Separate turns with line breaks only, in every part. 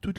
Toute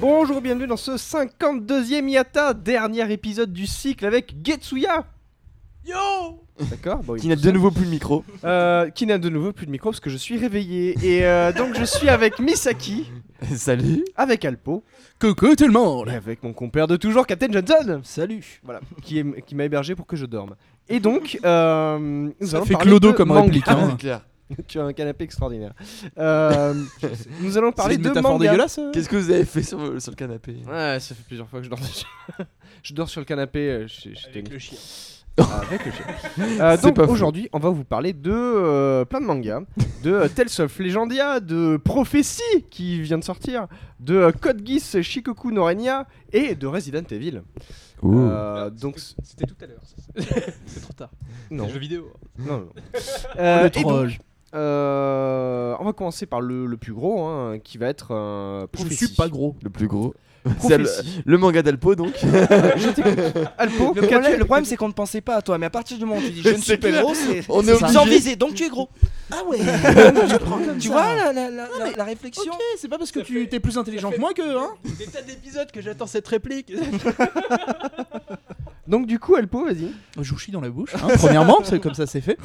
Bonjour, bienvenue dans ce 52e IATA, dernier épisode du cycle avec Getsuya
Yo
D'accord bon, oui.
Qui n'a de nouveau plus de micro.
Euh, Qui n'a de nouveau plus de micro parce que je suis réveillé. Et euh, donc je suis avec Misaki,
Salut.
avec Alpo,
Coucou tout le monde
et avec mon compère de toujours, Captain Johnson
Salut.
Voilà, qui, est- qui m'a hébergé pour que je dorme. Et donc, euh, nous
Ça
allons
fait
parler
clodo
de
comme
manga.
réplique. hein.
C'est clair.
tu as un canapé extraordinaire. Euh, nous allons parler
une
de
métaphore
manga.
dégueulasse,
Qu'est-ce que vous avez fait sur, sur le canapé
Ouais, ça fait plusieurs fois que je dors. dessus. je dors sur le canapé euh, chez, chez Tony.
le chien.
Avec le chien. Euh,
C'est
donc
pas faux.
aujourd'hui, on va vous parler de euh, plein de mangas, de euh, Tales of Legendia, de Prophétie qui vient de sortir, de euh, Code Geass Shikoku no Renya et de Resident Evil. Euh, donc c-
C'était tout à l'heure. ça. C'est trop tard.
non,
C'est jeu vidéo.
non, non. Euh, et
troll.
donc, euh, on va commencer par le, le plus gros, hein, qui va être euh,
Je
Prophétie.
suis pas gros.
Le plus gros. C'est le,
Prophétie.
le manga d'Alpo donc.
Alpo,
Le problème,
qu'as-tu-
le problème, c'est qu'on ne pensait pas à toi, mais à partir du moment où tu dis je ne suis
C'est
pas
clair.
gros, c'est
On est
c'est sans
obligé.
viser, donc tu es gros. Ah ouais Tu vois la, la- la- la- la réflexion
c'est pas parce que tu t'es plus intelligent que moi que hein
Des tas d'épisodes que j'attends cette réplique.
Donc du coup, Alpo, vas-y.
Je vous chie dans la bouche, hein, premièrement, parce que comme ça c'est fait.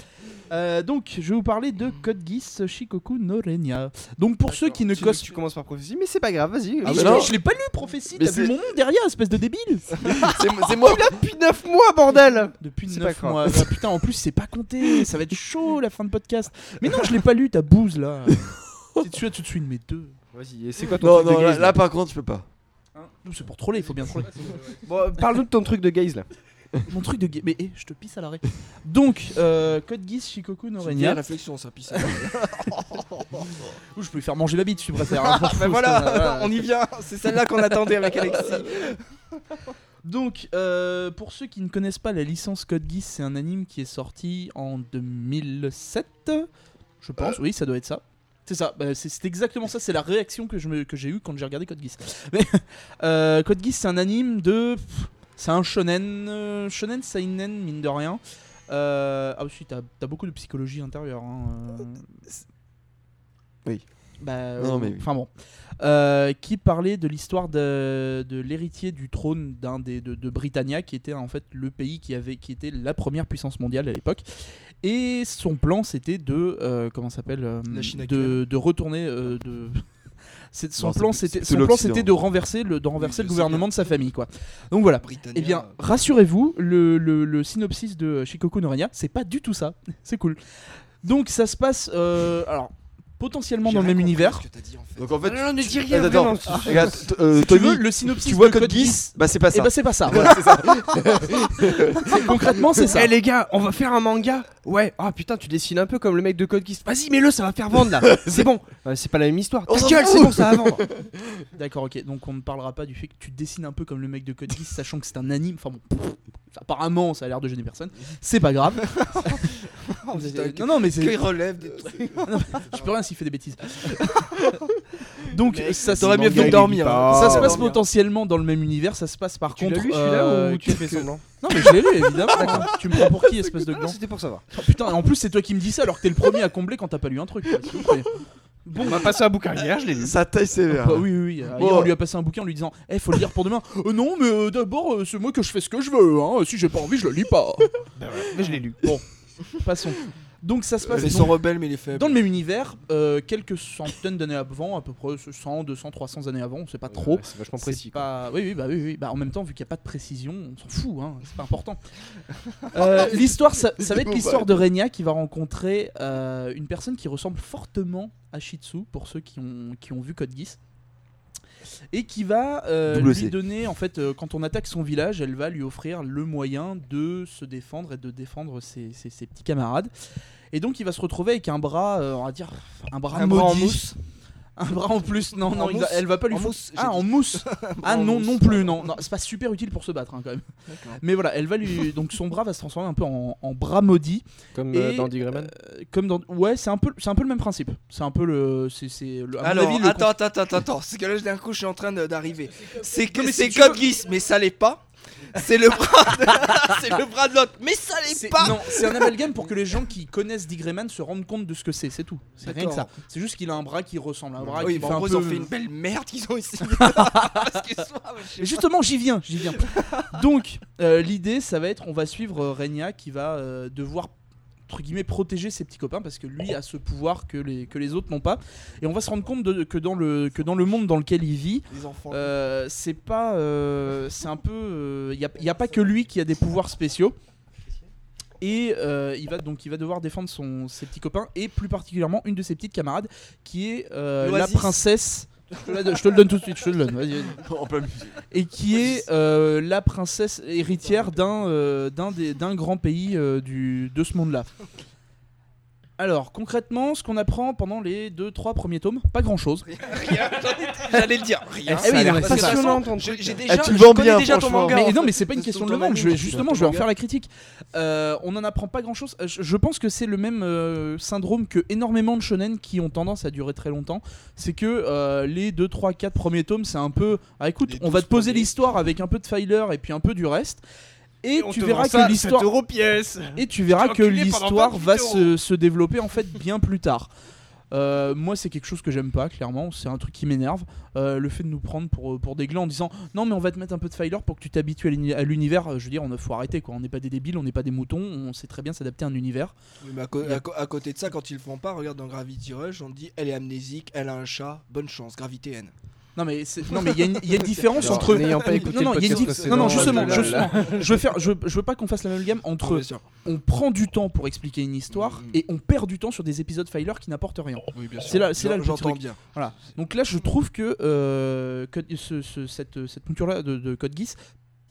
Euh, donc, je vais vous parler de Code Geass Shikoku no Renya. Donc, pour ceux qui ne
tu,
connaissent
tu commences par prophétie, mais c'est pas grave, vas-y.
Ah
Ah
bah
bah
non.
je l'ai pas lu, prophétie.
Mais
T'as vu
c'est-
mon nom derrière, espèce de débile.
C'est c'est moi.
Depuis 9 mois, bordel
Depuis
C'est
9
pas grave.
mois. Ah, putain, en plus, c'est pas compté. Ça va être chaud la fin de podcast. Mais non, je l'ai pas lu, ta bouse là. Si tu as tout de suite mes deux.
Vas-y, et c'est quoi ton
Non
truc
non
de
là,
gaze
là, par contre je peux pas.
Non, C'est pour troller, il faut bien troller.
Bon, parle-nous de ton truc de gaze là.
Mon truc de gay. Mais hé, je te pisse à l'arrêt. Donc, euh, Code Geass Shikoku no Renya.
réflexion, ça pisse.
Ouh, Je peux lui faire manger la bite si tu préfères. hein, je m'en fous, ça,
Ben voilà, on y vient, c'est celle-là qu'on attendait avec Alexis.
Donc, euh, pour ceux qui ne connaissent pas la licence Code Geass, c'est un anime qui est sorti en 2007, je pense. Oui, ça doit être ça. C'est ça, bah, c'est c'est exactement ça, c'est la réaction que je me- que j'ai eue quand j'ai regardé Code Geass. Mais, euh, Code Geass, c'est un anime de... pff, C'est un shonen, euh, shonen seinen, mine de rien. Euh, ah aussi, t'as t'as beaucoup de psychologie intérieure. hein, euh.
Oui.
Bah, euh,
Non, mais oui.
Enfin bon. Euh, qui parlait de l'histoire de, de l'héritier du trône d'un des, de, de Britannia, qui était en fait le pays qui, avait, qui était la première puissance mondiale à l'époque. Et son plan, c'était de. euh, comment ça s'appelle euh,
La Chine
de, de retourner. euh, de... c'est- Son
Non, c'est
plan,
plus- c'est
c'était
plutôt
son plan,
l'Occident.
c'était de renverser le, de renverser
je
le
sais
gouvernement de sa famille, quoi. Donc voilà.
Britannia.
Eh bien, rassurez-vous, le, le- le synopsis de Shikoku no Renya, c'est pas du tout ça. C'est cool. Donc ça se passe, euh, alors potentiellement dans le même univers.
Donc en fait.
non, ne dis
Attends, attends,
Ah,
regarde, t- euh,
Si tu
Tommy,
veux, le synopsis
tu vois
de
Code Geass Bah c'est pas
et
ça.
bah c'est pas ça. voilà. Concrètement, c'est ça.
Eh les gars, on va faire un manga Ouais, ah putain, tu dessines un peu comme le mec de Code Geass. Vas-y, mets-le, ça va faire vendre là C'est bon Ouais, C'est pas la même histoire.
On
Ta
s'en
gueule,
fout.
c'est bon, ça va vendre
D'accord, ok. Donc on ne parlera pas du fait que tu dessines un peu comme le mec de Code Geass, sachant que c'est un anime. Enfin bon, pff, apparemment, ça a l'air de gêner personne. C'est pas grave. non, non, mais c'est.
Qu'il relève des trucs.
Je peux rien s'il fait des bêtises. Donc
Mec,
ça se-
t'aurais mieux fait de
il
dormir.
dit
hein.
pas.
Ça se passe
Dormir.
potentiellement dans le même univers, ça se passe par
Ah, Tu l'as
contre.
lu celui-là
euh,
ou tu fais
quelques-
semblant
Non, mais je l'ai lu évidemment. tu me prends pour qui, espèce de
Non,
gland
c'était pour savoir.
Oh, Putain, en plus, c'est toi qui me dis ça alors que t'es le premier à combler quand t'as pas lu un truc. quoi, s'il vous plaît.
Bon, on va passer à bouquin hier, je l'ai lu.
Sa taille sévère.
Ah
Bah oui, oui, oui. Hier,
Bon.
on lui a passé un bouquin en lui disant Eh, faut le lire pour demain. Euh, non, mais euh, d'abord, euh, c'est moi que je fais ce que je veux. Hein. Si j'ai pas envie, je le lis pas.
Ben Mais je l'ai lu.
Passons. Donc, ça se passe.
Ils
donc-
sont rebelles, mais les faibles.
Dans le même univers, euh, quelques centaines d'années avant, à peu près 100, 200, 300 années avant, on sait pas trop.
C'est vachement
C'est
précis. quoi.
pas- Oui, oui, bah, oui, oui. Bah, en même temps, vu qu'il n'y a pas de précision, on s'en fout, hein, c'est pas important. Euh, l'histoire, ça, ça va être l'histoire de Renya qui va rencontrer euh, une personne qui ressemble fortement à Shih Tzu, pour ceux qui ont, qui ont vu Code Geass. et qui va euh,
Double C.
lui donner en fait euh, quand on attaque son village, elle va lui offrir le moyen de se défendre et de défendre ses, ses- ses petits camarades. Et donc il va se retrouver avec un bras, euh, on va dire un bras
Un
maudit,
bras en mousse.
un bras en plus. Non
En
non, il va-
mousse.
elle va pas lui
En
foutre-
mousse, j'ai
Ah en mousse. ah non non plus non, non c'est pas super utile pour se battre hein, quand même. Mais voilà, elle va lui donc son bras va se transformer un peu en- en bras maudit
Comme
Et,
euh, dans Digreman.
comme dans ouais c'est un peu c'est un peu le même principe c'est un peu le c'est c'est le- à mon
Alors,
avis, le
attends, attends, attends, attends, attends, c'est que là, d'un coup, je suis en train de- d'arriver. C'est
Non,
que
mais
c'est
si tu veux-
Code Geass, mais ça l'est pas. C'est le bras de... c'est le bras de l'autre, mais ça
con- c'est
l'est pas.
non c'est un amalgame pour que les gens qui connaissent Digreman se rendent compte de ce que c'est c'est tout c'est rien que ça
D'accord.
c'est juste qu'il a un bras qui ressemble un bras
oui,
qui
bah,
fait
en
un
gros,
peu
ils ont fait une belle merde qu'ils ont essayé de faire ce soir, mais je sais
Et justement, j'y viens, j'y viens. Donc, euh, l'idée, ça va être, on va suivre euh, Renya qui va euh, devoir entre guillemets protéger ses petits copains parce que lui a ce pouvoir que les, que les autres n'ont pas et on va se rendre compte de- que, dans le, que dans le monde dans lequel il vit euh, c'est pas euh, c'est un peu il n'y a, pas que lui qui a des pouvoirs spéciaux et euh, il va donc il va devoir défendre son, ses petits copains et plus particulièrement une de ses petites camarades qui est euh, la
L'Oasis.
princesse je te, la- je te le donne tout de suite je te le donne vas-y, vas-y
En plein milieu.
et qui est euh, la princesse héritière d'un euh, d'un des- d'un grand pays euh, du, de ce monde-là. Alors, concrètement, ce qu'on apprend pendant les 2-3 premiers tomes, pas grand-chose.
Rien, j'allais- j'allais le dire, rien.
Eh oui, il a l'air
Parce que de toute
passionnant,
façon,
ton
je-
truc.
J'ai déjà,
tu le
je
vends
connais
bien,
déjà ton
franchement.
manga.
Mais
en
non,
fait.
mais c'est pas une
Parce
question
que
de
ton
le vendre,
manga,
je vais-
c'est
justement,
ton
je vais en
manga.
faire la critique. Euh, on n'en apprend pas grand-chose. Euh, Je je pense que c'est le même euh, syndrome que énormément de shonen qui ont tendance à durer très longtemps. C'est que euh, les 2, 3, 4 premiers tomes, c'est un peu. Ah, écoute,
Les
on va
12
te poser
premiers.
l'histoire avec un peu de filer et puis un peu du reste. Et
On
tu
te
verras
vend
que
ça à
l'histoire.
7 euros pièce.
Et tu verras
T'es
que
enculé Hein. pendant
l'histoire
28
va
euros.
se, se développer en fait bien plus tard. Euh, moi, c'est quelque chose que j'aime pas, clairement. C'est un truc qui m'énerve. Euh, le fait de nous prendre pour, pour des glands en disant non, mais on va te mettre un peu de filer pour que tu t'habitues à l'uni- à l'univers. Euh, Je veux dire, on a faut arrêter quoi. On n'est pas des débiles, on n'est pas des moutons. On sait très bien s'adapter à un univers.
Oui, mais à, co- à co- à côté de ça, quand ils le font pas, regarde dans Gravity Rush, on dit elle est amnésique, elle a un chat, bonne chance, gravité N.
Non, mais c'est- non, mais il y, a une- il y a une différence
Alors,
entre.
n'ayant pas écouté
non, non,
le
il y a une
podcast
dif- non, non,
précédent,
justement,
là,
justement.
là.
Je veux faire, je, je veux pas qu'on fasse la même gamme entre
Bien sûr.
on prend du temps pour expliquer une
Mm,
histoire
Mhm.
et on perd du temps sur des épisodes filer qui n'apportent rien.
Oui, bien sûr.
C'est là, c'est là
J'en-
le petit
J'entends
truc.
bien.
Voilà. Donc là, je trouve que, euh, que ce- ce- cette, cette mouture-là de, de Code Geass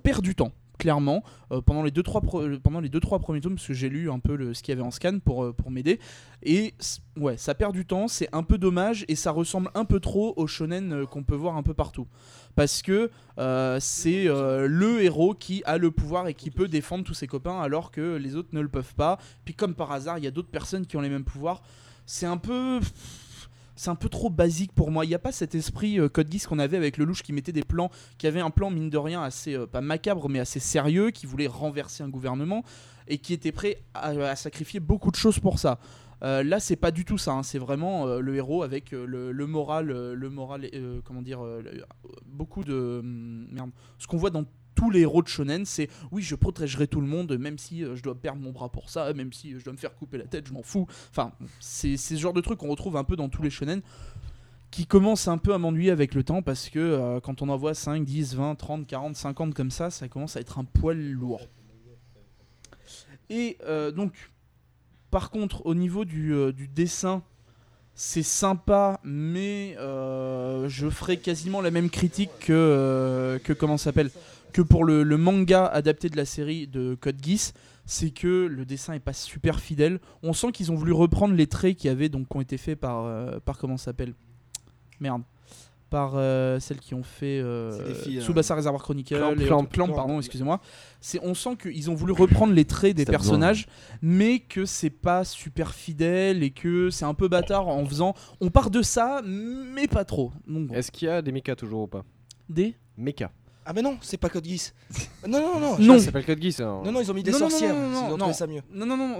perd du temps, clairement, euh, pendant les 2-3 pendant les deux trois premiers tomes, parce que j'ai lu un peu le, ce qu'il y avait en scan pour, euh, pour m'aider. Et c- ouais, ça perd du temps, c'est un peu dommage, et ça ressemble un peu trop au shonen euh, qu'on peut voir un peu partout. Parce que euh, c'est euh, le héros qui a le pouvoir et qui peut défendre tous ses copains alors que les autres ne le peuvent pas. Puis comme par hasard, il y a d'autres personnes qui ont les mêmes pouvoirs. C'est un peu c'est un peu trop basique pour moi. Il n'y a pas cet esprit euh, Code Geass qu'on avait avec Lelouch qui mettait des plans, qui avait un plan mine de rien assez euh, pas macabre mais assez sérieux, qui voulait renverser un gouvernement et qui était prêt à, à sacrifier beaucoup de choses pour ça. Euh, là, c'est pas du tout ça. hein. C'est vraiment euh, le héros avec euh, le, le moral, euh, le moral, euh, comment dire, euh, le- beaucoup de hum, merde. Ce qu'on voit dans tous les héros de shonen, c'est oui, je protégerai tout le monde, même si euh, je dois perdre mon bras pour ça, même si euh, je dois me faire couper la tête, je m'en fous. Enfin, c'est c'est ce genre de truc qu'on retrouve un peu dans tous les shonen qui commence un peu à m'ennuyer avec le temps parce que euh, quand on en voit 5, 10, 20, 30, 40, 50 comme ça, ça commence à être un poil lourd. Et euh, donc, par contre, au niveau du, euh, du dessin, c'est sympa, mais euh, je ferai quasiment la même critique que, euh, que comment ça s'appelle que pour le, le manga adapté de la série de Code Geass, c'est que le dessin est pas super fidèle. On sent qu'ils ont voulu reprendre les traits qui avaient donc qui ont été faits par euh, par comment ça s'appelle Merde. Par euh, celles qui ont fait euh,
C'est les filles, euh,
Tsubasa Reservoir Chronicle
Clamp,
et
Clamp.
Clamp, pardon, excusez-moi. C'est on sent qu'ils ont voulu reprendre les traits des
C'était besoin.
personnages mais que c'est pas super fidèle et que c'est un peu bâtard en faisant on part de ça mais pas trop. Donc bon.
Est-ce qu'il y a des mechas toujours ou pas
Des-
Mecha.
Ah, mais non, c'est pas Code Geass. non, non, non.
Non.
Ça s'appelle Code Geass. hein.
Non, non, ils ont mis des
Non, non, non,
sorcières.
non, non,
ils ont
non.
trouvé ça mieux.
Non, non, non. non.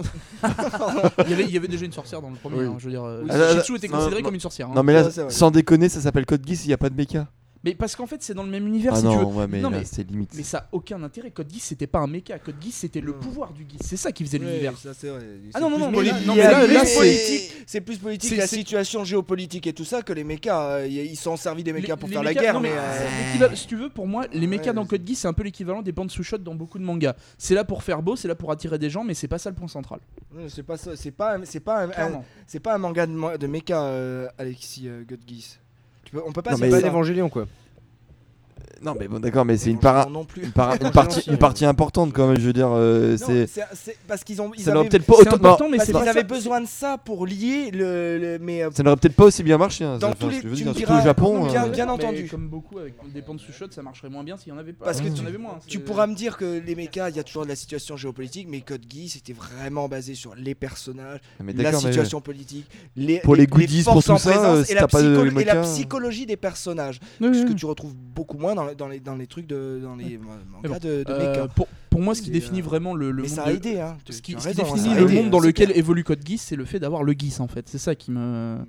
il, y avait, il y avait déjà une sorcière dans le premier.
Oui.
hein, je veux dire, euh,
Ah, là, là,
Shitsu était
non,
considéré
non,
comme une sorcière. hein.
Non mais
Ouais,
là,
c'est vrai.
sans déconner, ça s'appelle Code Geass, il y a pas de mecha.
Mais parce qu'en fait, c'est dans le même univers,
ah
si tu veux.
non, ouais, mais
Non,
là,
mais-
c'est limite.
Mais ça a aucun intérêt. Code Geass, c'était pas un méca. Code Geass, c'était le
Non.
pouvoir du Geass. C'est ça qui faisait l'univers.
ça, c'est vrai.
Ah non, non,
C'est
non,
plus
mais
poli-
non,
il y a
mais là-
plus
là,
de
c'est-
politique. C'est plus politique,
c'est-
la
c'est-
situation géopolitique et tout ça, que les mechas. euh, y- ils sont servis des mechas
Les-
pour
les
faire la
mechas-
guerre,
non,
mais. euh,
c'est l'équivalent- Si tu veux, pour moi, les mechas
Ouais,
dans
c'est-
Code Geass, c'est un peu l'équivalent des bandes sous shot dans beaucoup de mangas. C'est là pour faire beau, c'est là pour attirer des gens, mais c'est pas ça le point central.
non, C'est pas ça- c'est pas un- c'est pas un- un-
Clairement.
C'est pas un manga de, ma- de mecha, euh, Alexis euh, God Geass. Tu peux- on peut pas
Non,
se
mais
faire
pas
ça.
d'Evangélion quoi.
Non, mais bon, d'accord, mais c'est une,
Non, je
para-
comprends non plus.
une, para- une partie,
euh,
une partie importante quand même. Je veux dire, euh,
Non,
c'est.
c'est- c'est parce qu'ils ont. ils
Ça n'aurait
avaient-
peut-être pas
C'est
autant. non,
important, mais
parce
c'est
qu'ils
pas ça.
avaient besoin de ça pour lier le. le- mais euh,
ça n'aurait peut-être pas aussi bien marché. hein,
Dans
ça-
tous
enfin,
les-
je veux
tu
dire,
me
surtout au
diras-
Japon.
bien-
euh,
bien
Mais
entendu.
Comme beaucoup avec des pans sous shot, ça marcherait moins bien s'il y en avait pas.
Parce que
S'il y
tu-
en avait moins,
tu
c'est-
pourras me dire que les mechas, il y a toujours de la situation géopolitique, mais Code Geass c'était vraiment basé sur les personnages,
mais
la
d'accord, mais-
situation politique, les,
Pour les goodies,
forces
pour
en
tout ça,
présence
euh, si
et, la
t'as pas de
psycho- et la
mecha, euh.
psychologie des personnages,
Oui,
ce
oui.
que tu retrouves beaucoup moins dans, dans les dans les trucs de dans les euh,
Mais bon,
mangas de, de
Euh,
mecha.
pour, pour moi, ce qui
Mais,
définit
euh,
vraiment le, le
mais
monde
ça
de-
a aidé, hein. tu-
ce
tu
qui,
as
ce qui
raison, hein,
définit
ça a
le
aidé,
monde dans
c'est
lequel
clair.
évolue Code Geass, c'est le fait d'avoir le Geass en fait. C'est ça qui me.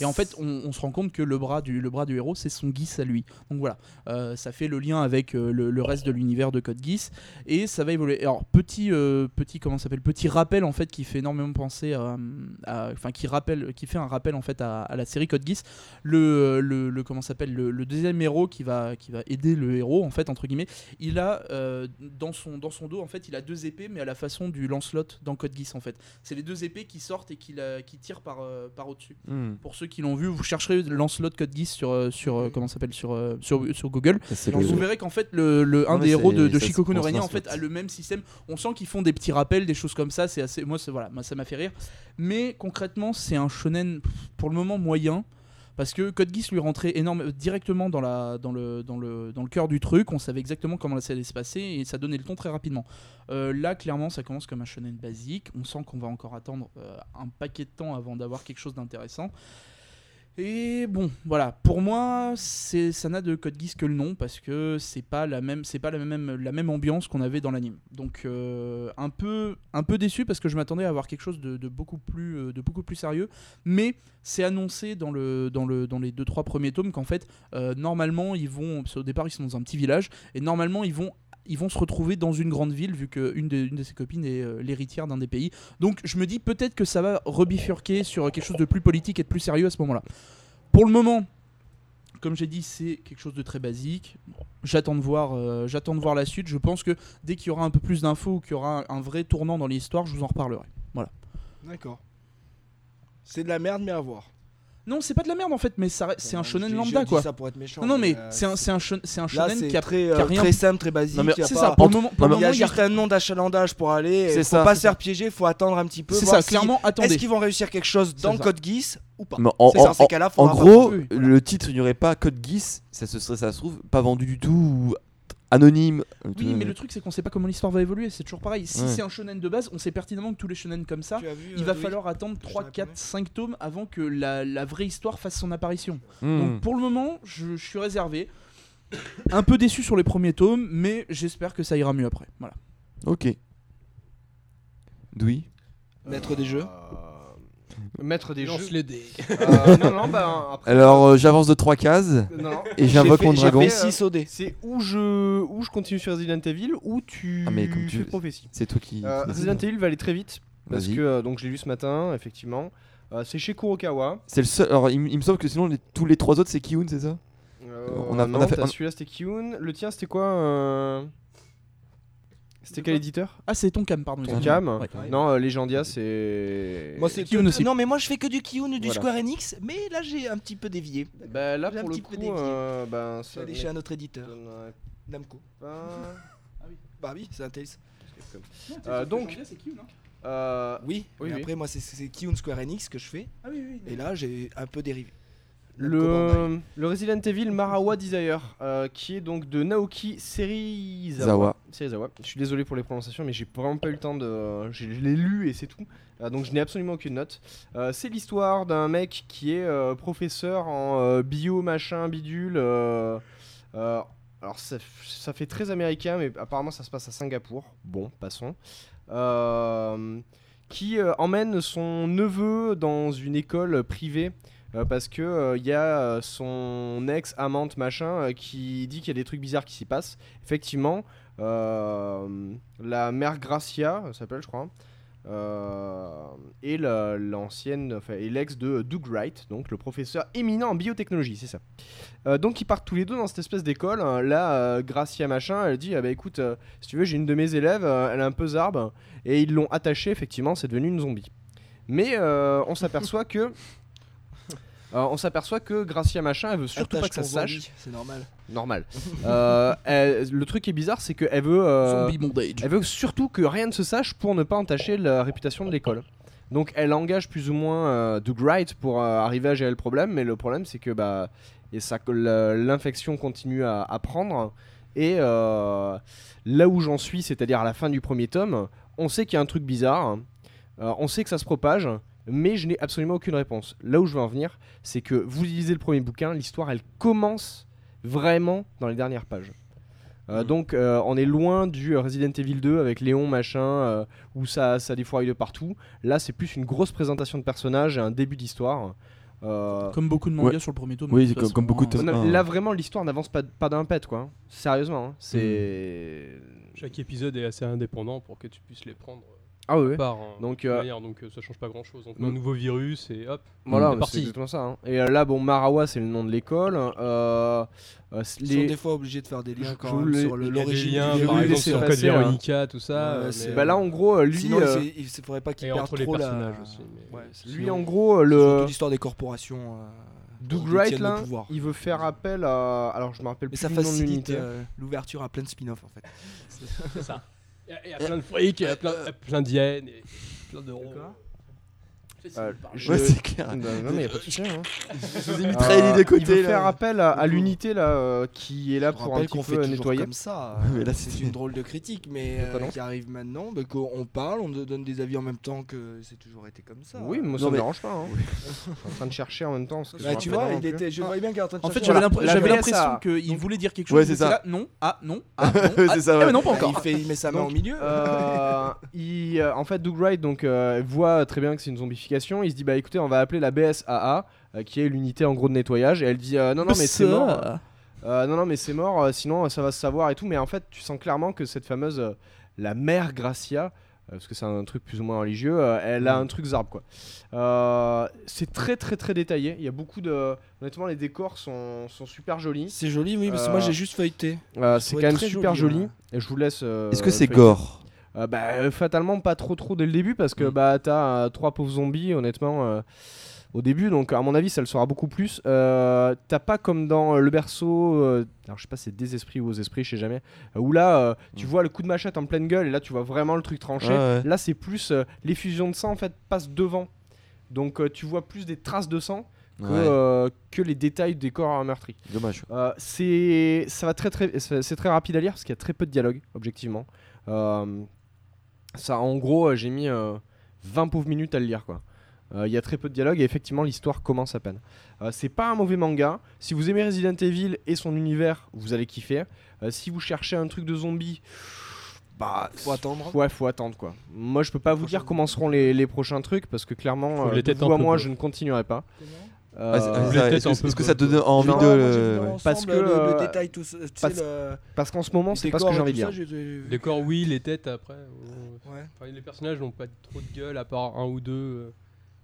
Et en fait, on, on se rend compte que le bras du, le bras du héros, c'est son Geass à lui. Donc voilà, Euh, ça fait le lien avec euh, le, le reste de l'univers de Code Geass et ça va évoluer. Alors petit, euh, petit, comment ça s'appelle Petit rappel en fait qui fait énormément penser, à, à- enfin qui rappelle, qui fait un rappel en fait à, à la série Code Geass. Le, euh, le, le- comment ça s'appelle le, le deuxième héros qui va, qui va aider le héros en fait entre guillemets. Il a euh, dans son, dans son dos en fait, il a deux épées mais à la façon du Lancelot dans Code Geass en fait. C'est les deux épées qui sortent et qui, la- qui tirent par, euh, par au dessus.
Hmm.
Pour ceux qui l'ont vu, vous chercherez Lancelot Code Geass sur, euh, sur, euh, comment ça s'appelle sur, euh, sur, sur Google.
C'est
Vous
le-
verrez qu'en fait, le, le- un
Non, mais
des héros de,
c'est-
de
ça se
Shikoku no
pense
Renya, en
Lancelot.
fait, a le même système. On sent qu'ils font des petits rappels, des choses comme ça. C'est assez, moi, c'est- voilà, moi, ça m'a fait rire. Mais concrètement, c'est un shonen pff, pour le moment moyen. Parce que Code Geass lui rentrait énorme, euh, directement dans, la, dans, le, dans, le, dans le cœur du truc, on savait exactement comment ça allait se passer et ça donnait le ton très rapidement. Euh, là, clairement, ça commence comme un shonen basique. On sent qu'on va encore attendre euh, un paquet de temps avant d'avoir quelque chose d'intéressant. Et bon, voilà. Pour moi, c'est ça n'a de Code Geass que le nom parce que c'est pas la même, c'est pas la même, la même ambiance qu'on avait dans l'anime. Donc euh, un peu, un peu déçu parce que je m'attendais à avoir quelque chose de, de beaucoup plus, euh, de beaucoup plus sérieux. Mais c'est annoncé dans le, dans le, dans les deux trois premiers tomes qu'en fait, euh, normalement, ils vont, parce qu'au départ, ils sont dans un petit village et normalement, ils vont ils vont se retrouver dans une grande ville vu qu'une de, une de ses copines est euh, l'héritière d'un des pays. Donc je me dis peut-être que ça va rebifurquer sur quelque chose de plus politique et de plus sérieux à ce moment-là. Pour le moment, comme j'ai dit, c'est quelque chose de très basique. J'attends de voir, euh, j'attends de voir la suite. Je pense que dès qu'il y aura un peu plus d'infos ou qu'il y aura un, un vrai tournant dans l'histoire, je vous en reparlerai.
D'accord. C'est de la merde, mais à voir.
Non, c'est pas de la merde en fait, mais ça reste- c'est un
Bon, je
shonen
dis-
lambda
je dis
quoi.
ça pour être méchant,
Non, non, mais
euh,
c'est un, c'est un, shon- c'est un
Là,
shonen
c'est
qui a,
très,
qui a
euh,
rien.
très simple, très basique.
Non, mais
y a
C'est
pas-
ça. Pour le moment, pour le
Il y a
moment, il y a
juste un nom d'achalandage pour aller.
C'est
Faut
ça.
pas se faire piéger, faut attendre un petit peu.
C'est
voir
ça.
si-
Clairement, attendez.
Est-ce qu'ils vont réussir quelque chose dans
C'est ça.
Code Geass ou pas
Mais en-
C'est ça,
en-
ces cas-là,
En
faudra pas-
gros,
oui,
le titre, il n'y aurait pas Code Geass, ça se serait, ça se trouve, pas vendu du tout, ou anonyme.
Oui, mais le truc, c'est qu'on sait pas comment l'histoire va évoluer, c'est toujours pareil. Si
Ouais.
c'est un shonen de base, on sait pertinemment que tous les shonen comme ça,
Tu as vu, euh,
il va
Loïc
falloir attendre
t'en
3,
ai
4,
parlé.
5 tomes avant que la, la vraie histoire fasse son apparition.
Hmm.
Donc pour le moment, je, je suis réservé. Un peu déçu sur les premiers tomes, mais j'espère que ça ira mieux après. Voilà.
Ok. Oui.
Maître des jeux.
Euh, Maître des jeux.
les dés.
Euh, non, non, bah après.
Alors, euh, j'avance de 3 cases
non, non.
et j'invoque
fait-
mon
j'ai
dragon.
fait- euh,
Et 6 OD.
C'est où je, où je continue sur Resident Evil ou tu
Ah, mais comme tu
fais
veux.
prophétie.
C'est toi qui.
Euh,
qui
Resident
décide.
Evil va aller très vite parce
Vas-y.
que euh, donc je l'ai lu ce matin effectivement. Euh, c'est chez Kurokawa.
C'est le seul. Alors, il, m- il me semble que sinon, les- tous les 3 autres, c'est Kiyun, c'est ça
Euh,
On a- on a
non,
fait-
t'as
on-
celui-là c'était Kiyun. Le tien c'était quoi euh, C'était quel éditeur
Ah, c'est ton cam, pardon.
Ton
excuse-moi.
cam
Ouais.
Non, euh, Legendia c'est.
Moi, c'est
Kiyun aussi.
Non, mais moi, je fais que du Kiyun ou du
Voilà.
Square Enix, mais là, j'ai un petit peu dévié.
Bah là
J'ai un
pour le
petit peu
coup,
dévié.
euh, ben
Je suis
ça.
allé
ne
chez un autre éditeur,
donnerait
Namco.
pas.
Bah oui, c'est un Tales.
Euh, donc. euh,
Oui,
Oui,
mais
oui.
après, moi, c'est- c'est Kiyun Square Enix que je fais,
Ah
et là, j'ai un peu dérivé. Namco Bandai.
Le, le Resident Evil Marawa Desire, euh, qui est donc de Naoki Serizawa.
Zawa.
Serizawa. Je suis désolé pour les prononciations, mais j'ai vraiment pas eu le temps de. Je, je l'ai lu et c'est tout. Euh, donc je n'ai absolument aucune note. Euh, c'est l'histoire d'un mec qui est euh, professeur en euh, bio, machin, bidule. euh, euh, alors ça, f- ça fait très américain, mais apparemment ça se passe à Singapour. Bon, passons. Euh, qui euh, emmène son neveu dans une école privée euh, parce que euh, il y a euh, son ex amante machin euh, qui dit qu'il y a des trucs bizarres qui s'y passent. Effectivement, euh, la mère Gracia elle s'appelle, je crois. euh, et la- l'ancienne, enfin, et l'ex de Doug Wright, donc le professeur éminent en biotechnologie, c'est ça. Euh, donc ils partent tous les deux dans cette espèce d'école. hein. Là, euh, Gracia machin, elle dit ah bah écoute, euh, si tu veux, j'ai une de mes élèves, euh, elle a un peu zarbe, et ils l'ont attachée. Effectivement, c'est devenu une zombie. Mais euh, on s'aperçoit que euh, on s'aperçoit que Gracia Machin, elle veut surtout pas que ça se
Attache ton
sache.
zombie, C'est normal.
Normal. Euh, elle- le truc qui est bizarre, c'est qu'elle veut. euh,
Zombie bondage.
elle veut surtout que rien ne se sache pour ne pas entacher la réputation de l'école. Donc elle engage plus ou moins euh, Doug Wright pour euh, arriver à gérer le problème, mais le problème c'est que bah, et ça, que la- l'infection continue à, à prendre. Et euh, là où j'en suis, c'est-à-dire à la fin du premier tome, on sait qu'il y a un truc bizarre, euh, on sait que ça se propage, mais je n'ai absolument aucune réponse. Là où je veux en venir, c'est que vous lisez le premier bouquin, l'histoire elle commence vraiment dans les dernières pages. Euh,
Mm.
Donc euh, on est loin du euh, Resident Evil 2 avec Léon machin euh, où ça ça défouraille de partout. Là c'est plus une grosse présentation de personnages et un début d'histoire. Euh,
Comme beaucoup de mangas sur le premier tome.
Oui,
de toute
comme-
façon,
comme beaucoup de
hein.
on a-
Ah.
là vraiment l'histoire n'avance pas, pas d'un pet quoi. hein. Sérieusement, hein. c'est
Chaque épisode est assez indépendant pour que tu puisses les prendre euh,
ah ouais. ouais.
par un-
Donc,
une
euh,
manière, donc euh, ça change pas grand chose. On te met
Mm.
un nouveau virus et hop.
Voilà,
C'est
mais
parti.
c'est exactement ça. hein. Et euh, là, bon, Marawa, c'est le nom de l'école. euh, euh, c-
Ils
les-
sont des fois obligés de faire des liens
Je- je
quand même
voulais-
sur le-
Il y a des
l'origine
liens,
du
par
oui,
exemple,
virus.
c'est
sur
passé,
Code Veronica, tout ça.
Ouais,
euh,
c'est-
mais,
bah là, en gros, euh, lui,
Sinon,
euh,
il ne faudrait pas qu'ils
Et
perdent
entre les
trop la...
personnages aussi. mais-
Ouais, c'est-
lui,
sinon-
en gros, euh,
c'est surtout
le
l'histoire des corporations. euh,
Doug
qui
Wright,
détiennent
là,
le pouvoir.
il veut faire appel à. Alors, je me rappelle
Mais
plus
ça
le nom de
facilite
l'unité. Ah,
euh, l'ouverture à plein de spin-off en fait.
C'est ça. Il y a- il y a plein de fric, il y a plein, il y a plein d'hyènes, et plein de ronds.
Euh, je-
Ouais, c'est clair.
Non, non, mais y a pas de souci, hein.
Je vous ai mis très
Euh,
les de
Il veut
côté.
faire
là.
appel à, à l'unité là, euh, qui est là
Je
pour un
rappelle
petit
qu'on fait
peu
toujours
nettoyer.
comme ça. euh,
Mais là,
c'est
c'était-
une drôle de critique, mais euh,
pardon
qui arrive maintenant, bah, qu'on parle, on donne des avis en même temps que c'est toujours été comme ça. euh.
Oui, moi ça me
Non, mais-
dérange pas. hein. Je suis en train de chercher en même temps. parce que
Bah,
je me
tu
rappelle
vois,
pas
il
non plus.
était, je voyais bien qu'il était en train de
En fait,
chercher.
j'avais
Voilà,
l'impr-
la
j'avais
VSA.
l'impression qu'il voulait dire quelque chose.
Ouais,
il
c'est
était
ça.
Là, non, ah, non, ah, non. ah,
C'est ça,
ah,
ouais.
mais non, pas
Bah,
encore.
Il, fait, il met sa main
Donc,
au milieu.
Euh, il, euh, en fait, Doug Wright donc, euh, voit très bien que c'est une zombification. Il se dit Bah écoutez, on va appeler la BSAA, euh, qui est l'unité en gros de nettoyage. Et elle dit euh, Non,
Bah,
non, mais c'est
Ça.
mort. Euh, non, non, mais c'est mort, euh, sinon euh, ça va se savoir et tout. Mais en fait, tu sens clairement que cette fameuse. euh, la mère Gracia, euh, parce que c'est un truc plus ou moins religieux, euh, elle a un truc zarbe quoi. Euh, c'est très, très, très détaillé. Il y a beaucoup de. Honnêtement, les décors sont, sont super jolis.
C'est joli, oui, parce que
euh,
moi j'ai juste feuilleté.
Euh, c'est
Ouais,
quand même
très
super
joli,
joli.
ouais.
Et je vous laisse. euh,
Est-ce que c'est
feuilleter.
gore
Euh, bah, euh, fatalement, pas trop trop dès le début parce que
Mm.
bah, t'as euh, trois pauvres zombies, honnêtement, euh, au début. Donc, à mon avis, ça le sera beaucoup plus. Euh, t'as pas comme dans euh, le berceau, euh, alors je sais pas, c'est des esprits ou aux esprits, je sais jamais, euh, où là, euh, tu
Mm.
vois le coup de machette en pleine gueule et là, tu vois vraiment le truc tranché.
Ouais, ouais.
Là, c'est plus euh, l'effusion de sang en fait passe devant. Donc, euh, tu vois plus des traces de sang que,
Ouais,
euh, que les détails des corps euh, meurtris.
Dommage.
Euh, c'est ça va très très c'est c'est très rapide à lire parce qu'il y a très peu de dialogue objectivement. Euh, ça en gros euh, j'ai mis euh, 20 pauvres minutes à le lire quoi. Euh, Il y a très peu de dialogue et effectivement l'histoire commence à peine. Euh, c'est pas un mauvais manga. Si vous aimez Resident Evil et son univers, vous allez kiffer. Euh, si vous cherchez un truc de zombie, bah
Faut attendre.
Ouais, faut attendre quoi. Moi, je peux pas vous dire comment seront les, les prochains trucs parce que clairement,
Faut
euh,
les têtes
de
un
vous à
peu
moi,
bleues.
je ne continuerai pas. Euh,
Ah, c'est- ah, c'est ça,
peut-être
Est-ce
un
que-
peu
est-ce que
gore.
ça te donne envie
Non,
de.
moi,
le- ouais.
Parce que le, le détail, tout ça, tu
parce-
sais, le-
parce qu'en ce moment,
les
c'est pas ce que
décors
j'ai
et
envie de
tout
lire.
ça, j'ai- j'ai-
Les corps, oui, les têtes après. on-
Ouais,
Enfin, les personnages n'ont pas trop de gueule à part un ou deux. euh,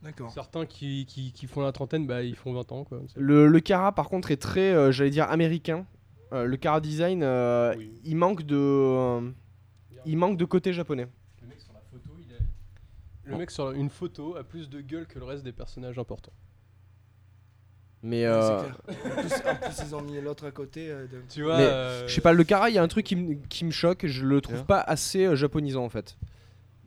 d'accord.
Certains qui, qui, qui font la trentaine, bah, ils font 20 ans. Quoi. C'est-
Le, le Kara, par contre, est très, euh, j'allais dire, américain. Euh, le Kara design, euh,
Oui.
il manque de, euh, il manque de côté japonais.
Le mec sur la photo, il a... Le mec sur une photo a plus de gueule que le reste des personnages importants.
Mais
Ouais,
euh,
c'est clair. En plus- en plus, ils ont mis l'autre à côté. euh, de-
Tu vois,
Mais,
euh,
je sais pas, le Kara, il y a un truc qui, m- qui me choque. Je le trouve
Ouais.
pas assez euh, japonisant en fait.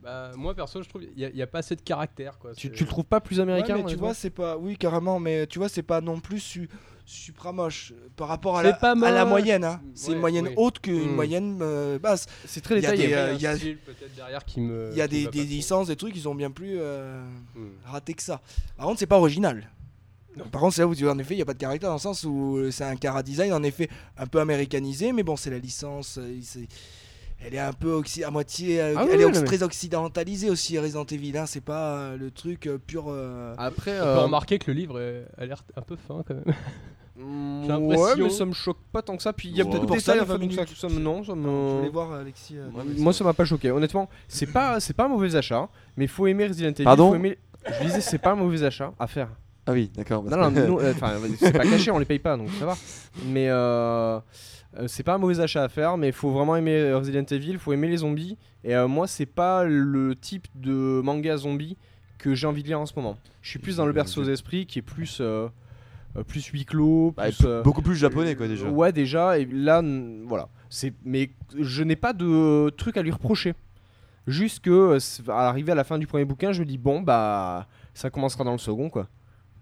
bah, moi perso, je trouve il n'y a, pas assez de caractère. Quoi.
Tu,
C'est-
tu le trouves pas plus
Ouais,
américain
mais tu
honnêtement
vois, c'est pas. Oui, carrément, mais tu vois, c'est pas non plus su- supramoche euh, par rapport à
C'est
la,
pas
à la
moche.
moyenne. hein. C'est une
Ouais,
moyenne
oui.
haute qu'une
Hmm.
moyenne euh, basse.
C'est très
il y a
détaillé.
des,
Il y a
euh,
un
il y a-
style peut-être derrière qui me.
Il y a
qui me
des,
Euh, va
des
pas trop.
licences, des trucs, ils ont bien plus euh,
Hmm.
raté que ça. Par contre, c'est pas original. Par contre, c'est là où tu vois, en effet, il n'y a pas de caractère, dans le sens où euh, c'est un cara design, en effet, un peu américanisé, mais bon, c'est la licence. euh, il- c'est- Elle est un peu oxy- à moitié. euh,
Ah
elle
oui,
est
oui,
ox-
non, mais-
très occidentalisée aussi, Resident Evil. hein, c'est pas euh, le truc euh, pur. euh,
Après,
On peut
euh,
remarquer que le livre est- a l'air un peu fin quand même.
mm,
j'ai
ouais,
l'impression-
mais ça me choque pas tant que ça. Puis il y a
Wow.
peut-être pour
Détail
ça,
à
il y a pas
20
tant que ça,
minutes.
ça me- non, ça me.
Je voulais voir Alexis. euh,
Ouais, mais
Moi, ça m'a pas choqué. Honnêtement, c'est pas, c'est pas un mauvais achat, mais faut aimer Resident Evil.
Pardon
faut aimer- Je disais, c'est pas un mauvais achat à faire.
Ah oui, d'accord. parce
Non, non,
que-
nous, euh, enfin, c'est pas caché, on les paye pas, donc ça va. Mais euh, euh, c'est pas un mauvais achat à faire, mais faut vraiment aimer euh, Resident Evil, faut aimer les zombies. Et euh, moi, c'est pas le type de manga zombie que j'ai envie de lire en ce moment. Je suis plus dans le berceau aux esprits, qui est plus. euh, euh, plus huis clos,
Bah,
plus,
p-
euh,
beaucoup plus japonais quoi déjà.
Ouais, déjà, et là, n- voilà. C'est, mais je n'ai pas de euh, truc à lui reprocher. Juste que, euh, c'est- à l'arrivée à la fin du premier bouquin, je me dis, bon, bah, ça commencera dans le second, quoi.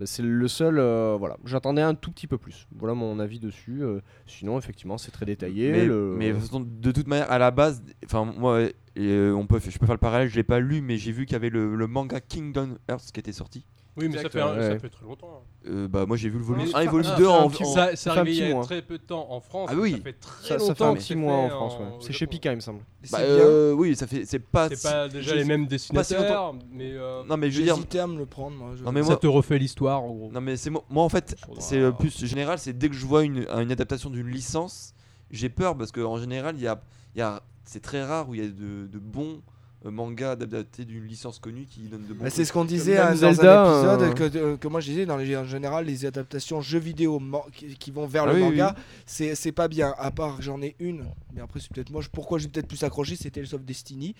Bah, C'est le seul, euh, voilà. J'attendais un tout petit peu plus. Voilà mon avis dessus. euh, sinon, effectivement, c'est très détaillé. euh,
mais,
le-
mais de toute façon, de toute manière, à la base, enfin moi, et, euh, on peut, je peux faire le parallèle. Je l'ai pas lu, mais j'ai vu qu'il y avait le, le manga Kingdom Hearts qui était sorti.
Oui, mais ça
Exact,
fait, un-
ouais.
ça fait très longtemps. hein.
Euh, bah moi j'ai vu le volume
Mais-
1 et volume
Ah,
2
c'est un
en,
petit-
en- bah,
ça, ça
un
arrive il y
petit
a
mois.
très peu de temps en France.
Ah
mais
oui.
Ça fait
ça,
très
ça
longtemps
fait un
que
petit
c'est
mois en
hein,
fait
France. ouais.
au
C'est chez
Japon.
Pika, il me semble.
C'est
Bah,
bien.
euh, oui, ça fait c'est pas.
C'est pas déjà
je-
les mêmes
si
dessinateurs, mais euh,
Non mais je veux dire,
J'hésitais à me le prendre, moi. je-
non mais
ça
moi,
te refait l'histoire en gros.
non mais c'est moi, moi, en fait, c'est euh, plus général. C'est dès que je vois une, une adaptation d'une licence, j'ai peur parce que en général, il y a, il y a- c'est très rare où il y a de, de bons euh, mangas adaptés d'une licence connue qui donnent de bons.
Bah, c'est
trucs.
ce qu'on disait
Même
hein,
Zelda,
dans un
euh,
épisode que, euh, que moi je disais dans les, en général les adaptations jeux vidéo man- qui, qui vont vers
Ah
le
oui,
manga c'est c'est pas bien à part que j'en ai une mais après c'est peut-être moi je- pourquoi j'ai peut-être plus accroché c'était Tales of Destiny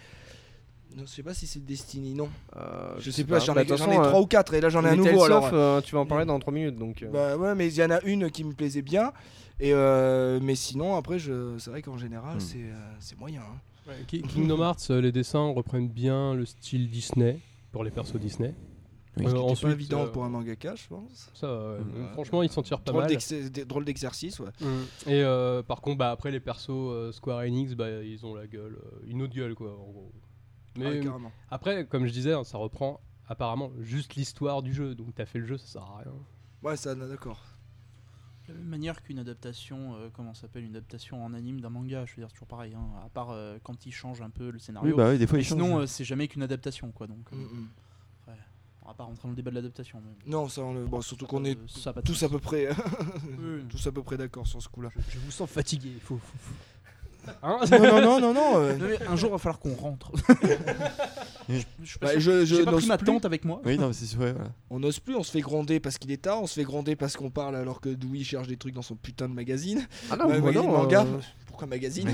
non, je sais pas si c'est Destiny non
Euh,
je sais pas, j'en
Bah,
ai,
de toute
j'en ai
façon,
trois
euh,
ou quatre et là j'en ai un
mais
nouveau
Tales
alors
of, euh, tu vas en parler dans 3 minutes donc. euh.
bah ouais mais il y en a une qui me plaisait bien et euh, mais sinon après je c'est vrai qu'en général
Hmm.
c'est euh, c'est moyen hein.
Ki- Kingdom Hearts, euh, les dessins reprennent bien le style Disney pour les persos Disney.
Oui,
Euh,
ce qui
C'est pas évident
euh,
pour un mangaka je pense
ça, ouais.
Mm.
Donc, franchement, ils s'en tirent pas
drôle
mal.
d'ex- d- drôle d'exercice ouais
Mm. Et euh, par contre, bah, après les persos euh, Square Enix, bah, ils ont la gueule, euh, une autre gueule quoi, en gros.
Ah,
Mais euh,
carrément.
après, comme je disais, hein, ça reprend apparemment juste l'histoire du jeu. Donc t'as fait le jeu, ça sert à rien.
ouais ça d'accord
De la même manière qu'une adaptation, euh, comment ça s'appelle, une adaptation en anime d'un manga, je veux dire, c'est toujours pareil, hein, à part euh, quand ils changent un peu le
Oui,
scénario.
bah oui, des fois
mais
ils
sinon,
changent.
euh, c'est jamais qu'une adaptation, quoi. Donc, euh,
Mm, mm.
on va pas rentrer dans le débat de l'adaptation. mais-
Non, ça, on le- bon, surtout qu'on est
Euh, ça a pas de
tous à
sens.
peu Mm. près,
Oui, oui.
tous à peu près d'accord sur ce
euh,
coup-là.
Je vous sens fatigué. Faut, faut, Hein
Non, non, non, non, non. euh,
Non, mais un jour, il va falloir qu'on rentre. je, je suis pas
bah,
sûr.
je, je
J'ai pas
n'ose
pris ma
plus.
tante avec moi.
Oui, non, mais c'est ouais, voilà.
On n'ose plus, on se fait gronder parce qu'il est tard, on se fait gronder parce qu'on parle alors que Dewey cherche des trucs dans son putain de magazine.
Ah
Ouais,
bah
magazine
non,
manga.
euh,
Pourquoi magazine,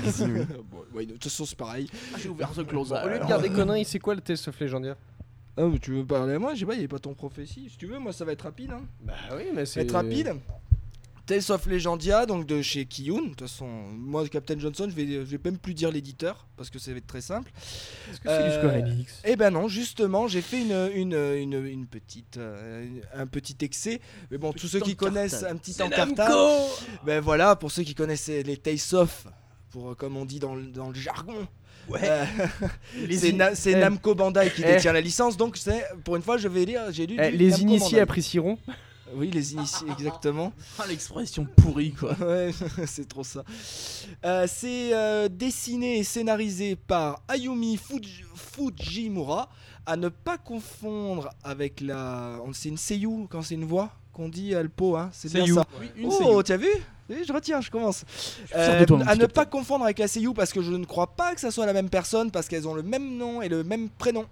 Bon, ouais, De toute façon, c'est pareil.
Ah, J'ai ouvert The Closer.
Bah,
Au lieu de dire des conneries, c'est quoi le Tales of Legendia
Ah, mais tu veux parler à moi Je sais pas, il n'y a pas ton prophétie. Si tu veux, moi, ça va être rapide. Hein.
Bah oui, mais
Être rapide. Tales of Legendia, donc de chez Kiyun. De toute façon, moi, Captain Johnson, je vais, je vais même plus dire l'éditeur parce que ça va être très simple.
Est-ce que
c'est du Square
Enix
Eh ben non, justement, j'ai fait une, une, une, une petite, euh, un petit excès. Mais bon, tous ceux qui
encartade.
connaissent un petit encartade, ben voilà, pour ceux qui connaissaient les Tales of, pour, euh, comme on dit dans le, dans le jargon, euh, c'est, Na- c'est
eh.
Namco Bandai qui
Eh.
détient la licence, donc c'est, pour une fois, je vais lire, j'ai lu du
les
Namco
initiés
Bandai.
apprécieront.
Oui, les initiés, exactement.
Ah, l'expression pourrie, quoi.
Ouais, c'est trop ça. Euh, c'est euh, dessiné et scénarisé par Ayumi Fuji- Fujimura, à ne pas confondre avec la. on- C'est une seiyuu quand c'est une voix qu'on dit Alpo, hein C'est bien
Seiyuu.
ça.
Oui, une Euh,
Oh, t'as vu Eh, Je retiens, je commence.
fier de toi, mon
Euh, à
petit
ne
Captain.
pas confondre avec la seiyuu parce que je ne crois pas que ça soit la même personne parce qu'elles ont le même nom et le même prénom.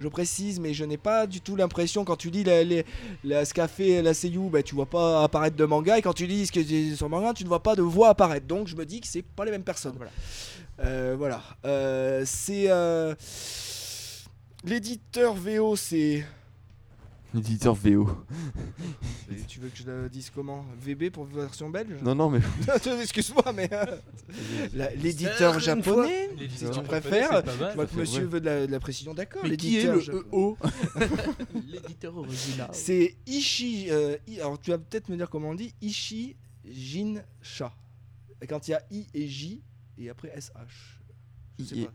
Je précise, mais je n'ai pas du tout l'impression quand tu lis la- les- la- ce qu'a fait la seiyuu, bah, tu vois pas apparaître de manga et quand tu lis ce que dit sur manga, tu ne vois pas de voix apparaître. Donc je me dis que c'est pas les mêmes personnes.
Voilà.
Euh, voilà. Euh, c'est euh, l'éditeur VO, c'est.
L'éditeur VO.
Tu veux que je le dise comment VB pour version belge
Non, non, mais.
Excuse-moi, mais euh, la- l'éditeur japonais.
Si
tu préfères, Moi, que
fait-
monsieur
ouais.
veut de la, de la précision, d'accord.
Mais qui est
Ah, l'éditeur,
le euh,
je-
EO L'éditeur original.
C'est Ishi. euh, I- alors, tu vas peut-être me dire comment on dit Ishi Jin Sha. Quand il y a I et J, et après SH. Je sais
I-
pas.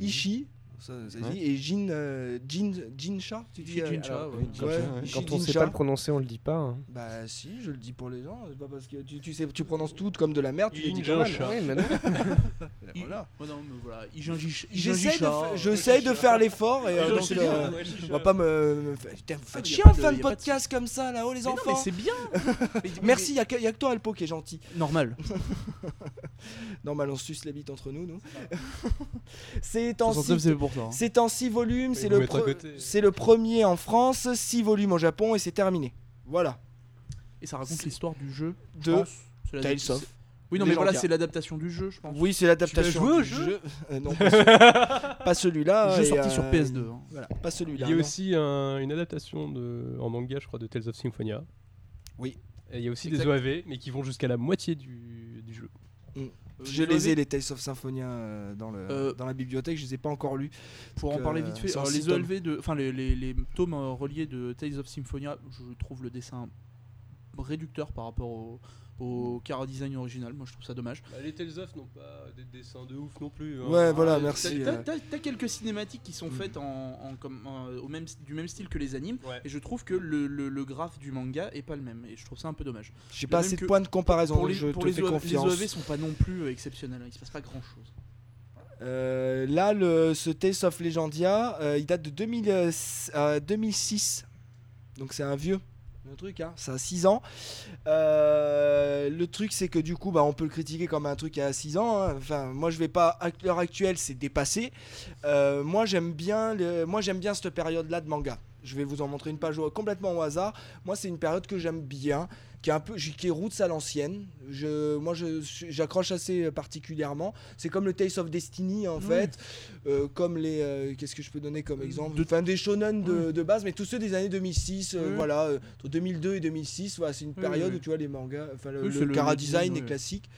Ishi, ça, ça se
Ouais.
dit, et Jin, euh, Jin, Jin Sha, tu dis
Ishi
euh,
Jin Sha,
alors,
ouais.
ouais,
Ouais, ouais.
Ishi
Quand on
Jin
sait
Sha.
pas le prononcer, on le dit pas. hein.
Bah, si, je le dis pour les gens. C'est pas parce que tu, tu sais, tu prononces toutes comme de la merde, tu les dis quand même.
Ouais, mais non.
I-
Voilà.
Ouais, Oh non, mais voilà. Ijinji-
J'essaye de,
Ijinji-sha.
fa- j'essaye de faire l'effort et euh,
Ijinji-sha.
donc, euh, on va pas me. me faire- Putain, vous
Ah,
faites
mais y a
chier
pas
en
de-
fin
y
de
a pas de
podcast comme ça, là-haut, les
Mais non, mais
enfants.
c'est bien. Mais-
Merci, y'a que, y a que toi, Alpo, qui est gentil.
mais- Normal.
Normal, on se suce la bite entre nous, nous. C'est en, six,
69, c'est pour ça. hein.
c'est en six volumes,
Oui,
c'est
vous
le,
mettre à
pre-
côté.
c'est le premier en France, six volumes au Japon et c'est terminé. Voilà.
Et ça raconte
c'est-
l'histoire du jeu. je
De
pense. C'est la-
Tales
c'est-
of.
Oui, non, mais voilà,
Legendia.
c'est l'adaptation du jeu, je pense.
Oui, c'est l'adaptation
Tu veux
du
jouer au
jeu. Euh, non, pas, ce- pas celui-là.
jeu
et,
sorti
euh,
sur PS2. hein.
Voilà, pas
Il
celui-là.
y a
non.
aussi un- une adaptation de, en manga, je crois, de Tales of Symphonia.
Oui.
Et Il y a aussi
Exact.
des OAV, mais qui vont jusqu'à la moitié du, du jeu.
Je les ai, les Tales of Symphonia, euh, dans, le,
Euh,
dans la bibliothèque, je les ai pas encore lus.
Pour en
que,
parler vite fait,
c'est euh, un
alors, les
six tomes.
OLV de, enfin les, les- les tomes euh, reliés de Tales of Symphonia, je trouve le dessin réducteur par rapport au, au chara design original. Moi, je trouve ça dommage.
Bah, les Tales of n'ont pas des dessins de ouf non plus. hein.
Ouais, voilà,
euh,
merci.
T'as-
euh.
T'as t'as quelques cinématiques qui sont faites en, en- comme, en- au même, du même style que les animes,
Ouais.
et je trouve que le, le- le graphe du manga est pas le même, et je trouve ça un peu dommage.
J'ai
de
pas
même
assez de
que
points de comparaison,
pour
donc
les,
je
pour
te
les
fais
OAV les
confiance.
OAV sont pas non plus euh, exceptionnels, hein, il se passe pas grand chose.
Euh, là, le, ce Tales of Legendia, euh, il date de 2000, euh, s- euh, 2006. Donc c'est un vieux. Le truc, hein, ça a 6 ans. Euh, le truc, c'est que du coup, bah, on peut le critiquer comme un truc à 6 ans. hein. Enfin, moi, je vais pas. À l'heure actuelle, c'est dépassé. Euh, moi, j'aime bien, le- moi, j'aime bien cette période-là de manga. Je vais vous en montrer une page au- complètement au hasard. Moi, c'est une période que j'aime bien, qui est un peu, qui est roots à l'ancienne. Je, moi, je- j'accroche assez particulièrement. C'est comme le Tales of Destiny en
Oui.
fait, euh, comme les, euh, qu'est-ce que je peux donner comme exemple
de-
Enfin, des shonen de, de base, mais tous ceux des années 2006, euh,
Oui.
voilà, euh, entre 2002 et 2006, voilà, c'est une
Oui,
période
oui.
où tu vois les mangas, enfin le,
Oui,
le
c'est le-
chara
le
design
design,
est
oui.
classique.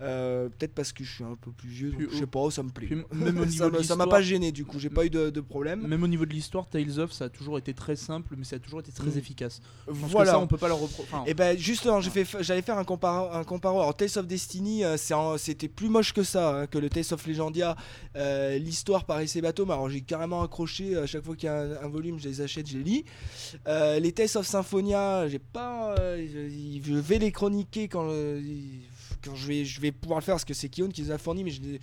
Euh, Peut-être parce que je suis un peu plus vieux, donc
Puis,
je sais
oh,
pas, ça me plaît.
Puis m- même au niveau
Ça
de
me- ça m'a
l'histoire-
pas gêné du coup, j'ai pas eu de, de problème.
Même au niveau de l'histoire, Tales of, ça a toujours été très simple, mais ça a toujours été très
Mm.
efficace. Je pense que
Voilà.
ça, on peut pas le repro... enfin,
Et ben justement, j'ai fait- j'allais faire un comparo, un comparo. Alors Tales of Destiny, euh, c'est en- c'était plus moche que ça, hein, que le Tales of Legendia. Euh, L'histoire paraissait bateau, mais alors j'ai carrément accroché euh, à chaque fois qu'il y a un, un volume, je les achète, je les lis. Euh, les Tales of Symphonia, j'ai pas, euh, je, je vais les chroniquer quand euh, quand je vais, je vais pouvoir le faire parce que c'est Kion qui les a fournis, mais je les-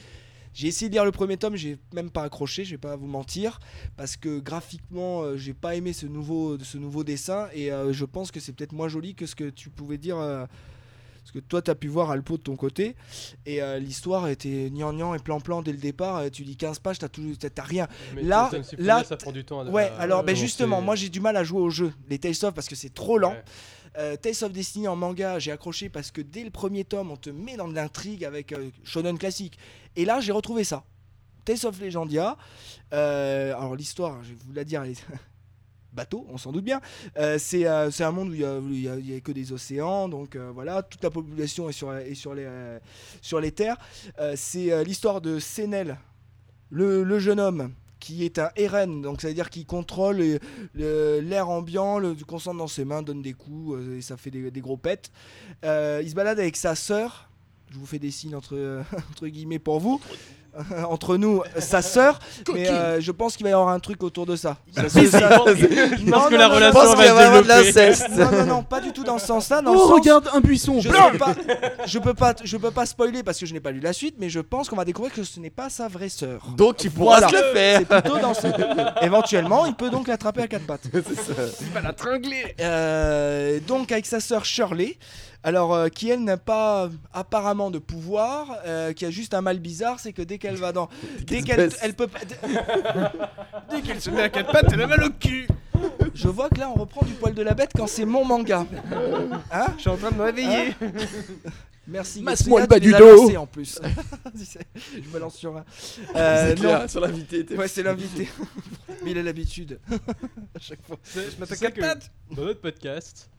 j'ai essayé de lire le premier tome, j'ai même pas accroché, je vais pas vous mentir, parce que graphiquement, euh, j'ai pas aimé ce nouveau, ce nouveau dessin, et euh, je pense que c'est peut-être moins joli que ce que tu pouvais dire, euh, ce que toi t'as pu voir Alpo de ton côté, et euh, l'histoire était gnangnan et plan-plan dès le départ, euh, tu lis 15 pages, t'as tout- t'as- t'as rien,
Mais
Là-
Tales of Symphonia,
là-
ça prend du temps. à-
Ouais,
à
alors ben
commencer.
justement, moi j'ai du mal à jouer au jeu, les Tales of, parce que c'est trop lent.
Ouais.
Euh, Tales of Destiny en manga, j'ai accroché parce que dès le premier tome, on te met dans de l'intrigue avec euh, Shonen classique. Et là, j'ai retrouvé ça. Tales of Legendia. euh, alors l'histoire, je vais vous la dire, elle est- bateau, on s'en doute bien. Euh, c'est euh, c'est un monde où il n'y a, où il y a- il y a que des océans, donc euh, voilà, toute la population est sur, est sur, les, euh, sur les terres. Euh, c'est euh, l'histoire de Senel, le, le jeune homme qui est un Eren, donc ça veut dire qu'il contrôle euh, le- l'air ambiant, le du concentre dans ses mains, donne des coups euh, et ça fait des, des gros pets. Euh, il se balade avec sa sœur, je vous fais des signes entre, euh, entre guillemets pour vous, Euh, entre nous, sa sœur, mais euh, je pense qu'il va y avoir un truc autour de ça. Ça, c'est- ça-
Je pense
Non,
que
non,
la
non, je
relation
pense
va
qu'il va y avoir
se
de
développer.
non, non, non, pas du tout dans ce sens-là. Dans le
Oh,
sens-
regarde, un buisson
je,
blanc
sais pas, je peux pas, je peux pas spoiler parce que je n'ai pas lu la suite, mais je pense qu'on va découvrir que ce n'est pas sa vraie sœur.
Donc tu pourras
Voilà.
se le faire.
C'est plutôt dans ce... Éventuellement, il peut donc l'attraper à quatre pattes. Euh, donc avec sa sœur Shirley, alors euh, qui elle n'a pas euh, apparemment de pouvoir, euh, qui a juste un mal bizarre, c'est que dès qu'elle va dans, dès qu'elle,
baisse.
elle peut pas.
Dès qu'elle se met à quatre pattes, elle a mal au cul.
Je vois que là on reprend du poil de la bête quand c'est mon manga. Hein
Je suis en train de me réveiller.
Merci.
Masse-moi
Gatsby,
le
tu
bas
les
du
as
dos.
lancés, en plus. je me lance sur un. Euh, non.
sur l'invité.
Ouais, c'est l'invité. Mais il a l'habitude.
C'est-
Je m'attaque
tu sais
à
que
quatre
Dans notre podcast,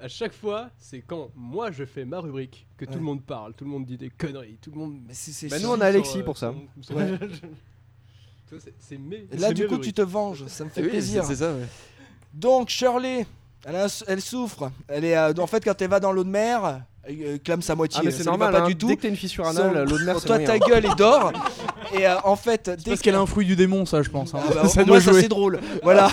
à chaque fois, c'est quand moi je fais ma rubrique que tout
Ouais.
le monde parle, tout le monde dit des conneries, tout le monde.
Mais c'est- c'est-
Bah,
c'est-
nous, on a
euh,
Alexis pour ça.
Ouais.
Tu vois, c'est- C'est mes.
Là,
c'est
du
mes
coup, tu
rubriques.
te venges. Ça me fait
Oui, c'est
plaisir.
c'est ça, ouais.
Donc Shirley, elle, a- elle souffre. Elle est euh, en fait quand elle va dans l'eau de mer, elle euh, clame sa moitié.
Ah, mais
Ça
c'est
lui va
normal,
pas
hein.
du tout.
Dès que t'as une fissure
Son-
anale, l'eau de mer, c'est hein.
Toi
moyen.
ta gueule est d'or. Et euh, en fait, dès
Parce qu'elle a un fruit du démon, ça, je pense. hein.
Ah bah,
ça
au
doit
moins, ça
jouer.
c'est drôle. Voilà.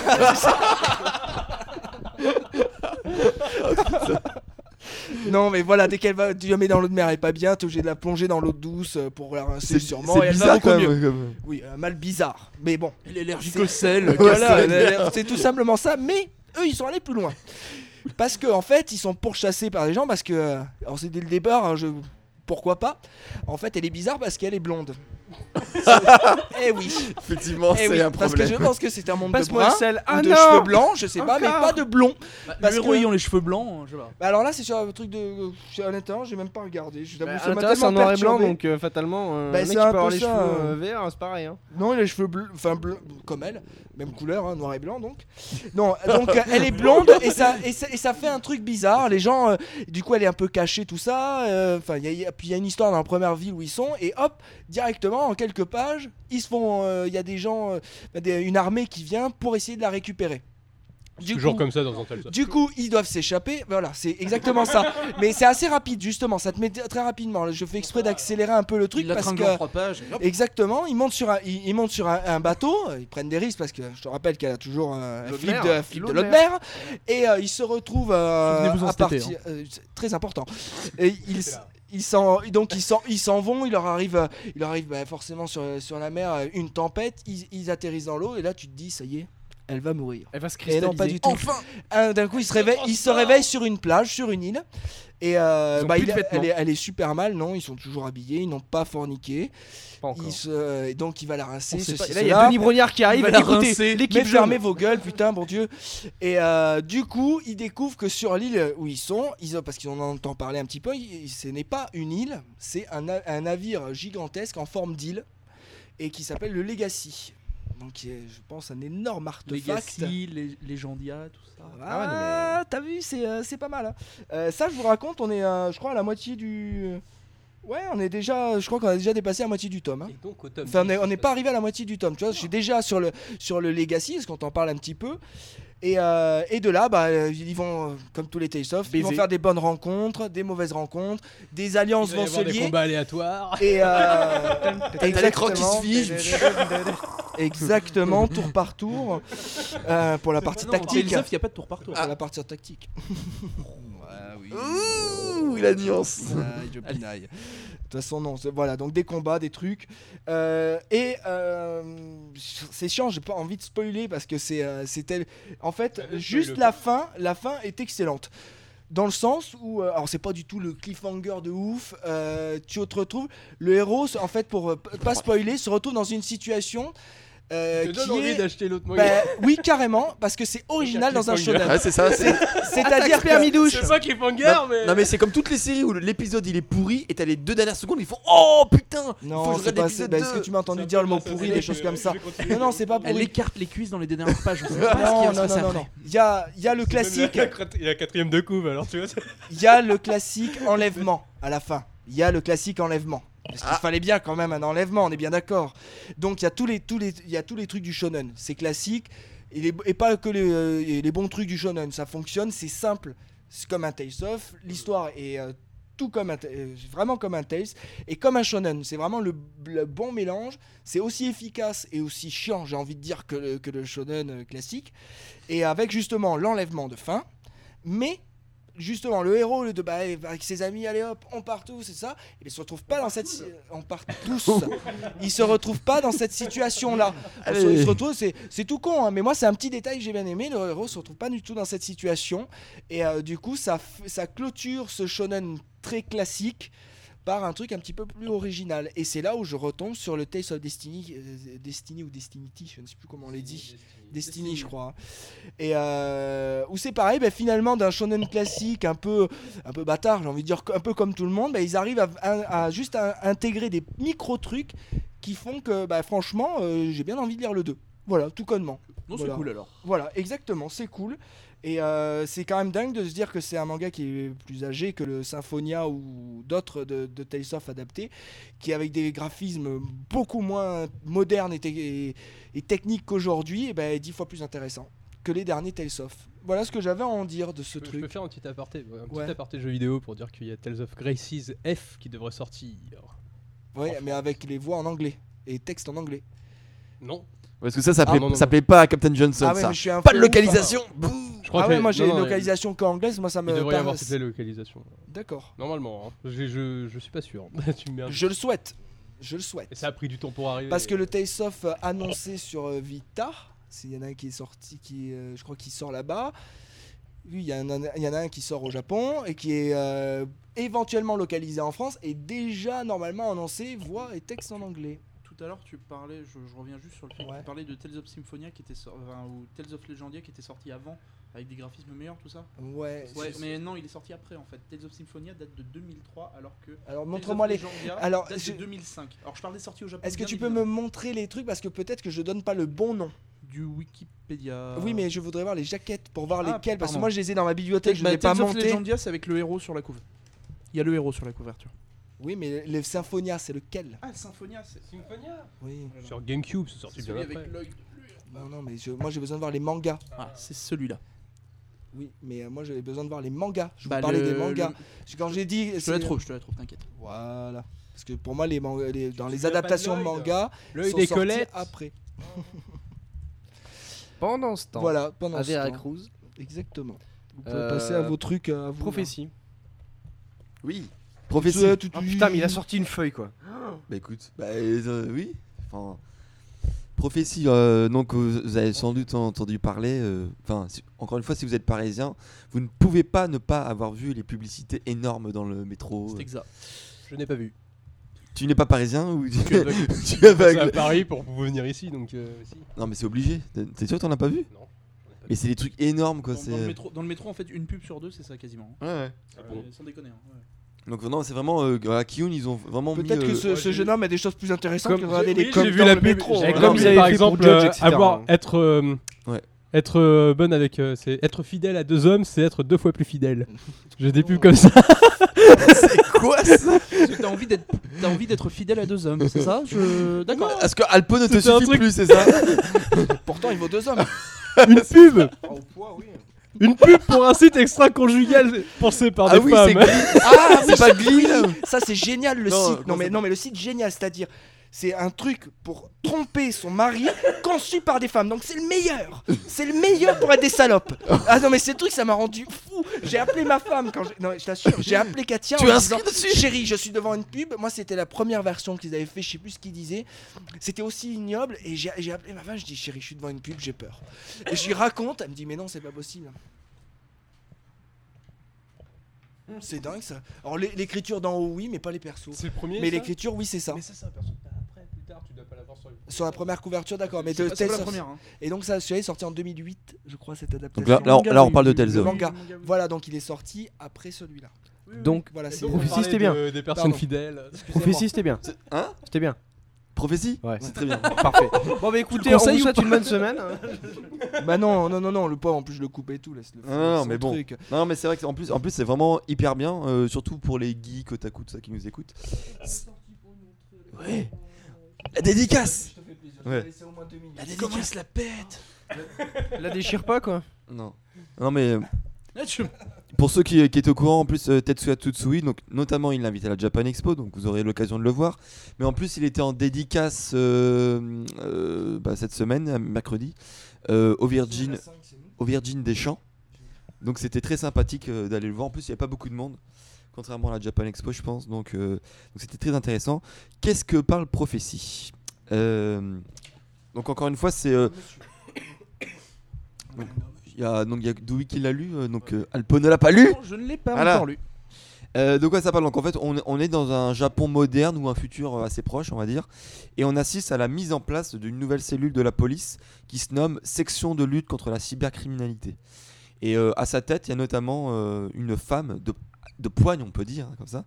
non mais voilà, dès qu'elle va, tu la mets dans l'eau de mer, elle est pas bien, t'es obligé de la plonger dans l'eau douce euh, pour la rincer sûrement. et elle va
bizarre
beaucoup
quand
mieux.
même. comme- euh,
Oui, un mal bizarre. Mais bon.
Elle est allergique au sel.
Voilà, euh, c'est tout simplement ça, mais eux ils sont allés plus loin. Parce que en fait, ils sont pourchassés par les gens euh, parce que alors c'est dès le départ, hein, je pourquoi pas. En fait, elle est bizarre parce qu'elle est blonde. Eh oui.
Effectivement,
eh
Oh, c'est
oui,
un
Parce que
problème.
je pense que c'est un monde de
Passe-moi
brun,
le sel.
ou
Ah
de
non
cheveux blancs, je sais pas, mais
Encore
pas de blond.
Les
Parce
héros
que-
ayant les cheveux blancs, je sais pas.
Bah alors là, c'est sur un truc de. euh, Honnêtement, j'ai même pas regardé. Je t'avoue,
Bah,
ça m'a
l'intérieur, c'est en
tellement
noir et blanc,
perturbé.
donc euh, fatalement, euh,
Bah,
le mec
c'est
qui peut
un
avoir
peu
les
ça,
cheveux
euh.
euh, verts, c'est pareil. Hein.
Non, il a les cheveux bleus, enfin bleu, comme elle, même couleur, hein, noir et blanc donc. Non, donc euh, elle est blonde et ça, et, ça, et ça fait un truc bizarre. Les gens, euh, du coup, elle est un peu cachée, tout ça. euh, Enfin, il y a- il y a- puis il y a une histoire dans la première ville où ils sont, et hop, directement, en quelques pages, ils se font. euh, Il y a des gens, euh, des- une armée qui vient pour essayer de la récupérer. Du
Toujours
coup-
comme ça dans un tel.
du coup, ils doivent s'échapper. Voilà, c'est exactement ça. Mais c'est assez rapide, justement. Ça te met très rapidement. Je fais exprès d'accélérer un peu le truc
Il l'a
parce
tringlé
que.
en trois pages. et hop.
Exactement, ils montent sur un, ils, ils montent sur un, un bateau, euh, ils prennent des risques parce que je te rappelle qu'elle a toujours un
L'eau de
flip
mer,
de, un flip
l'eau
de
de
l'eau de mer, et euh, ils se retrouvent euh,
Souvenez-vous-en
à
cet été,
partir,
hein.
euh, c'est très important. Et ils, ils s'en, donc ils s'en, ils s'en vont, il leur arrive, euh, il leur arrive bah, forcément sur, sur la mer euh, une tempête, ils, ils atterrissent dans l'eau et là tu te dis ça y est, elle va mourir.
Elle va se
Et non pas du tout.
Enfin
Un- D'un coup ils se réveillent, ils se réveillent sur une plage, sur une île. Et euh,
Ils ont
bah,
plus
il-
de vêtements.
elle, est, elle est super mal, non Ils sont toujours habillés, ils n'ont pas forniqué.
Pas
Il se- euh, et donc il va la rincer,
On sait
ceci,
pas,
Et là, il y a
cela.
Denis Brognard qui arrive.
Il va la
Écoutez,
rincer.
Mais
l'équipe jaune.
fermez vos gueules, putain, bon Dieu. Et euh, du coup, ils découvrent que sur l'île où ils sont, ils, ont- parce qu'ils en entend parler un petit peu, il- ce n'est pas une île, c'est un, na- un navire gigantesque en forme d'île et qui s'appelle le Legacy. Donc, qui est, je pense, un énorme artefact.
Legacy, les Legendia, tout ça.
Ah, t'as vu, c'est euh, c'est pas mal. hein. Euh, ça, je vous raconte, on est, euh, je crois, à la moitié du. Ouais, on est déjà, je crois qu'on a déjà dépassé la moitié du tome. hein.
Et donc au tome
Enfin, on est-
10,
on n'est pas arrivé à la moitié du tome, tu vois. Je suis déjà sur le, sur le Legacy, parce qu'on t'en parle un petit peu. Et, euh, et de là, bah, euh, ils vont, euh, comme tous les Tales of, ils vont
Baiser.
faire des bonnes rencontres, des mauvaises rencontres, des
il
alliances
va y
vont se
avoir des
lier.
combats aléatoires.
Et euh,
T'as les crocs qui se
exactement,
figent.
exactement, tour par tour, euh, pour la partie
Non,
tactique. Ah,
Tales of, il n'y a pas de tour par tour.
Pour la partie tactique.
Ah
Ouh, la nuance.
Pinaille, je pinaille. De toute façon, non. c'est- Voilà, donc des combats, des trucs. Euh, et euh, c'est chiant, j'ai pas envie de spoiler parce que c'est euh, c'est tel. En fait,
Allez,
juste
spoil-le
la fin, la fin est excellente. Dans le sens où, euh, alors c'est pas du tout le cliffhanger de ouf, euh, tu te retrouves, le héros, en fait, pour euh, p- pas spoiler, se retrouve dans une situation euh,
Je te donne
qui
envie
est.
d'acheter l'autre manga.
Bah, oui, carrément, parce que c'est original dans un
cliffhanger.
showdown.
Ouais, c'est ça. C'est...
C'est-à-dire que.
C'est ça qui est banger, mais.
Non mais c'est comme toutes les séries où le- l'épisode il est pourri et t'as les deux dernières secondes ils font oh putain il faut
Non,
que je
c'est
regarde
pas. c'est-
l'épisode
bah, Est-ce
2.
que tu m'as entendu
C'est
dire
un
le
peu
mot
ça,
pourri,
c'est
des
vrai
choses
que
comme
je
ça
vais continuer.
Non, non, c'est pas
Elle
pourri.
écarte les cuisses dans les dernières pages. On sait pas ce qui
Non,
va se
non,
passer
non,
après.
non. Il y a, il y a le
C'est
classique,
même la- la- la quatrième de couve, alors tu vois. c'est-
il y a le classique enlèvement à la fin. Il y a le classique enlèvement. Parce qu'il
Ah.
fallait bien quand même un enlèvement, on est bien d'accord. Donc il y a tous les, tous les, il y a tous les trucs du shonen. C'est classique et, les- et pas que les, euh, et les bons trucs du shonen. Ça fonctionne, c'est simple. C'est comme un Tales of. L'histoire est euh, tout comme un, Ta- euh, vraiment comme un Tales et comme un shonen. C'est vraiment le, le bon mélange. C'est aussi efficace et aussi chiant, j'ai envie de dire, que le, que le shonen euh, classique. Et avec justement l'enlèvement de fin, mais justement le héros le de bah, avec ses amis allez hop on part tous c'est ça il se retrouve pas dans cette si- on part tous il se retrouve pas dans cette situation là il se retrouve c'est c'est tout con hein, mais moi c'est un petit détail que j'ai bien aimé le héros se retrouve pas du tout dans cette situation et euh, du coup ça f- ça clôture ce shonen très classique par un truc un petit peu plus original et c'est là où je retombe sur le Tales of Destiny euh, Destiny ou Destinity je ne sais plus comment on les dit Destiny, je crois. hein. Et euh, où c'est pareil, bah, finalement, d'un shonen classique un peu, un peu bâtard, j'ai envie de dire, un peu comme tout le monde, bah, ils arrivent à, à- à juste à intégrer des micro-trucs qui font que, bah, franchement, euh, j'ai bien envie de lire le 2. Voilà, tout connement.
Non, c'est
Voilà.
cool alors.
Voilà, exactement, c'est cool. Et euh, c'est quand même dingue de se dire que c'est un manga qui est plus âgé que le Symphonia ou d'autres de, de Tales of adaptés, qui est avec des graphismes beaucoup moins modernes et, te- et- et techniques qu'aujourd'hui, et ben, est dix fois plus intéressant que les derniers Tales of. Voilà ce que j'avais à en dire de ce
Je peux
truc.
faire un petit aparté, un petit
Ouais.
aparté jeu vidéo pour dire qu'il y a Tales of Graces F qui devrait sortir.
Ouais, mais avec les voix en anglais et textes en anglais.
Non,
Parce que ça ça
Ah,
plaît,
non, non,
ça
non.
plaît pas à Captain Johnson
ah ouais,
ça.
mais je suis un
Pas
fou,
de
hein.
localisation. bouh.
je crois
Ah
que
ouais, moi j'ai
non,
une
non,
localisation qu'anglaise, moi ça
Il
me.
devrait y avoir
paraît-
toutes les localisations.
D'accord.
Normalement, hein. je, je, je suis pas sûr. tu me mets un-
Je le souhaite. Je le souhaite.
Et ça a pris du temps pour arriver.
Parce que le Tales of euh, annoncé sur euh, Vita, s'il y en a un qui est sorti, qui, euh, je crois qu'il sort là-bas. Lui, il y, en a- il y en a un qui sort au Japon et qui est euh, éventuellement localisé en France et déjà normalement annoncé voix et texte en anglais.
tout à l'heure, tu parlais, je, je reviens juste sur le fait que
Ouais.
tu parlais de Tales of Symphonia qui était sor- enfin, ou Tales of Legendia qui était sorti avant avec des graphismes meilleurs, tout ça.
Ouais.
Ouais,
c'est-
mais non, il est sorti après en fait. Tales of Symphonia date de 2003 alors que
Alors
Tales
montre-moi
of
les.
Legendia
Alors,
date
je-
de 2005. Alors je parle des sorties au Japon.
Est-ce que
bien
tu peux me
évidemment.
montrer les trucs parce que peut-être que je donne pas le bon nom.
du Wikipédia
Oui, mais je voudrais voir les jaquettes pour voir
Euh. Ah,
lesquelles parce que
pardon.
moi je les ai dans ma bibliothèque, je ne
Bah,
les ai pas
Tales of
montées.
Legendia c'est avec le héros sur la couve. Il y a le héros sur la couverture.
Oui, mais le Symphonia, c'est lequel
Ah, Symphonia c'est
Symphonia
Oui.
Sur Gamecube, c'est sorti
c'est
bien
celui
après.
avec l'œil.
Non, non, mais je- moi j'ai besoin de voir les mangas.
Ah, c'est celui-là.
Oui, mais euh, moi j'avais besoin de voir les mangas. Je vous
Bah,
parlais
le-
des mangas.
le-
Parce que Quand j'ai dit.
Je te la trouve, je te la trouve, t'inquiète.
Voilà. Parce que pour moi, les mangas- les- dans les
souviens pas de
adaptations de
Lloyd
mangas,
L'œil
sont
des
sortis
Colettes.
après.
Pendant ce temps,
Voilà, pendant
à
ce temps.
Veracruz,
Exactement. Vous pouvez
Euh,
passer à vos trucs. À vous,
prophétie.
Oui.
hein.
Prophétie.
Tout- tout-
Ah putain, mais il a sorti une feuille quoi.
Bah écoute, bah euh, oui. Enfin, prophétie, euh, donc vous vous avez sans doute entendu parler. euh, Enfin, si- encore une fois, si vous êtes parisien, vous ne pouvez pas ne pas avoir vu les publicités énormes dans le métro.
C'est exact.
Je n'ai pas vu.
Tu n'es pas parisien ou tu,
Tu es aveugle.
tu es
C'est à
aveugle
Paris pour pour venir ici, donc euh, si.
Non, mais c'est obligé. T'es- T'es sûr que t'en as pas vu
Non, j'en ai pas vu.
Mais c'est des trucs énormes
Bah,
quoi.
Dans, dans le
C'est.
métro, dans le métro, en fait, une pub sur deux, c'est ça quasiment.
Ouais, ouais.
Ah
Euh,
bon.
sans déconner. hein, ouais.
Donc non, c'est vraiment euh, à Kiyun, ils ont vraiment mis.
Peut-être que
euh,
ce,
moi,
ce
j'ai-
jeune homme a des choses plus intéressantes
Comme-
que de regarder
Oui,
les
j'ai
coms
vu
dans
la
le
pub,
métro.
j'ai-
hein.
comme
mais
ils avaient
Oh, par
fait pour
exemple
Judge,
euh,
etc.,
avoir
hein.
être euh,
Ouais.
être euh, bonne avec euh, c'est être fidèle à deux hommes, c'est être deux fois plus fidèle. J'ai des pubs comme ça.
Quoi ça
Parce que t'as envie d'être, t'as envie d'être fidèle à deux hommes, c'est ça Je... D'accord.
Est-ce que Alpo ne te
C'était un
suffit
truc-
plus, c'est ça
Pourtant, il vaut deux hommes.
Une pub,
Au poids, oui.
une pub pour un site extra-conjugal pensé par
Ah
des
oui, c'est
femmes.
Glee. Ah, c'est pas Glee là
Ça, c'est génial le
Non,
site.
comment
Non mais,
ça
non, mais le site génial, c'est-à-dire. C'est un truc pour tromper son mari conçu par des femmes. Donc c'est le meilleur. C'est le meilleur pour être des salopes. Ah non mais ce truc ça m'a rendu fou. J'ai appelé ma femme quand j'ai... Non je t'assure, j'ai appelé Katia
Tu
en
as
disant
inscrit dessus
Chérie, je suis devant une pub. Moi, c'était la première version qu'ils avaient fait. Je sais plus ce qu'ils disaient. C'était aussi ignoble. Et j'ai j'ai appelé ma femme. Je dis, chérie, je suis devant une pub. J'ai peur. Et je lui raconte. Elle me dit, mais non, c'est pas possible. C'est dingue ça. Alors, l'é- l'écriture d'en haut, oui, mais pas les persos.
C'est le premier.
Mais l'écriture, oui, c'est ça.
ça c'est un perso que t'as après, plus tard, tu dois pas l'avoir sur les.
Sur la première couverture, d'accord. Mais
C'est
de
pas- c'est pas la
Tales of-
première. hein.
Et donc, ça, celui-là est sorti en 2008, je crois, cette
Donc
adaptation.
là, là, on- là, on parle de Tales
Le
of.
manga.
oui, le manga, oui.
Voilà, donc il est sorti après celui-là.
Oui, oui.
Donc,
Voilà, c'est.
donc, on Prophétie, c'était bien.
Des personnes
Pardon.
fidèles.
prophétie, c'était bien.
Hein
C'était bien.
Prophétie
Ouais.
C'est très bien.
Parfait. Bon, bah écoutez, on vous
conseilles ou
souhaite
pas
une bonne semaine. hein.
Bah non, non, non, non, le pauvre, en plus, je le coupe et tout. Laisse-le.
Ah Non, non,
faire son
mais bon.
truc.
Non mais c'est vrai que en plus, en plus c'est vraiment hyper bien, euh, surtout pour les geeks, otaku, tout ça qui nous écoutent. C'est- Ouais. La dédicace. Ouais.
La dédicace.
se la pète
La déchire pas quoi.
Non. Non mais euh,
Là, tu-
pour ceux qui, qui étaient au courant, en plus euh, Tetsuya Tsutsui, donc notamment il l'invite à la Japan Expo, donc vous aurez l'occasion de le voir. Mais en plus il était en dédicace euh, euh, bah, cette semaine, à mercredi, euh, au Virgin, au Virgin des Champs. Donc c'était très sympathique euh, d'aller le voir. En plus il n'y a pas beaucoup de monde, contrairement à la Japan Expo je pense. Donc euh, donc c'était très intéressant. Qu'est-ce que parle prophétie Euh, Donc encore une fois c'est euh, il y a donc il y a Dewey qui l'a lu, euh, donc euh, Alpo ne l'a pas lu.
Non, je ne l'ai pas
Voilà.
encore lu.
Euh, de quoi ça parle Donc en fait, on, on est dans un Japon moderne ou un futur euh, assez proche, on va dire, et on assiste à la mise en place d'une nouvelle cellule de la police qui se nomme Section de lutte contre la cybercriminalité. Et euh, à sa tête, il y a notamment euh, une femme de, de poigne, on peut dire, hein, comme ça,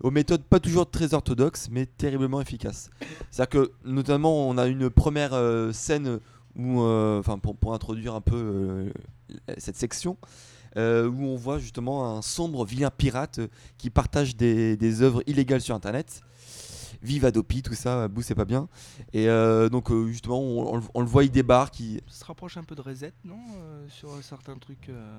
aux méthodes pas toujours très orthodoxes, mais terriblement efficaces. C'est-à-dire que notamment, on a une première euh, scène où, euh, enfin, pour, pour introduire un peu euh, cette section. euh, où on voit justement un sombre vilain pirate qui partagent des, des œuvres illégales sur internet. Vive Adopi, tout ça, à bout c'est pas bien. Et euh, donc euh, justement, on, on le- on le voit, il débarque. Il...
Ça se rapproche un peu de Reset, non euh, Sur certains trucs. euh,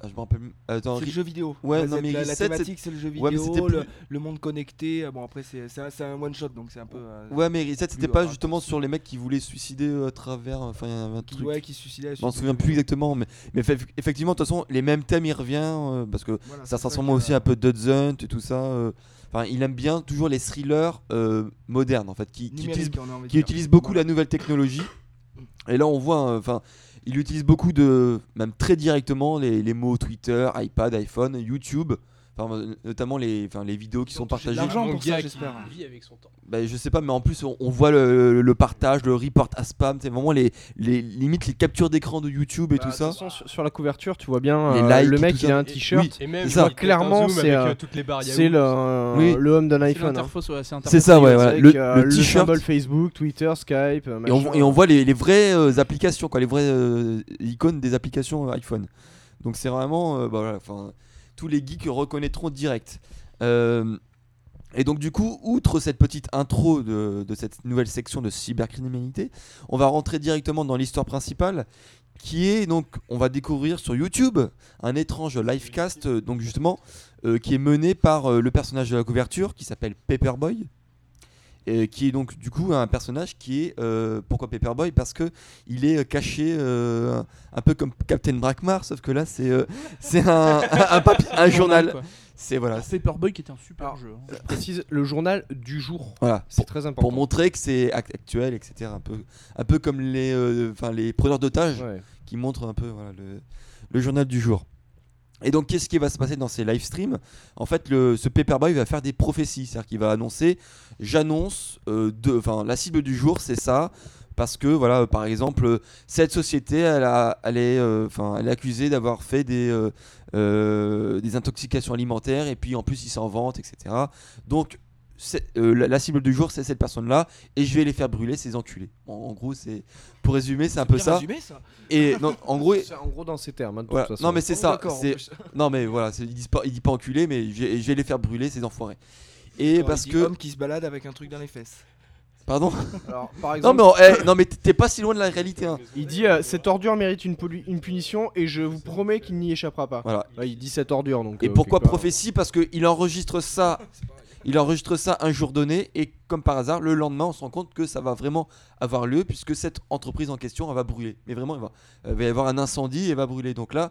Ah, je me rappelle. Attends,
C'est le
Ri-
jeu vidéo.
Ouais,
Reset,
non, mais
la, la
Reset, c'est-
thématique, c'est le jeu vidéo,
Ouais, mais c'était
le,
plus-
le monde connecté. euh, Bon, après, c'est c'est un, c'est un one shot, donc c'est un peu. euh,
ouais, mais Reset, c'était
Plus
pas
rare.
justement sur les mecs qui voulaient se suicider euh, à travers. Enfin, il y avait un
qui,
truc.
ouais, qui se suicidait. à la
je m'en
suite
souviens
de-
plus exactement, mais, mais fait- effectivement, de toute façon, les mêmes thèmes, il revient euh, parce que
Voilà,
ça
Ah, c'est
se ressemble
que,
aussi
euh,
un peu Dodge Hunt et tout ça. euh. Enfin, il aime bien toujours les thrillers euh, modernes en fait, qui,
euh,
qui
numérique,
utilisent
on a envie de
qui
dire.
utilise beaucoup
Voilà.
la nouvelle technologie. Et là, on voit, euh, enfin, il utilise beaucoup de, même très directement, les, les mots Twitter, iPad, iPhone, YouTube, Enfin, euh, notamment les, enfin, les vidéos qui
Ils
sont
ont touché de
partagées.
l'argent. Genre pour
Mon
ça,
gars qui
j'espère.
vit avec son temps.
Bah, je sais pas, mais en plus, on, on voit le, le partage, le report à spam, c'est vraiment les, les limites, les captures d'écran de YouTube et
Bah,
tout
de
ça.
toute façon, sur, sur la couverture, tu vois bien
Les
euh,
likes
le
et
mec,
tout
il
ça.
a un
Et-
t-shirt.
oui,
Et même,
C'est
je
ça.
vois clairement,
Clairement,
c'est.
c'est,
Avec
euh,
euh, toutes les barres
C'est le,
Yahoo,
euh,
Oui.
le homme d'un
C'est
iPhone. hein.
l'interface, ouais, c'est
C'est ça, ouais, voilà.
Avec,
Le,
euh,
le
le
t-shirt.
symbole Facebook, Twitter, Skype. euh,
Et on,
machin.
et on voit les, les vraies euh, applications, quoi, les vraies euh, icônes des applications euh, iPhone. Donc c'est vraiment, euh, bah voilà, enfin, tous les geeks reconnaîtront direct. Euh, et donc du coup, outre cette petite intro de, de cette nouvelle section de cybercriminalité, on va rentrer directement dans l'histoire principale, qui est donc, on va découvrir sur YouTube un étrange livecast, euh, donc justement, euh, qui est mené par euh, le personnage de la couverture, qui s'appelle Paperboy. Et qui est donc du coup un personnage qui est euh, pourquoi Paperboy parce que il est euh, caché euh, un peu comme Captain Brackmar sauf que là c'est euh, c'est un un, un papi- un journal
quoi.
c'est voilà c'est-
Paperboy qui était un super jeu. hein.
Je précise le journal du jour.
voilà
C'est
pour,
très important.
pour montrer que c'est act- actuel etc un peu un peu comme les euh, enfin les preneurs d'otages
Ouais.
qui montre un peu voilà, le, le journal du jour. Et donc, qu'est-ce qui va se passer dans ces live streams En fait, le, ce Paperboy va faire des prophéties, c'est-à-dire qu'il va annoncer j'annonce, euh, de- enfin, la cible du jour, c'est ça, parce que, voilà, euh, par exemple, euh, cette société, elle, a- elle est, euh, enfin, elle est accusée d'avoir fait des, euh, euh, des intoxications alimentaires, et puis en plus, ils s'en vantent, etc. Donc, c'est- euh, la, la cible du jour, c'est cette personne-là, et je vais les faire brûler, ces enculés. En, en gros, c'est pour résumer, c'est un peu
Bien
ça.
résumé, ça.
Et non, en gros,
C'est en gros dans ces termes. hein, de toute
voilà.
façon.
non mais c'est
Oh,
ça.
d'accord, en
c'est-
plus.
Non mais voilà, c'est- il dit pas, il dit pas enculé, mais je vais je vais les faire brûler ces enfoirés. Et
Genre,
parce
il dit
que,
homme qui se balade avec un truc dans les fesses.
pardon.
Alors, par
Non
exemple,
mais en- eh, non mais t'es pas si loin de la réalité. hein.
il dit euh, cette ordure mérite une, polu- une punition et je vous promets qu'il n'y échappera pas.
Voilà.
Là, il dit cette ordure donc.
Et
euh,
pourquoi
quelque part.
prophétie Parce que il enregistre ça. Il enregistre ça un jour donné et comme par hasard, le lendemain, on se rend compte que ça va vraiment avoir lieu puisque cette entreprise en question, elle va brûler. Mais vraiment, elle va, euh, il va y avoir un incendie et elle va brûler. Donc là,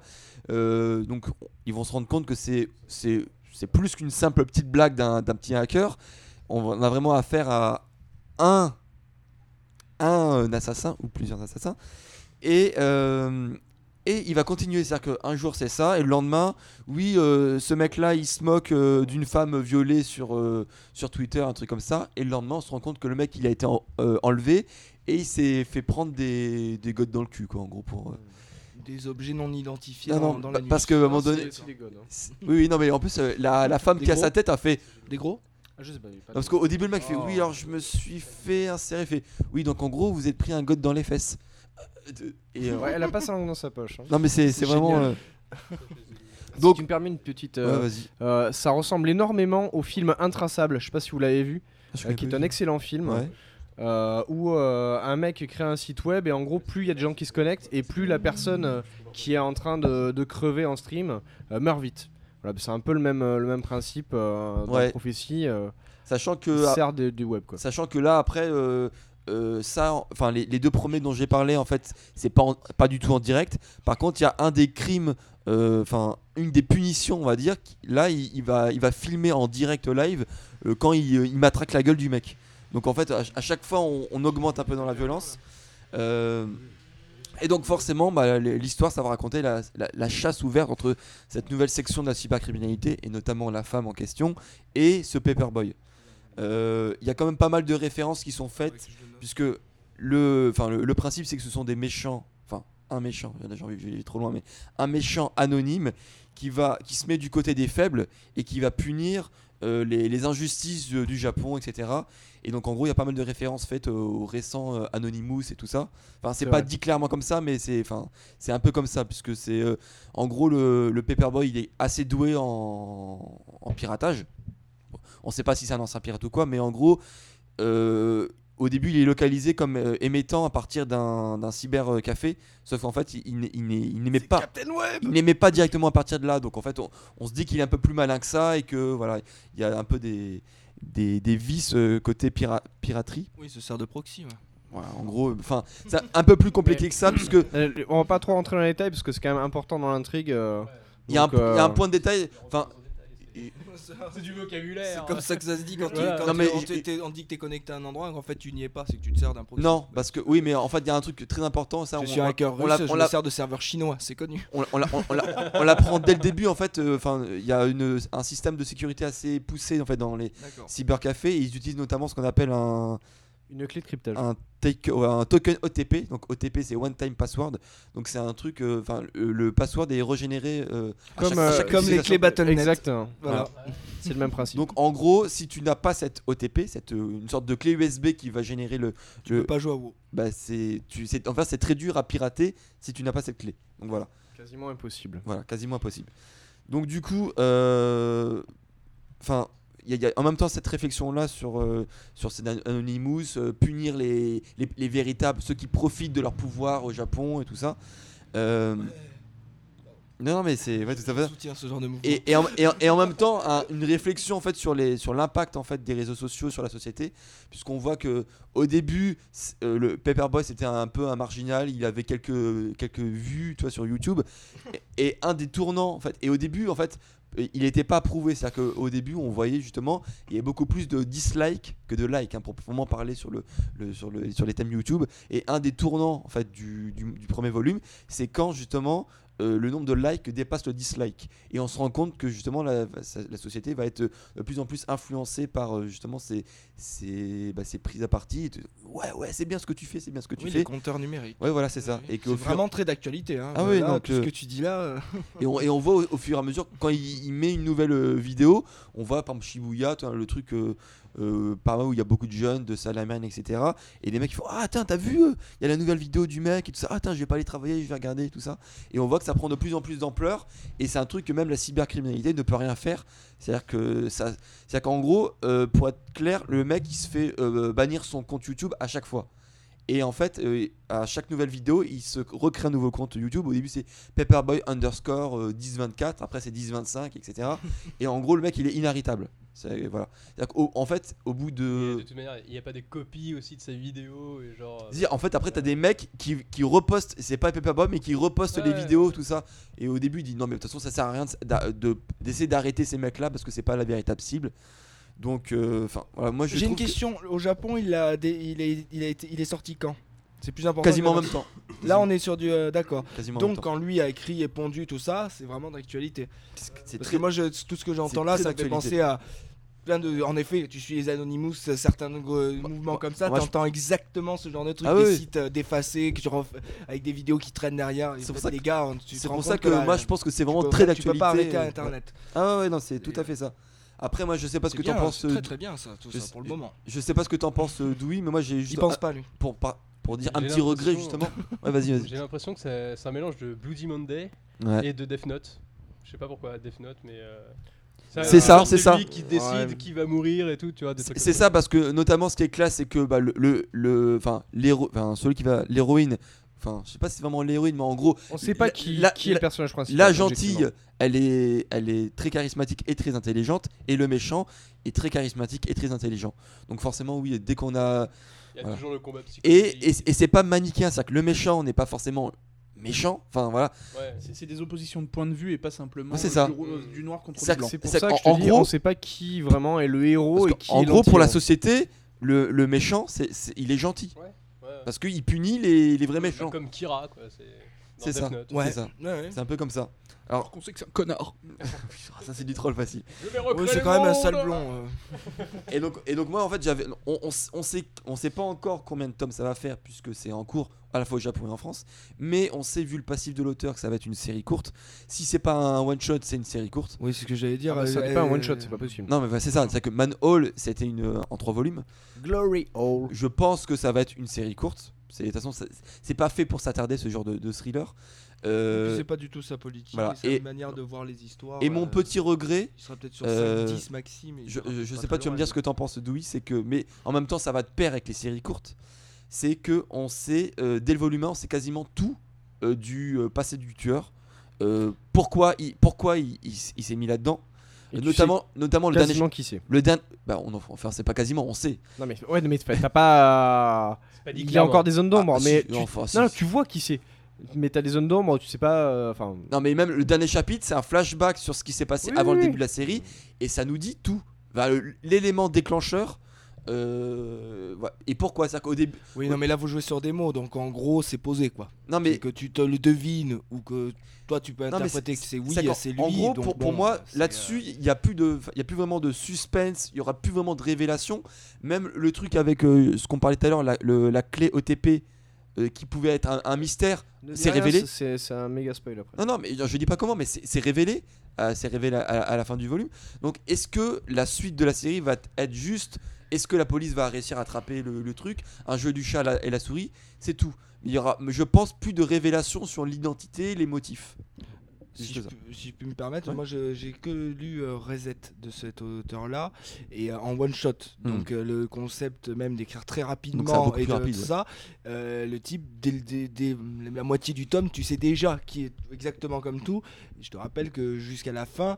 euh, donc ils vont se rendre compte que c'est c'est c'est plus qu'une simple petite blague d'un d'un petit hacker. On va- on a vraiment affaire à un un euh, assassin ou plusieurs assassins et euh, et il va continuer, c'est-à-dire qu'un jour c'est ça, et le lendemain, oui, euh, ce mec-là, il se moque euh, d'une femme violée sur, euh, sur Twitter, un truc comme ça, et le lendemain, on se rend compte que le mec, il a été en- euh, enlevé, et il s'est fait prendre des, des godes dans le cul, quoi, en gros. Pour, euh.
Des objets non identifiés
Non, non,
dans, dans la nuit.
parce qu'à un
Ah,
moment donné...
hein.
c'est- Oui, oui, non, mais en plus, euh, la, la femme
Des
qui a
gros
sa tête a fait...
Des gros
Ah,
Non, parce qu'au début, le mec fait, oui, alors je me suis fait insérer, fait, oui, donc en gros, vous êtes pris un god dans les fesses. Euh, Et, euh,
Ouais, elle a pas sa langue dans sa poche. hein.
Non, mais c'est c'est vraiment...
génial.
euh,
Donc,
Donc-
tu me permets une petite.
ouais,
euh,
vas-y.
euh, ça ressemble énormément au film Intraçable. Je sais pas si vous l'avez vu, euh, qui est un excellent film.
Ouais.
euh, où euh, un mec crée un site web et en gros plus il y a de gens qui se connectent et plus la personne euh, qui est en train de, de crever en stream euh, meurt vite. Voilà, c'est un peu le même, euh, le même principe euh, dans
Ouais.
la prophétie euh,
Sachant
qui
que... ah.
sert de- du web quoi.
Sachant que là, après, euh, euh, ça, en- enfin, les, les deux premiers dont j'ai parlé, en fait, c'est pas, en- pas du tout en direct. Par contre, il y a un des crimes, euh, enfin, une des punitions, on va dire. qui- Là, il, il va, il va filmer en direct live euh, quand il, euh, il matraque la gueule du mec. Donc, en fait, à, ch- à chaque fois, on, on augmente un peu dans la violence. Euh, et donc forcément, bah, l- l'histoire, ça va raconter la, la- la chasse ouverte entre cette nouvelle section de la cybercriminalité, et notamment la femme en question, et ce paperboy. Euh, Il y a quand même pas mal de références qui sont faites, puisque le, enfin, le, le principe, c'est que ce sont des méchants, enfin un méchant, j'ai envie je vais aller trop loin, mais un méchant anonyme qui, va, qui se met du côté des faibles et qui va punir euh, les, les injustices euh, du Japon, etc. Et donc en gros, il y a pas mal de références faites aux récents euh, Anonymous et tout ça. Enfin, c'est
C'est
pas
vrai.
dit clairement comme ça, mais c'est enfin, c'est un peu comme ça, puisque c'est euh, en gros le, le Paperboy, il est assez doué en, en piratage. Bon, on sait pas si c'est un ancien pirate ou quoi, mais en gros, euh, au début, il est localisé comme euh, émettant à partir d'un d'un cybercafé, sauf qu'en fait, il, il n'est- il n'est- il n'émet
C'est
pas
Captain Web
il n'aimait pas directement à partir de là. Donc en fait, on, on se dit qu'il est un peu plus malin que ça et que voilà, il y a un peu des, des, des vices euh, côté pira- piraterie.
Oui, il se sert de proxy. ouais.
Voilà, en gros, euh, enfin, c'est un peu plus compliqué que ça puisque
Euh, on va pas trop rentrer dans les détails parce que c'est quand même important dans l'intrigue. euh,
il y, a un-
donc, euh,
il y a un point de détail. Enfin,
C'est du vocabulaire.
hein.
C'est comme ça que ça se dit quand, tu-
Voilà.
quand
Non,
tu-
mais
on,
j-
te- t'es- on te dit que t'es connecté à un endroit, en fait tu n'y es pas, c'est que tu te sers d'un produit.
Non, parce que oui, mais en fait, il y a un truc très important. Ça,
je
on-
suis un hacker
on l'a-
russe, je
on
me
l'a-
sers de serveur chinois, c'est connu.
on, on l'a- on- on l'a- on l'apprend dès le début en fait. euh, Enfin, il y a une, un système de sécurité assez poussé en fait dans les
D'accord.
cybercafés. Et ils utilisent notamment ce qu'on appelle un,
Une clé de cryptage.
un, take- ouais, un token OTP. Donc OTP, c'est one time password. Donc c'est un truc. euh, Enfin, le- le password est régénéré. euh, à
Comme,
chaque-
euh,
à chaque
comme les
utilisation.
clés Battle.net.
Exact.
Voilà.
C'est le même principe.
Donc en gros, si tu n'as pas cette OTP, cette euh, une sorte de clé USB qui va générer le,
Tu
le-
peux pas jouer à WoW.
bah c'est tu c'est enfin c'est très dur à pirater si tu n'as pas cette clé. Donc voilà,
Quasiment impossible.
voilà, quasiment impossible. Donc du coup, euh, enfin il y a- il y a en même temps cette réflexion là sur euh, sur ces an- Anonymous, euh, punir les, les les véritables, ceux qui profitent de leur pouvoir au Japon et tout ça. Euh, non, non mais c'est ouais, tout à fait.
Je soutiens ce genre de mouvement.
et, et en, et en- et en même temps un- une réflexion en fait sur les sur l'impact en fait des réseaux sociaux sur la société puisqu'on voit que au début c- euh, le Paperboy c'était un peu un marginal il avait quelques quelques vues tu vois, sur YouTube et, et un des tournants en fait et au début en fait euh, il n'était pas approuvé, c'est-à-dire qu'au début on voyait justement il y avait beaucoup plus de dislikes que de likes hein, pour vraiment parler sur le, le- sur le sur les thèmes YouTube et un des tournants en fait du, du- du premier volume c'est quand justement euh, le nombre de likes dépasse le dislike et on se rend compte que justement la, sa- la société va être euh, de plus en plus influencée par euh, justement ces, ces, bah, ces prises à partie. Et de- ouais, ouais, c'est bien ce que tu fais, c'est bien ce que tu
Oui, les
fais.
compteurs numériques.
Ouais, voilà, c'est ça.
Oui,
Et,
c'est
qu'au fur-
vraiment très d'actualité. Hein.
Ah oui,
Là,
donc,
tout ce
euh,
que tu dis là. euh,
et, on, et on voit au, au fur et à mesure, quand il, il met une nouvelle euh, vidéo, on voit par exemple Shibuya, tu vois, le truc euh, euh, par là où il y a beaucoup de jeunes, de salaman, etc. Et des mecs qui font Ah, tiens, t'as vu, euh, il y a la nouvelle vidéo du mec et tout ça. Ah, tiens, je vais pas aller travailler, je vais regarder et tout ça. Et on voit que ça prend de plus en plus d'ampleur. Et c'est un truc que même la cybercriminalité ne peut rien faire. C'est-à-dire que ça. C'est-à-dire qu'en gros, euh, pour être clair, le mec il se fait euh, bannir son compte YouTube à chaque fois. Et en fait, euh, à chaque nouvelle vidéo, il se recrée un nouveau compte YouTube. Au début, c'est Pepperboy underscore euh, 1024, après c'est 1025, etc. et en gros, le mec, il est inarrêtable. C'est- Voilà. C'est-à-dire qu'au- en fait, au bout
Et
de.
de toute manière, il n'y a pas des copies aussi de sa vidéo et genre. euh,
C'est-à-dire, en fait, après, t'as des mecs qui, qui repostent, c'est pas Pepperboy, mais qui repostent les
Ouais,
vidéos,
ouais.
tout ça. Et au début, il dit non, mais de toute façon, ça sert à rien de- d'a- de- d'essayer d'arrêter ces mecs-là parce que c'est pas la véritable cible. Donc, euh, enfin, voilà, moi je
J'ai une
trouve que-
question. Au Japon, il a, des- il, est, il, a été- il est sorti quand C'est plus important.
quasiment en
que-
même temps.
Là, on est sur du. euh, D'accord.
Quasiment en même
Donc,
temps.
quand lui a écrit et pondu tout ça, c'est vraiment d'actualité.
Parce que c'est
Parce
très
que moi, je- tout ce que j'entends
c'est
là,
très
ça me fait
d'actualité.
penser à plein de. En effet, tu suis les Anonymous, euh, certains euh, mouvements comme ça,
moi, je-
t'entends exactement ce genre de truc,
Ah
des
oui.
sites euh, défacés, que tu ref- avec des vidéos qui traînent derrière.
C'est
Et
pour
pour
ça
les gars, on- tu te
C'est
rends
pour ça
compte
que
la-
moi je pense que c'est vraiment
tu peux-
très
Tu peux
d'actualité.
pas arrêter à
euh,
Internet.
ouais. Ah ouais, non, c'est tout à fait ça. Après, moi je sais pas ce
C'est
que t'en
bien,
penses.
c'est
euh,
Très très bien ça, tout
je
ça
sais-
pour le moment.
Je sais pas ce que t'en penses, euh, Douy, mais moi j'ai
Il
juste.
pense
ah,
pas lui.
Pour, par- pour dire un
J'ai
petit regret
l'impression-
justement. Ouais, vas-y, vas-y.
J'ai l'impression que c'est c'est un mélange de Bloody Monday
Ouais.
et de Death Note. Je sais pas pourquoi Death Note, mais. euh,
C'est
un
ça,
genre
c'est
de
ça.
lui qui décide
Ouais.
qui va mourir et tout, tu vois. des trucs
C'est
comme
ça parce que notamment ce qui est classe c'est que bah, le le- le enfin l'héro enfin celui qui va l'héroïne enfin je sais pas si c'est vraiment l'héroïne mais en gros
On sait pas qui,
La-
qui est
la-
le personnage principal.
la gentille
objectivement.
elle est elle est très charismatique et très intelligente et le méchant est très charismatique et très intelligent. Donc forcément oui dès qu'on a
Il y a
Voilà.
toujours le combat psychologique.
et, et, et c'est pas manichéen, c'est-à-dire que le méchant n'est pas forcément méchant, enfin voilà.
Ouais.
C'est c'est des oppositions de points de vue et pas simplement
Ouais, c'est
euh,
ça.
du, ro- euh, du noir contre
C'est-
le blanc.
C'est pour
C'est
ça
qu'en-
que je te
en
dis,
gros-
on sait pas qui vraiment est le héros
Parce
et
que,
qui
en
est
gros, pour la
l'anti-héros.
société, le, le méchant, c'est c'est- il est gentil.
ouais.
Parce qu'il punit les, les vrais
Comme-
méchants.
Comme Kira, quoi. C'est dans
C'est
Death
ça.
Note.
Ouais. ça.
ouais.
C'est un peu comme ça. Alors qu'on sait que c'est un connard. ça, c'est du troll facile.
Je vais
Ouais,
recréer
c'est
le
quand même un
monde.
sale blond. euh.
Et donc, et donc moi en fait j'avais on, on, s- on sait on sait pas encore combien de tomes ça va faire puisque c'est en cours à la fois au Japon et en France mais on sait vu le passif de l'auteur que ça va être une série courte si c'est pas un one shot c'est une série courte
Oui, c'est ce que j'allais dire.
Ah bah, ça
euh,
n'est pas un
euh,
one shot, c'est pas possible.
non mais bah, c'est ça c'est que Manhole c'était une euh, en trois volumes
Glory Hole.
je pense que ça va être une série courte c'est de toute façon ça- c'est pas fait pour s'attarder ce genre de, de thriller Euh,
C'est pas du tout sa politique,
voilà,
et c'est
et-
une manière de voir les histoires.
et mon
euh,
petit regret
Il sera peut-être sur
euh,
5, 10 maxi, mais. il
je,
sera
je-
peut-être
je
pas très
sais pas, tu vas
loin,
me
hein.
dire ce que t'en penses, Douy, c'est que, mais en même temps, ça va de pair avec les séries courtes. C'est que on sait, euh, dès le volume 1, on sait quasiment tout euh, du euh, passé du tueur. Euh, pourquoi il, pourquoi il, il s- il s'est mis là-dedans
Et tu
Notamment, notamment
sais
le dernier.
quasiment qui c'est.
Le dernier. Bah, on en, enfin, c'est pas quasiment, on sait.
Non mais ouais, mais t'as pas.
C'est pas dit
Il y a
clairement.
encore des zones d'ombre,
Ah,
mais
si,
tu-
enfin, si,
non,
si.
tu vois qui c'est. Mais t'as des zones d'ombre, tu sais pas. euh, Enfin,
Non, mais même le dernier chapitre, c'est un flashback sur ce qui s'est passé
Oui,
avant
oui,
le
oui.
début de la série, et ça nous dit tout. Enfin, le- L'élément déclencheur. euh, ouais. Et pourquoi cest qu'au début.
Oui, non, mais là, vous jouez sur des mots, donc en gros, c'est posé, quoi.
Non,
Mais
mais.
que tu te le devines ou que toi, tu peux
non, mais
interpréter que c'est oui,
qu'en-
c'est lui.
En gros,
donc
pour, pour
bon,
moi,
c'est, euh,
là-dessus, il n'y a, plus de- il y a plus vraiment de suspense, il n'y aura plus vraiment de révélation. Même le truc avec euh, ce qu'on parlait tout à l'heure, la, le- la clé OTP euh, qui pouvait être un- un mystère.
ne dis
C'est
rien,
révélé
c'est- C'est c'est un méga spoil après.
Non, non, mais je dis pas comment, mais c'est c'est révélé. euh, c'est révélé à, à- à la fin du volume. Donc, est-ce que la suite de la série va t- être juste Est-ce que la police va réussir à attraper le, le truc Un jeu du chat la- et la souris, c'est tout. Mais Il y aura, je pense, plus de révélations sur l'identité, les motifs.
Si
Juste
je,
ça.
peux- si je peux me permettre,
Ouais.
moi je- j'ai que lu euh, Reset de cet auteur-là et euh, en one shot.
Hmm.
Donc euh, le concept même d'écrire très rapidement
beaucoup
et
plus
de
rapide,
tout
ouais.
ça, euh, le type, dès, le- dès- dès la moitié du tome, tu sais déjà qui est exactement comme tout. Je te rappelle que jusqu'à la fin,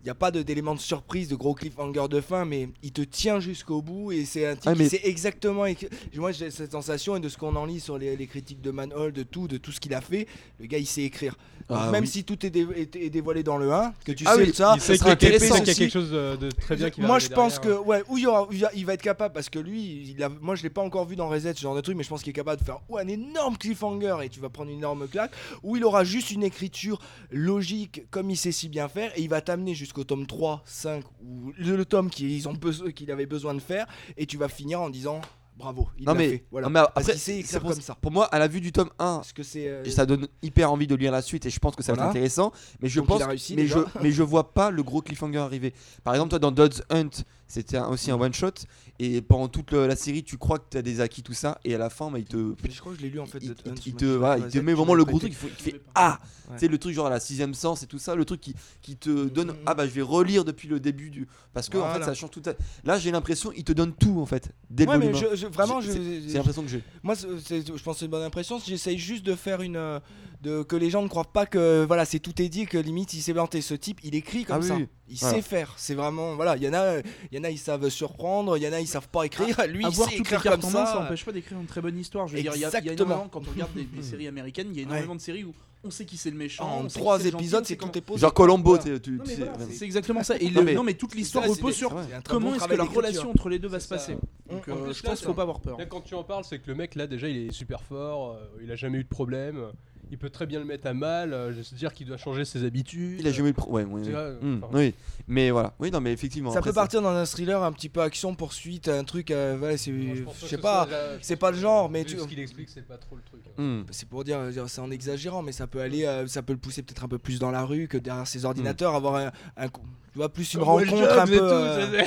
il n'y a pas de- d'éléments de surprise, de gros cliffhanger de fin, mais il te tient jusqu'au bout et c'est un type
Ah, mais-
qui sait exactement. écri- Moi j'ai cette sensation et de ce qu'on en lit sur les, les critiques de Manhole, de tout, de tout ce qu'il a fait, le gars il sait écrire. Donc,
Ah
même
oui.
si tout est, dé- est- est dévoilé dans le 1, que tu
Ah
sais
oui,
que ça,
il
ça
sait
C'est
sera
sera
qu'il y a-
capé,
c'est qu'il y a
ceci.
quelque chose de de très bien qui va
Moi
arriver
je pense
derrière, hein.
que ouais, où il, y aura- où il y a- il va être capable parce que lui, il a, moi je l'ai pas encore vu dans Reset ce genre de truc, mais je pense qu'il est capable de faire ou un énorme cliffhanger et tu vas prendre une énorme claque, ou il aura juste une écriture logique comme il sait si bien faire et il va t'amener jusqu'au tome 3, 5 ou le, le tome qu'ils ont besoin- qu'il avait besoin de faire et tu vas finir en disant bravo, il
Non,
l'a
mais-
fait. Voilà.
Non, mais
parce
après,
qu'il sait
c'est
écrire
pour,
comme ça.
pour moi, à la vue du tome 1,
Parce que c'est euh,
et ça donne hyper envie de lire la suite, et je pense que ça va
Voilà.
être intéressant. Mais je
Donc, il
pense
a réussi,
mais, je,
déjà.
mais je vois pas le gros cliffhanger arriver. Par exemple, toi, dans Dodds Hunt, c'était un- aussi un one shot. Et pendant toute le- la série, tu crois que tu as des acquis, tout ça. Et à la fin, mais il te.
Mais je crois que je l'ai lu en fait.
il,
Dead
il-
Hunt,
il
moi,
te,
qui
voilà,
fait
il te
Reset,
met
je
vraiment
l'ai
le
pas
gros
été.
truc il faut- qui fait Ah
Ouais. Mm,
Tu sais, le truc genre à la sixième sens et tout ça, le truc qui, qui te donne Ah bah je vais relire depuis le début du. Parce que en fait,
Voilà.
ça change tout. à- Là, j'ai l'impression, il te donne tout en fait. Dès
Ouais,
le
mais
volume. un.
je, je- vraiment, je,
C'est- C'est l'impression que j'ai.
moi, c'est- c'est- je pense que c'est une bonne impression. J'essaye juste de faire une. euh, De, que les gens ne croient pas que voilà, c'est tout est dit, que limite il s'est planté. Ce type, il écrit comme
Ah oui,
ça.
oui.
Il
Voilà.
sait faire. C'est vraiment. Voilà, il y, en a, euh, il y en a, ils savent surprendre, il y en a, ils savent pas écrire. Lui, il
Ah, Avoir
sait
toutes les
écrire comme
cartes en main, ça
ça.
n'empêche pas d'écrire une très bonne histoire. Je veux dire, il y a, il y a
Exactement.
énormément, quand on regarde des, des séries américaines, il y a énormément de séries où on sait qui c'est le méchant. on
Ah, en
sait qui
trois
c'est le gentil, on
épisodes,
sait
c'est tout est posé.
Genre Colombo,
Voilà.
tu, tu-
Non,
tu
mais
sais.
voilà,
vraiment.
c'est exactement ça. Et
Non,
le-
mais-
non, mais toute l'histoire
Ça, c'est
repose
des-
sur
c'est un très
comment
bon
est-ce que
travail
la
d'écriture.
relation entre les deux va se
C'est
passer.
ça.
Donc
En
euh, je
plus, là,
pense qu'il
c'est
faut
un-
pas avoir peur.
Là, quand tu en parles, c'est que le mec, là, déjà, il est super fort, euh, il a jamais eu de problème, euh, il peut très bien le mettre à mal, euh, se dire qu'il doit changer ses habitudes.
Il a jamais eu le pro. Ouais, oui,
Euh, Tu
oui.
vois,
Hmm,
enfin,
oui. Mais voilà. Oui, non, mais effectivement.
Ça
après,
peut partir dans un thriller un petit peu action poursuite, un truc. euh, voilà, c'est.
Moi, pense
Je
que
sais
ce
pas.
soit déjà-
c'est pas le genre, mais
Vu
tu-
Ce qu'il explique, c'est pas trop le truc. hein.
Hmm.
C'est pour dire, euh, c'est en exagérant, mais ça peut aller, euh, ça peut le pousser peut-être un peu plus dans la rue que derrière ses ordinateurs, avoir un, un co- tu vois, plus une rencontre un peu, euh,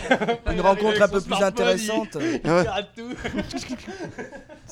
une rencontre un peu plus intéressante.
Ah ouais.
tout.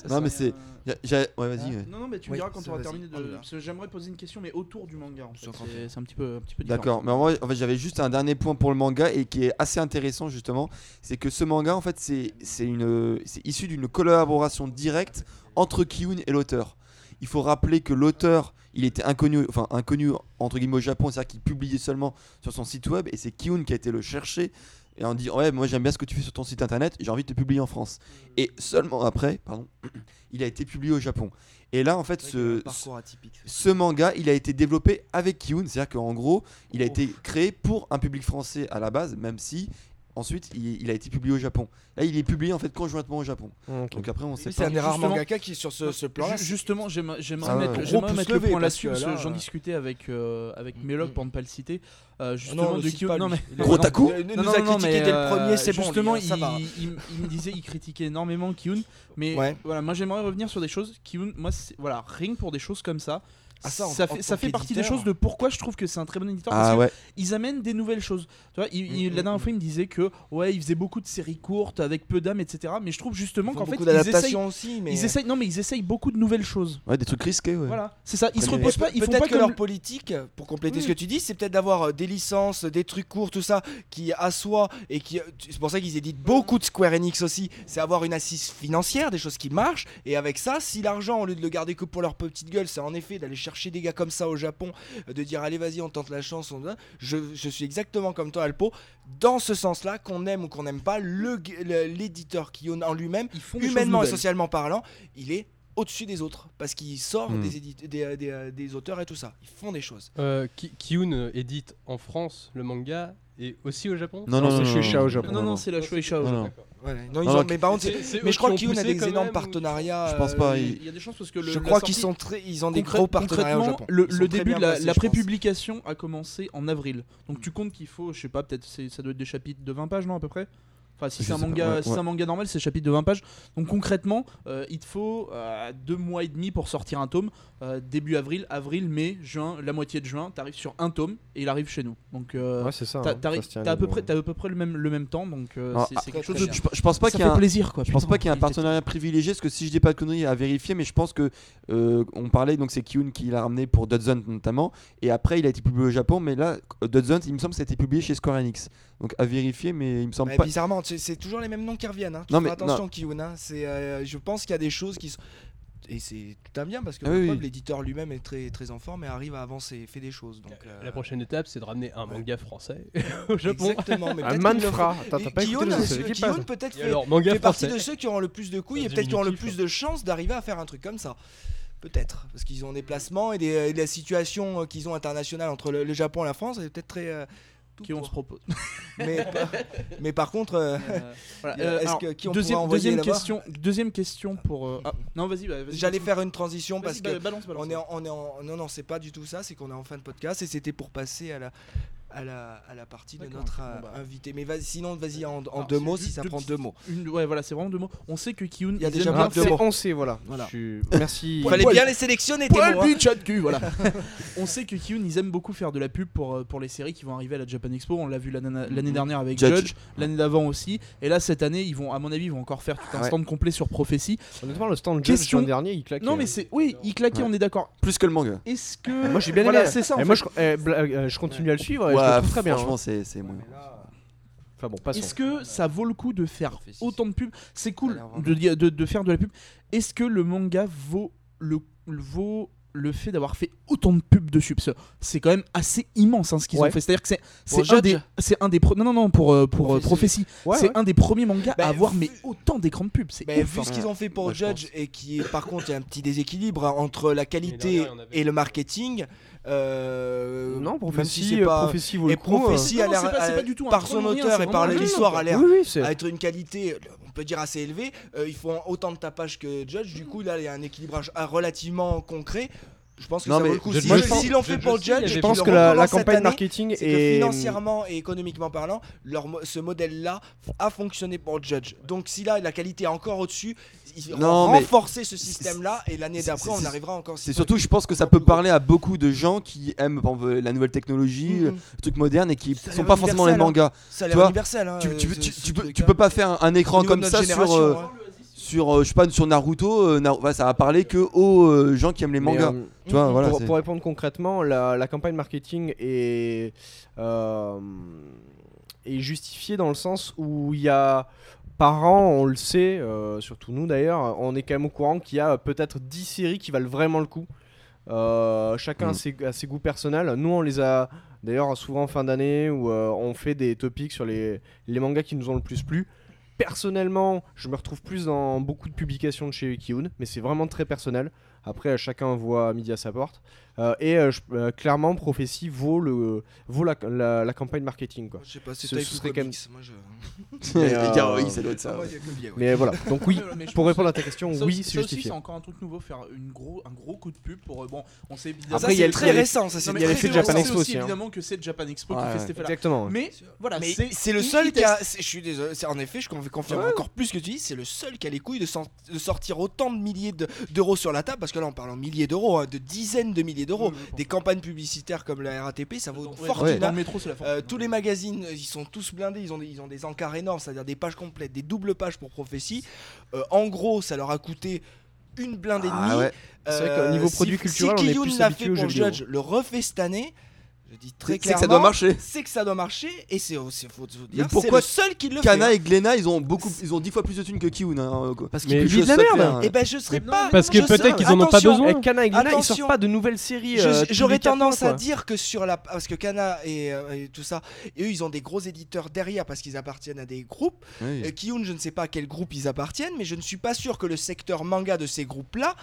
Non, mais c'est.
euh,
Y'a- j'ai- Ouais,
Hein
vas-y. ouais.
Non, non, mais tu
Oui,
me diras quand
ça,
on va
vas-y,
terminer
on y
de.
va.
parce que J'aimerais poser une question, mais autour du manga. en fait.
Sur trente
C'est c'est un petit peu, un petit peu différent.
D'accord, mais en vrai, en fait, j'avais juste un dernier point pour le manga et qui est assez intéressant justement, c'est que ce manga en fait c'est c'est une c'est issu d'une collaboration directe entre Kiyun et l'auteur. Il faut rappeler que l'auteur, il était inconnu enfin inconnu entre guillemets au Japon, c'est-à-dire qu'il publiait seulement sur son site web et c'est Kiyun qui a été le chercher et en dit ouais moi j'aime bien ce que tu fais sur ton site internet, j'ai envie de te publier en France. Et seulement après, pardon, il a été publié au Japon. Et là en fait
Un
ce,
parcours atypique.
ce manga, il a été développé avec Kiyun, c'est-à-dire qu'en gros, il a été créé pour un public français à la base, même si ensuite il, il a été publié au Japon. Là, il est publié en fait conjointement au Japon. Donc après, on sait
C'est
pas.
un des rares
Justement-
mangaka qui est sur ce, ce plan-là.
Ju- Justement, j'aimerais j'aimerais
Ah ouais.
mettre,
Gros
j'aimerais
pouce
mettre le
levé, parce
point là-dessus
que
parce que
là,
j'en
euh,
discutais avec, euh, avec
mm,
Meloc
mm.
pour ne pas le citer. euh,
Ah non,
justement,
le
de
cite
Kyo-
pas,
non,
lui.
mais
Il est
Gros
vraiment-
taco
Il nous
Non, non,
a
non,
critiqué
mais,
dès le
euh,
premier, c'est bon. lui,
Justement,
ça
il,
va.
il- il me disait, il critiquait énormément Kiyun. Mais
Ouais.
voilà, moi j'aimerais revenir sur des choses. Kiyun, moi, c'est- voilà, rien que pour des choses comme ça.
Ah, ça, en-
ça fait,
en
ça
tant
fait partie des
qu'éditeur.
choses de pourquoi je trouve que c'est un très bon éditeur. parce
Ah
que
ouais,
ils amènent des nouvelles choses. Tu vois, il,
Mm,
il- la
mm,
dernière
mm.
fois, il me disait que ouais, il faisait beaucoup de séries courtes avec peu d'âmes, etc. Mais je trouve
Ils
justement
font
qu'en fait,
beaucoup
ils essayent,
d'adaptations aussi, mais euh,
ils essayent- non, mais ils essayent beaucoup de nouvelles choses.
ouais, des trucs risqués. Ouais.
Voilà, c'est ça. Ils se
Après,
reposent
Pe-
pas. Ils font
Peut-être
pas
que
comme Hmm.
leur politique, pour compléter
Oui.
ce que tu dis, c'est peut-être d'avoir euh, des licences, des trucs courts, tout ça, qui assoient et qui. euh, C'est pour ça qu'ils éditent beaucoup de Square Enix aussi. C'est avoir une assise financière, des choses qui marchent. Et avec ça, si l'argent, au lieu de le garder que pour leur petite gueule, c'est en effet d'aller chercher des gars comme ça au Japon, euh, de dire allez vas-y, on tente la chance. on- Je, je suis exactement comme toi, Alpo. Dans ce sens-là, qu'on aime ou qu'on n'aime pas, le gu- le- l'éditeur qui en lui-même
ils font des choses
humainement et
nouvelles.
socialement parlant, il est au-dessus des autres parce qu'ils sortent
Hmm.
des, édite- des, euh, des, euh, des auteurs et tout ça. Ils font des choses.
Euh, Ki- Kiyun édite en France le manga et aussi au Japon
Non, non,
c'est
non, non,
Shueisha
non.
au Japon.
Non, non, c'est la Shueisha.
Non,
aujourd'hui.
non.
D'accord.
Ouais, non, ils
Alors,
ont- mais par contre,
C'est- c'est eux
mais je crois
qui ont
qu'Yun a
poussé
des
quand
énormes
même, ou-
partenariats.
Je pense
euh,
pas,
Il y a des chances parce que le,
je
la
crois qu'ils
sortie-
sont très, ils ont des
Concrè-
gros partenariats au
concrètement,
Japon.
Le,
Ils sont
le
très
début
bien
de la,
placés,
la
je pense. Mm.
prépublication a commencé en avril. Donc tu comptes qu'il faut, je sais pas, peut-être c'est- ça doit être des chapitres de 20 pages, non à peu près. Enfin, si
Je
c'est un
sais pas,
manga,
ouais,
si
ouais.
c'est un manga normal, c'est chapitre de 20 pages. Donc concrètement, euh, il te faut euh, deux mois et demi pour sortir un tome. Euh, début avril, avril, mai, juin, la moitié de juin, t'arrives sur un tome et il arrive chez nous. Donc euh,
Ouais, c'est ça.
t'as-
hein,
t'arrives-
ça se tient
t'as à peu
debout,
près,
hein.
t'as à peu près le même le même temps. Donc euh,
Ah,
c'est
ah,
c'est quelque
très,
chose
très
de
bien.
Je, je pense pas
ça
qu'il y a
fait
un,
plaisir quoi.
je pense
putain,
pas qu'il y a un
il était-
partenariat privilégié parce que si je dis pas de conneries à vérifier, mais je pense que euh, on parlait donc c'est Kiyun qui l'a ramené pour Dead Zone notamment et après il a été publié au Japon, mais là euh, Dead Zone il me semble que ça a été publié chez Square Enix donc à vérifier, mais il me semble
Bah,
Mais
pas.
Bah, bizarrement, c'est- c'est toujours les mêmes noms qui reviennent. Hein. Tu
Non,
fais
mais-
attention, Kiyun. hein. C'est, euh, je pense qu'il y a des choses qui sont. Et c'est tout à bien parce que
Ah
pour
oui,
preuve,
oui.
l'éditeur lui-même est très, très en forme et arrive à avancer et fait des choses. Donc, euh,
La prochaine étape, c'est de ramener un manga français au Japon.
Exactement. Mais
Ah,
peut-être qu'ils le feront.
Manfra, Attends, t'as
Et
pas écouté
Guillaume,
les-
euh,
c'est l'équipe,
Guillaume
hein.
peut-être
Et
fait,
alors, manga
fait partie
français.
de ceux qui auront le plus de couilles et
Un
peut-être qui auront le
diminutif,
plus de chances d'arriver à faire un truc comme ça. Peut-être, parce qu'ils ont des placements et, des, et la situation euh, qu'ils ont internationale entre le, le Japon et la France elle est peut-être très. euh, tout
qui on
pour.
se propose.
mais, par, mais par contre, euh,
Euh, voilà,
Est-ce
alors,
que- qui on
deuxième,
pourrait envoyer
deuxième
là-bas
question, deuxième question pour. euh, ah, non, vas-y. bah, vas-y,
j'allais
vas-y.
faire une transition
Vas-y,
parce
bah,
que
balance, balance.
on est, en, on est en- non non c'est pas du tout ça, c'est qu'on est en fin de podcast et c'était pour passer à la à la, à la partie de
D'accord,
notre
ok,
euh,
bon, bah.
invité. Mais vas-y, sinon vas-y en, en
Alors,
deux
c'est
mots
juste
si ça
deux
prend
petites-
deux mots.
Une- ouais, voilà, c'est vraiment deux mots. On sait que Kiyun.
Il y a
ils
déjà
aiment
plein
bien
de
faire-
mots.
C'est on sait, voilà.
Voilà.
Je suis- Merci.
Il fallait
poil.
bien les sélectionner tes
Poil
mots. hein.
du chat cul, voilà. on sait que Kiyun, ils aiment beaucoup faire de la pub pour, euh, pour les séries qui vont arriver à la Japan Expo. On l'a vu l'année
Mm-hmm.
l'année dernière avec
Judge.
Judge, l'année d'avant aussi. Et là, cette année, ils vont, à mon avis, ils vont encore faire tout un
Ouais.
stand complet sur Prophétie.
Honnêtement, le stand Judge
Question.
l'an dernier, il claque. euh.
Non, mais c'est. Oui, ils claquaient,
Ouais.
on est d'accord.
Plus que le manga.
Est-ce
Ah,
que.
Ah, Moi, j'ai bien
Voilà,
aimé.
c'est ça. en
Et moi,
fait.
je, eh, blague, euh, je continue à le suivre. et je
Ouais,
le trouve très bien.
franchement
hein.
c'est c'est moyen.
Enfin bon, passons.
Est-ce que ça vaut le coup de faire
Prophétie,
autant de pubs C'est
Ça
cool
a l'air
de, dire- de- de faire de la pub. Est-ce que le manga vaut le, le- vaut le fait d'avoir fait autant de pubs dessus Parce que C'est quand même assez immense hein, ce qu'ils
Ouais.
ont fait. C'est-à-dire que c'est
Pour
c'est un
Judge
des c'est un des pro- non non non pour euh, pour euh,
Prophétie.
prophétie.
Ouais,
c'est
ouais.
un des premiers mangas
Bah,
à avoir
vu-
mais autant d'écrans de pub. C'est
Mais
ouf,
Ben, vu
hein.
ce qu'ils ont fait pour
Moi, je
Judge et qui est par contre il y a un petit déséquilibre hein, entre la
dernière,
qualité
il y en avait.
et le marketing. euh,
Non,
même si
prophétie,
c'est
euh,
pas-
prophétie vaut
et
le coup. euh.
prophétie
Non,
a
non,
l'air-
c'est pas- c'est
a-
pas du tout un
par
promo,
son
rien,
auteur
c'est
et par
vraiment un
l'histoire
jeu,
a
Oui,
l'air
oui, c'est.
à être une qualité, on peut dire assez élevée. Euh, ils font autant de tapage que Judge. Du coup, là, il y a un équilibrage ah, relativement concret. Je pense que
Non,
ça
mais
vaut le coup.
Judge
Si-
aussi,
S'ils
il y
l'ont fait
avait
pour
aussi, il y
Judge,
avait
Je
qu'ils
pense
le
que la, la
recommencent cette
campagne
année,
marketing
c'est que
euh,
est.
financièrement et économiquement parlant, leur, mo- ce modèle-là a fonctionné pour Judge. Donc si là la qualité est encore au-dessus, ils vont
Non, mais
renforcer ce système-là et l'année
c'est-
d'après
c'est-
on
c'est-
arrivera encore.
C'est surtout, je pense que ça peut parler à beaucoup de gens qui aiment par exemple, la nouvelle technologie,
Mhm.
euh, le truc moderne et qui
Ça a
sont
l'air
pas forcément les
universel, hein.
mangas.
ça a
tu
l'air
vois,
universel. hein,
tu,
euh,
tu,
ce-
tu-
ce
tu peux,
truc,
tu
hein.
peux pas faire un, un
Au
écran
niveau
comme
de
ça
notre
sur,
génération,
euh,
hein.
sur euh, je sais pas, sur Naruto. euh, Naru- ouais, ça va parler que aux euh, gens qui aiment les
Mais,
mangas.
euh,
tu vois,
Mhm.
voilà.
pour,
c'est-
pour répondre concrètement, la, la campagne marketing est, euh, est justifiée dans le sens où il y a, par an, on le sait, euh, surtout nous d'ailleurs, on est quand même au courant qu'il y a peut-être 10 séries qui valent vraiment le coup. Euh, chacun a,
Mm.
ses, a ses goûts personnels. Nous, on les a d'ailleurs souvent en fin d'année où euh, on fait des topics sur les, les mangas qui nous ont le plus plu. Personnellement, je me retrouve plus dans beaucoup de publications de chez Kiyun, mais c'est vraiment très personnel. Après, euh, chacun voit midi à sa porte. Euh, et euh, je- euh, clairement, Prophétie vaut, le, vaut la, la- la campagne marketing. Quoi.
Je sais pas, c'est
Ce-
Type
ce
ou
serait quand même-
Comics, Moi, je...
Les
euh,
gars, oui, ça doit être ça.
Moi,
ouais.
il y a que le biais, ouais.
Mais voilà, donc oui,
Mais je
pour
pense-
répondre à ta question,
ça
oui,
aussi-
c'est
ça aussi,
justifié.
c'est encore un truc nouveau, faire une gros, un gros coup de pub pour. euh, Bon, on sait évidemment.
Après,
ça,
il y a
c'est
le-
très
il y a le-
récent. Ça, c'est
Non, mais
il y a
très
l'effet de
on sait
récent.
Japan Expo aussi, hein.
évidemment que c'est Japan Expo qui
Ouais,
fait
ouais.
cet effet-là.
Exactement.
Mais voilà,
Mais
c'est
c'est le
il-
seul
il
qui a.
teste.
c'est- Je suis désolé, c'est en effet, je conf- confirme encore plus ce que tu dis. C'est le seul qui a les couilles de, sor- de sortir autant de milliers de- d'euros sur la table. Parce que là, on parle en milliers d'euros, hein, de dizaines de milliers d'euros.
Mm.
Oui, je pense.
Des campagnes publicitaires comme la RATP, ça vaut une
Ouais,
fortune.
Dans
hein.
le métro, c'est la fortune.
Euh, tous les magazines, euh, ils sont tous blindés, ils ont des, ils ont des encarts énormes, c'est-à-dire des pages complètes, des doubles pages pour prophétie. Euh, en gros, ça leur a coûté une blinde et demie.
Ah ouais.
C'est vrai qu'au niveau produit
Euh, si,
culturel,
si
on est
Kiyun
plus
l'a
habitué
fait
aux
pour
jeux vidéo.
Judge, le refait cette année. Je dis
C'est
très
c'est
clairement.
que ça doit marcher.
C'est que ça doit marcher et c'est aussi faut, faut dire.
Mais
C'est
pourquoi
le seul qui le
Kana
fait.
et Glenna, ils ont beaucoup, ils ont 10 fois plus de thunes que Kiun. hein, quoi.
Parce
Mais-
qu'ils
Je
publient de la
saute,
merde.
hein.
Et ben je serais pas.
Parce que
je serais-
peut-être qu'ils en ont pas
attention,
besoin.
Et Kana et Glenna, ils
Attention.
sortent pas de nouvelles séries.
Je-
euh,
J'aurais
tous les quatre
tendance
ans,
à
quoi.
dire que sur la parce que Kana et, euh, et tout ça, et eux ils ont des gros éditeurs derrière parce qu'ils appartiennent à des groupes.
hein. Oui.
Euh, Kiyun, je ne sais pas à quel groupe ils appartiennent, mais je ne suis pas sûr que le secteur manga de ces groupes-là,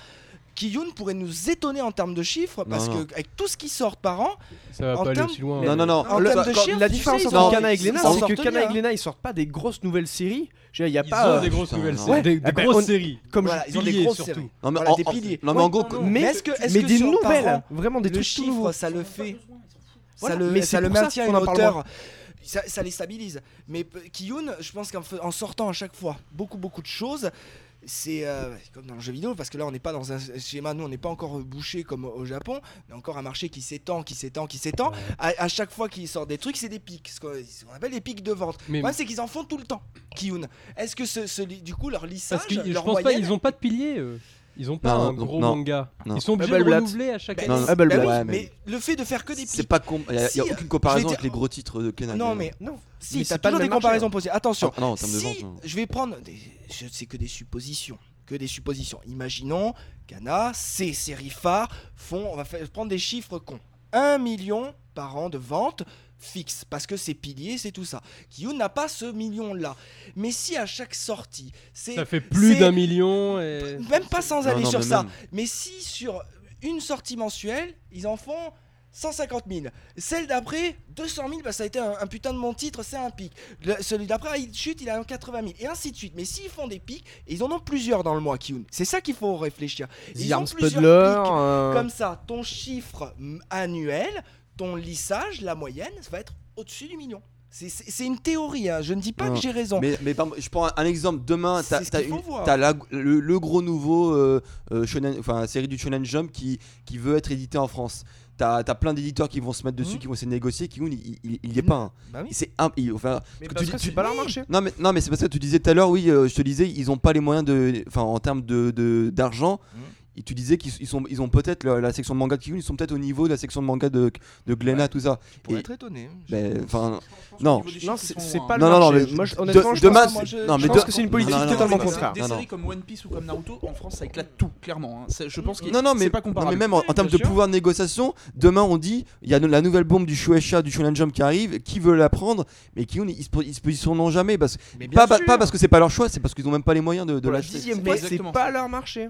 Kiyun pourrait nous étonner en termes de chiffres parce
non.
que avec tout ce qui sort par an,
Ça va
En
pas aller
termes-
aussi loin.
Non, non, non.
en
Le-
termes de
quand-
chiffres,
La
tu sais,
différence
ils
entre
ont-
Kana et
ils
Glenna,
s'en
c'est que
sortent
Kana et
bien.
Glenna, ils sortent pas des grosses nouvelles séries. Je veux dire, Il y a
Ils
pas.
ont
euh,
des grosses
putain,
nouvelles
non.
séries. Des, des
Ah ben,
grosses
on-
séries.
Comme
Voilà, ils ont des
piliers,
grosses
surtout.
séries.
Non, mais
Voilà,
en-
des
en-
piliers.
non, mais en gros,
Mais
Mais-
est-ce que, est
Mais des
sur par an,
nouvelles, vraiment des
le
trucs tout nouveaux.
chiffre, ça le fait.
Voilà,
ça le,
mais
ça
c'est
le
pour ça
maintient
qu'on
une
en parle moins.
hauteur. Ça, ça les stabilise. Mais p- Kiyun, je pense qu'en fais- en sortant à chaque fois beaucoup, beaucoup de choses, c'est euh, comme dans le jeu vidéo, parce que là, on n'est pas dans un schéma, nous, on n'est pas encore bouché comme au Japon, on a encore un marché qui s'étend, qui s'étend, qui s'étend. À, à chaque fois qu'ils sortent des trucs, c'est des pics, ce qu'on ce qu'on appelle des pics de vente.
Mais
Le problème, c'est qu'ils en font tout le temps, Kiyun. Est-ce que ce, ce li- du coup, leur lissage,
parce que je
leur
pense pas,
moyenne,
ils ont pas de pilier. eux. Ils ont pas
Non,
un
non,
gros
non.
manga.
Non.
Ils sont obligés
Bubble
de
Blatt.
renouveler à chaque
Ben,
année.
Non, non.
c'est- ben
Bubble
oui,
Blatt.
mais le fait de faire que des pics.
c'est pas com- il y a- il y a
Si, euh,
aucune comparaison
dire-
avec les gros titres de Kenan.
Non, mais
Non. Mais
si,
c'est
t'as
pas
toujours des
le même marché,
comparaison possible. Attention,
Ah, non, en termes de
si
vente, non.
je vais prendre, des, je sais que des suppositions, que des suppositions. Imaginons, Cana, ces séries phares font, on va faire, prendre des chiffres cons, 1 million par an de ventes fixe parce que c'est pilier, c'est tout ça. Kiyun n'a pas ce million là. Mais si à chaque sortie, c'est
Ça fait plus
c'est-
d'un million. Et...
même pas sans
Non,
aller
non,
sur
mais
ça.
même.
Mais si sur une sortie mensuelle, ils en font 150 000. Celle d'après, 200 000, bah, ça a été un, un putain de mon titre, c'est un pic. Le- celui d'après, il chute, il a un 80 000. Et ainsi de suite. Mais s'ils font des pics, ils en ont plusieurs dans le mois, Kiyun. C'est ça qu'il faut réfléchir. Ils ont
Arms
plusieurs
Puddler,
pics.
hein.
euh,
Comme ça, ton chiffre mm, annuel, ton lissage, la moyenne, ça va être au-dessus du million. C'est- C'est c'est une théorie, hein. je ne dis pas
Non,
que j'ai raison.
Mais, mais par- je prends un, un exemple. Demain,
C'est
t'as
ce
t'as
qu'il faut
une-
voir.
t'as la- le, le gros nouveau euh, euh, shonen, enfin série du Shonen Jump qui, qui veut être édité en France. T'as as plein d'éditeurs qui vont se mettre dessus,
Mhm.
qui vont essayer de négocier. Qui il, il, il y est
Mhm.
pas. un.
Bah oui.
C'est un. il- enfin,
Mais
que
parce
tu-
que
tu-
c'est pas leur marché.
non mais non mais c'est parce que tu disais tout à l'heure. Oui, euh, je te disais, ils ont pas les moyens de, enfin en termes de de- d'argent.
Mmh.
Mhm.
Et tu disais qu'ils ils sont, ils ont peut-être la, la section de manga de Kiyun, ils sont peut-être au niveau de la section de manga de, de Glenna, tout ça.
Je pourrais
et-
être
Ben,
étonné. hein. Je-
Mais, Enfin, non.
Non, c'est c'est pas
Non,
le
non, non,
marché.
mais
Moi, je-
de-
honnêtement, je
demain,
pense-
moi,
c'est-
je-
non,
je
mais
pense
de-
que c'est une
non,
politique
non, non,
totalement
mais-
Des-
contraire.
Des
Non, non.
séries comme One Piece ou comme Naruto, en France, ça éclate tout, clairement. hein. C'est- Je pense que
Non, non, mais,
c'est pas comparable.
non, mais même en, en
Oui,
termes
bien
de
sûr.
pouvoir de négociation, demain on dit il y a la nouvelle bombe du Shueisha, du Shonen Jump qui arrive, qui veut la prendre, mais qui on- ils se, po- ils se positionneront jamais. Parce,
Mais bien
pas, pas-
sûr.
pas parce que c'est pas leur choix, c'est parce qu'ils ont même pas les moyens de, de
Pour la
l'acheter.
dixième
c'est
fois, c'est
exactement
pas leur marché.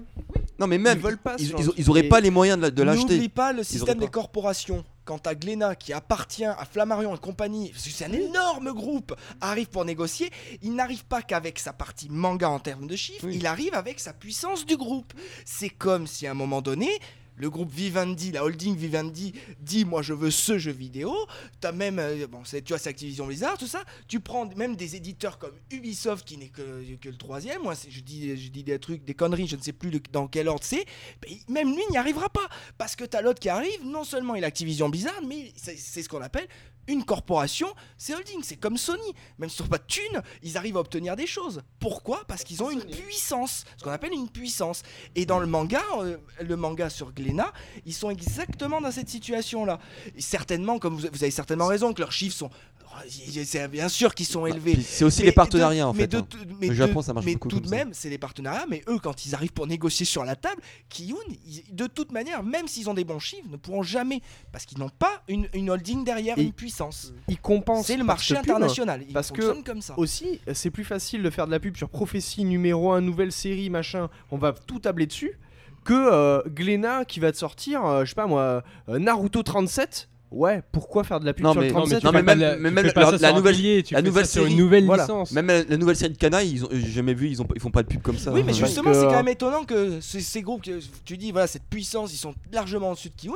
Non, mais même,
Ils veulent pas ce
ils,
genre
ils-
de
ils
truc.
auraient
Et-
pas les moyens de la- de
N'oublie
l'acheter.
pas le
auraient
système
pas.
des corporations. Quand à Glénat, qui appartient à Flammarion et compagnie, parce que c'est un énorme groupe, arrive pour négocier, il n'arrive pas qu'avec sa partie manga en termes de chiffres,
Oui.
il arrive avec sa puissance du groupe. C'est comme si à un moment donné, le groupe Vivendi, la holding Vivendi, dit moi je veux ce jeu vidéo. T'as même, euh, bon, c'est- tu vois, c'est Activision Blizzard, tout ça. Tu prends même des éditeurs comme Ubisoft qui n'est que, que le troisième. Moi, c'est- je dis, je dis des trucs, des conneries, je ne sais plus le- dans quel ordre c'est. Ben, il- même lui n'y arrivera pas parce que t'as l'autre qui arrive. Non seulement il a Activision Blizzard, mais c'est c'est ce qu'on appelle une corporation. C'est holding, c'est comme Sony. Même si on pas de thunes, ils arrivent à obtenir des choses. Pourquoi Parce qu'ils ont une puissance, ce qu'on appelle une puissance. Et dans le manga, euh, le manga sur Glénat, ils sont exactement dans cette situation-là. Et Certainement, comme vous, vous avez certainement raison, que leurs chiffres sont. oh, C'est bien sûr qu'ils sont
Ah,
élevés.
puis C'est aussi
Mais
les
de-
partenariats en
mais
fait.
de-
hein.
mais
Le
de-
Japon, ça marche
mais
beaucoup
tout
comme
de
ça.
même, c'est les partenariats, mais eux, quand ils arrivent pour négocier sur la table, Kiyun, ils- de toute manière, même s'ils ont des bons chiffres, ne pourront jamais, parce qu'ils n'ont pas une, une holding derrière,
Et-
une puissance.
Ils compensent.
C'est le
par
marché
hein,
cette pub.
international. Ils
parce que-
fonctionnent comme ça.
Aussi, c'est plus facile de faire de la pub sur prophétie numéro 1, nouvelle série, machin. On va tout tabler dessus. Que euh, Glénat qui va te sortir, euh, je sais pas moi, euh, Naruto 37. Ouais, pourquoi faire de la pub
Non,
sur le
mais-
Non, mais
37
tu
Non,
fais
mais
pas
même-
de la-
mais
tu
même
fais pas
la-
ça
la
sur un
nouvelle-
pilier, tu
la
fais ça
nouvelle
sur une
série.
nouvelle
Voilà.
licence.
Même la, la nouvelle série de Kana, ils ont j'ai jamais vu, ils ont pas- ils font pas de pub comme ça.
Oui, mais
hein.
parce
justement,
que-
c'est quand même étonnant que ces, ces groupes, que tu dis, voilà, cette puissance, ils sont largement en dessus de Kiyun.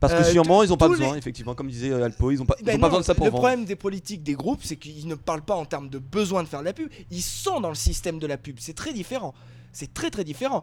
Parce que
euh,
sûrement, ils ont pas
tous
besoin,
les-
effectivement, comme disait euh, Alpo, ils ont pas, ils
Ben
ont pas
non,
besoin de ça pour
le
vendre.
problème des politiques des groupes, c'est qu'ils ne parlent pas en termes de besoin de faire de la pub. Ils sont dans le système de la pub. C'est très différent. C'est très très différent.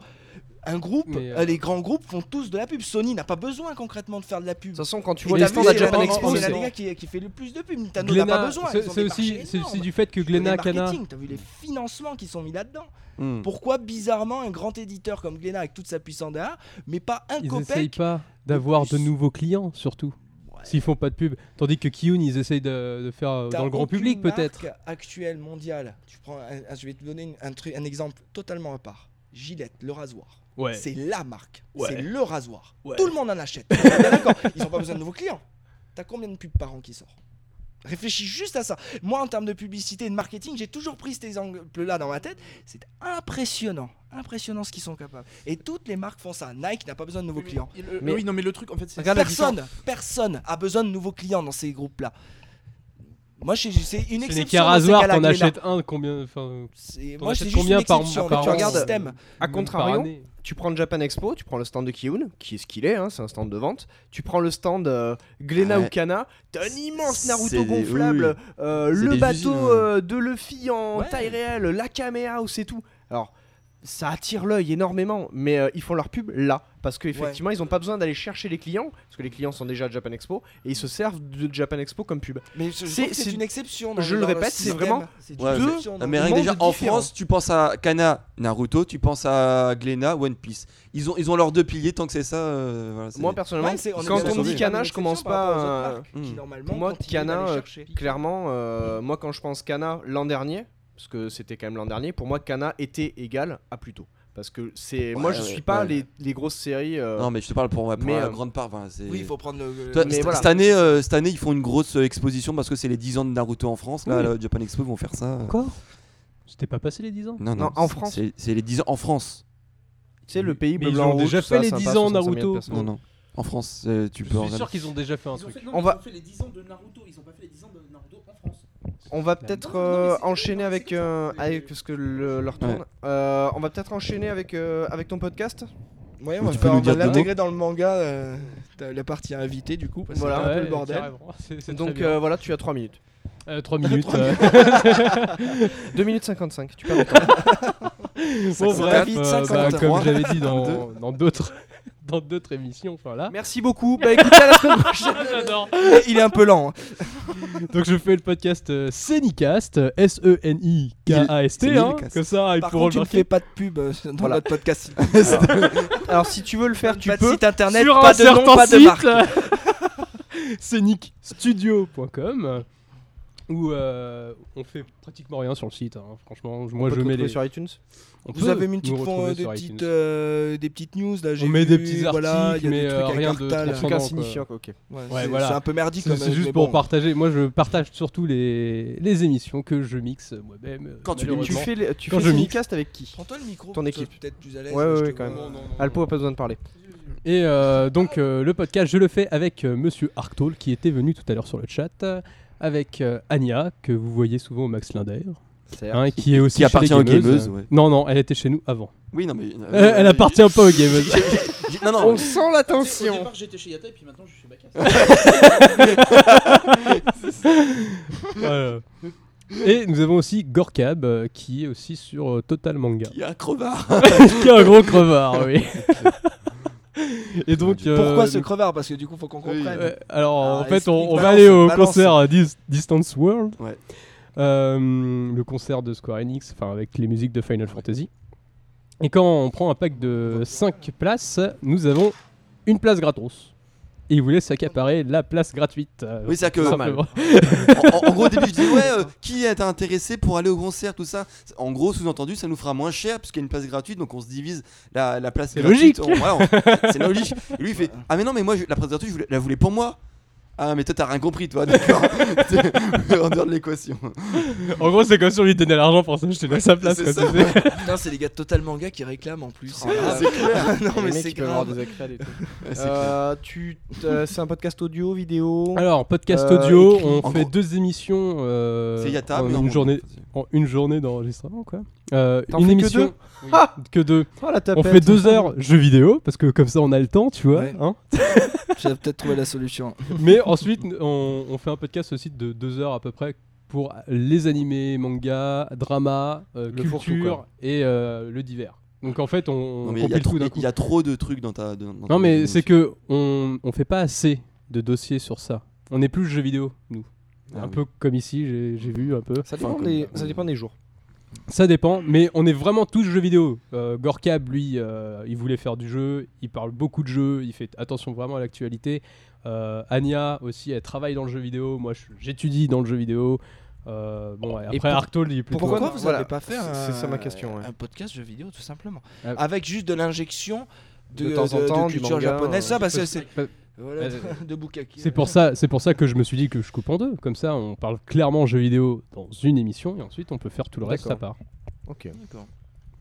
Un groupe,
Mais, euh,
euh, les grands groupes font tous de la pub. Sony n'a pas besoin concrètement de faire de la pub.
De toute façon, quand tu
Et
vois
t'as
les
vu,
stands à
c'est la-
Japan
c'est
Expo,
la
c'est-
Lega qui, qui fait le plus de pub. Nintendo n'a
Glénat-
pas besoin.
c'est-
ils ont
C'est
des
aussi,
marchés
c'est aussi
énormes.
du fait que
Ils ont des
Glénat Kana.
marketing, T'as vu les financements qui sont mis là-dedans.
Hmm.
Pourquoi bizarrement un grand éditeur comme Glénat avec toute sa puissance derrière, mais pas un
Ils
copec
essayent pas d'avoir de
plus.
nouveaux clients surtout.
Ouais,
S'ils font pas de pub. Tandis que Kiyun, ils essayent de, de faire euh,
T'as
dans le grand
aucune
public peut-être.
marque Actuelle, mondiale. Tu prends un- un- je vais te donner une- un, truc, un exemple totalement à part. Gillette, le rasoir.
Ouais.
C'est la marque.
Ouais.
C'est le rasoir.
Ouais.
Tout le monde en achète. On est bien D'accord. Ils n'ont pas besoin de nouveaux clients. T'as combien de pubs par an qui sort Réfléchis juste à ça. Moi, en termes de publicité et de marketing, j'ai toujours pris cet exemple-là dans ma tête. C'est impressionnant. Impressionnant ce qu'ils sont capables. Et toutes les marques font ça. Nike n'a pas besoin de nouveaux clients.
Mais oui, non, mais le truc en fait, c'est
Regarde la personne, personne a besoin de nouveaux clients dans ces groupes-là. Moi, je- je- c'est une
C'est les
exception. dans ces
Karasoir,
cas-là,
t'en
Glénat.
achètes un, combien enfin,
C'est-
t'en
Moi,
achètes
c'est juste
combien
une
par-
exception
par
dans
an
le système.
À
même
contrario,
par année.
tu prends le Japan Expo, tu prends le stand de Kiun, qui est ce qu'il est, hein, c'est un stand de vente. Tu prends le stand euh, Glena
Ah Ouais.
Ukana, t'as un immense
C'est
Naruto
des-
gonflable, euh,
C'est
le
des
bateau
usines,
euh, de Luffy en
Ouais.
taille réelle, la caméra, c'est tout. Alors, ça attire l'œil énormément, mais euh, ils font leur pub là, parce qu'effectivement, ils n'ont pas besoin d'aller chercher les clients, parce que les clients sont déjà à Japan Expo, et ils se servent de Japan Expo comme pub.
Mais je- je
C'est-
trouve que
c'est-
c'est une exception. dans
je le
dans
répète, c'est
système.
vraiment
C'est
Ouais,
une
mais-
exception dans
mais
le
rien que déjà,
monde
en
différent.
France, tu penses à Kana, Naruto, tu penses à Glena, One Piece. Ils ont, ils ont leurs deux piliers, tant que c'est ça. euh, voilà, c'est-
Moi, personnellement,
Ouais, c'est- est
quand
bien
on me
d'accord.
dit
C'est
Kana,
une
je commence
exception par rapport aux
pas. euh,
autres
à-
marques qui,
hmm.
normalement,
Pour moi,
continuent d'aller
Kana, euh,
chercher.
clairement, euh, moi quand je pense Cana l'an dernier, parce que c'était quand même l'an dernier, pour moi Cana était égal à Pluto. Parce que c'est. moi
Ouais,
je
ouais,
suis pas
ouais.
les, les grosses séries. euh,
Non, mais je te parle pour, ma- pour
Mais,
la
euh,
grande part. enfin, c'est-
Oui, il faut prendre le.
Toi,
le-
mais
cette-
voilà.
cette, année, euh, cette année, ils font une grosse euh, exposition parce que c'est les 10 ans de Naruto en France. Là,
Oui.
le Japan Expo, ils vont faire ça. euh.
Encore C'était pas passé les 10 ans
Non, non,
Non, en
c'est-
France.
C'est c'est les 10 ans en France.
Tu sais, le pays
Mais
bleu
ils
blanc
ont
rouge,
déjà
tout ça,
fait les
sympa,
10 ans,
65 000
Naruto.
personnes.
Non, non. En France, euh, tu
Je
peux
suis
regarder.
sûr qu'ils ont déjà fait un truc.
On va-
les 10 ans de Naruto, ils ont pas fait les 10 ans de Naruto en France.
On va peut-être
Non, non,
euh,
mais c'est-
enchaîner
c'est
avec,
comme ça,
euh,
c'est-
avec. Parce que le, leur tourne.
Ouais.
Euh, on va peut-être enchaîner avec, euh, avec ton podcast.
Ouais,
Ou
on va
tu peux
faire-
nous
on va
dire deux
l'intégrer dans le manga. euh, t'as La partie invitée, du coup. parce que
Voilà.
c'est un peu le bordel.
Donc euh, voilà, tu as 3 minutes.
3 minutes.
Trois
euh,
2 minutes 55, tu perds le temps.
bon, bref,
David,
euh,
53.
bah, comme j'avais dit dans dans d'autres dans d'autres émissions, enfin là.
Merci beaucoup. Bah écoutez, à la semaine prochaine.
J'adore.
Il est un peu lent. hein.
Donc je fais le podcast euh, Senicast, euh, S-E-N-I-K-A-S-T,
Il-
hein,
Senicast.
comme ça ils
Par
pourront
contre,
le
tu ne
marquer.
fais pas de pub euh, dans
Voilà.
notre podcast.
Alors si tu veux le faire, tu
pas de
peux.
site internet,
Sur
pas
un
de nom,
certain
pas de marque.
site, scenicstudio.com, euh, où euh, on fait pratiquement rien sur le site, hein, franchement. Moi
On peut
je
te
mets
retrouver
les. Ah,
sur iTunes.
on
Vous
peut
avez mis une
nous
petite fond-
retrouver
des,
sur iTunes.
petites, euh, des petites news là. j'ai
On met des
vu,
petits
voilà, il
articles,
y a
mais,
des trucs
euh,
avec
rien de
Artal.
transcendant.
Truc
Pendant,
insignifiant, quoi, ok.
Ouais,
Ouais,
c'est-
voilà.
C'est un peu merdique
C'est
comme
c'est juste
mais
pour
bon.
partager. Moi, je partage surtout les, les émissions que je mixe moi-même. euh,
Quand tu les
Tu
malheureusement.
fais, le- tu fais
Quand je
le
mixe.
cast avec qui
Prends-toi le micro.
Ton
comme ça,
équipe.
peut-être plus à l'aise.
Ouais,
là,
ouais,
je
ouais,
te
quand
vois.
même.
non,
Alpo a pas besoin de parler.
Et euh, donc, euh, le podcast, je le fais avec euh, Monsieur Arctol, qui était venu tout à l'heure sur le chat, euh, avec euh, Ania, que vous voyez souvent au Max Linder, hein, qui est aussi
qui
chez
appartient
les
aux
gameuses.
gameuses, ouais.
Non, non, elle était chez nous avant.
Oui, non, mais. euh,
Euh, elle appartient pas aux gameuses.
j'ai- Non, non.
On sent
Au
l'attention
départ, j'étais chez Yata et puis maintenant je suis chez Bacchus.
Voilà. Et nous avons aussi Gorkab, euh, qui est aussi sur euh, Total Manga.
Il y a un crevard.
qui est un gros crevard, oui. Et donc. euh,
Pourquoi ce crevard Parce que du coup, faut qu'on comprenne.
Ouais, alors
Ah,
en fait, on,
explique,
on va
balance,
aller au
balance.
concert euh, Dis- Distance World,
Ouais.
Euh, le concert de Square Enix, enfin avec les musiques de Final Fantasy. Et quand on prend un pack de 5 places, nous avons une place gratos. Et ils voulaient s'accaparer la place gratuite. euh,
Oui, c'est-à-dire
tout
que-
simplement.
En, en- en gros, au début, je dis ouais, euh, qui est intéressé pour aller au concert, tout ça. En gros, sous-entendu, ça nous fera moins cher puisqu'il y a une place gratuite, donc on se divise la, la place
C'est
gratuite.
logique.
On- ouais, on- c'est logique. Et lui, il fait ah mais non, mais moi, je- la place gratuite, je voulais- la voulais pour moi. Ah mais toi, t'as rien compris, toi. D'accord. T'es en dehors de l'équation.
Euh, En gros, c'est comme si on lui donnait l'argent pour ça, je te donne sa place.
C'est
quoi,
ça.
tu sais.
Putain, c'est les gars de Total Manga qui réclament en plus. Ah,
Ouais,
grave.
Ah,
c'est clair.
non, mais c'est
avoir
grave.
des accrèdes et tout.
Ouais, c'est clair.
Euh, tu t'as- c'est un podcast audio, vidéo.
Alors, podcast
Euh,
audio,
écrit.
on
En
fait
gros-
deux émissions euh,
C'est Yata,
en,
mais en
une
gros,
journée,
en fait,
en une journée d'enregistrement, quoi. Euh,
T'en
une
fais que
émission.
deux
Oui,
Ah
que deux.
Oh, la
On
tapette.
fait deux heures jeux vidéo parce que comme ça on a le temps, tu vois.
Ouais.
hein.
J'avais peut-être trouvé la solution.
Mais ensuite on, on fait un podcast aussi de deux heures à peu près pour les animés, mangas, drama, euh,
Le fourre-tout,
culture
quoi.
et euh, le divers. Donc en fait on,
Non, mais il y, a
compile
trop-
tout d'un coup.
il y a trop de trucs dans ta. dans- dans
Non
ton
mais
émission.
c'est que on, on fait pas assez de dossiers sur ça. On est plus jeux vidéo nous.
Ah
un
oui.
peu comme ici j'ai j'ai vu un peu.
Ça dépend,
Enfin,
des,
comme-
ça dépend des jours.
Ça dépend, mais on est vraiment tous jeux vidéo. Euh, Gorkab, lui, euh, il voulait faire du jeu, il parle beaucoup de jeux, il fait attention vraiment à l'actualité. Euh, Anya aussi, elle travaille dans le jeu vidéo. Moi, je- j'étudie dans le jeu vidéo. Euh, bon, et après,
pour-
Arctol, il est plutôt-
Pourquoi,
Pourquoi
vous
voilà.
n'allez pas faire
C'est- c'est ça ma question, ouais.
un Ah, podcast jeu vidéo tout simplement
Ah.
avec juste de l'injection de,
De temps en
de- de
temps, du
culture
manga,
japonaise
euh,
ça parce que c'est
parce-
voilà,
Vas-y.
de Bukaki
C'est pour ça, c'est pour ça que je me suis dit que je coupe en deux. Comme ça, on parle clairement jeux vidéo dans une émission et ensuite on peut faire tout le reste à part.
Ok.
D'accord.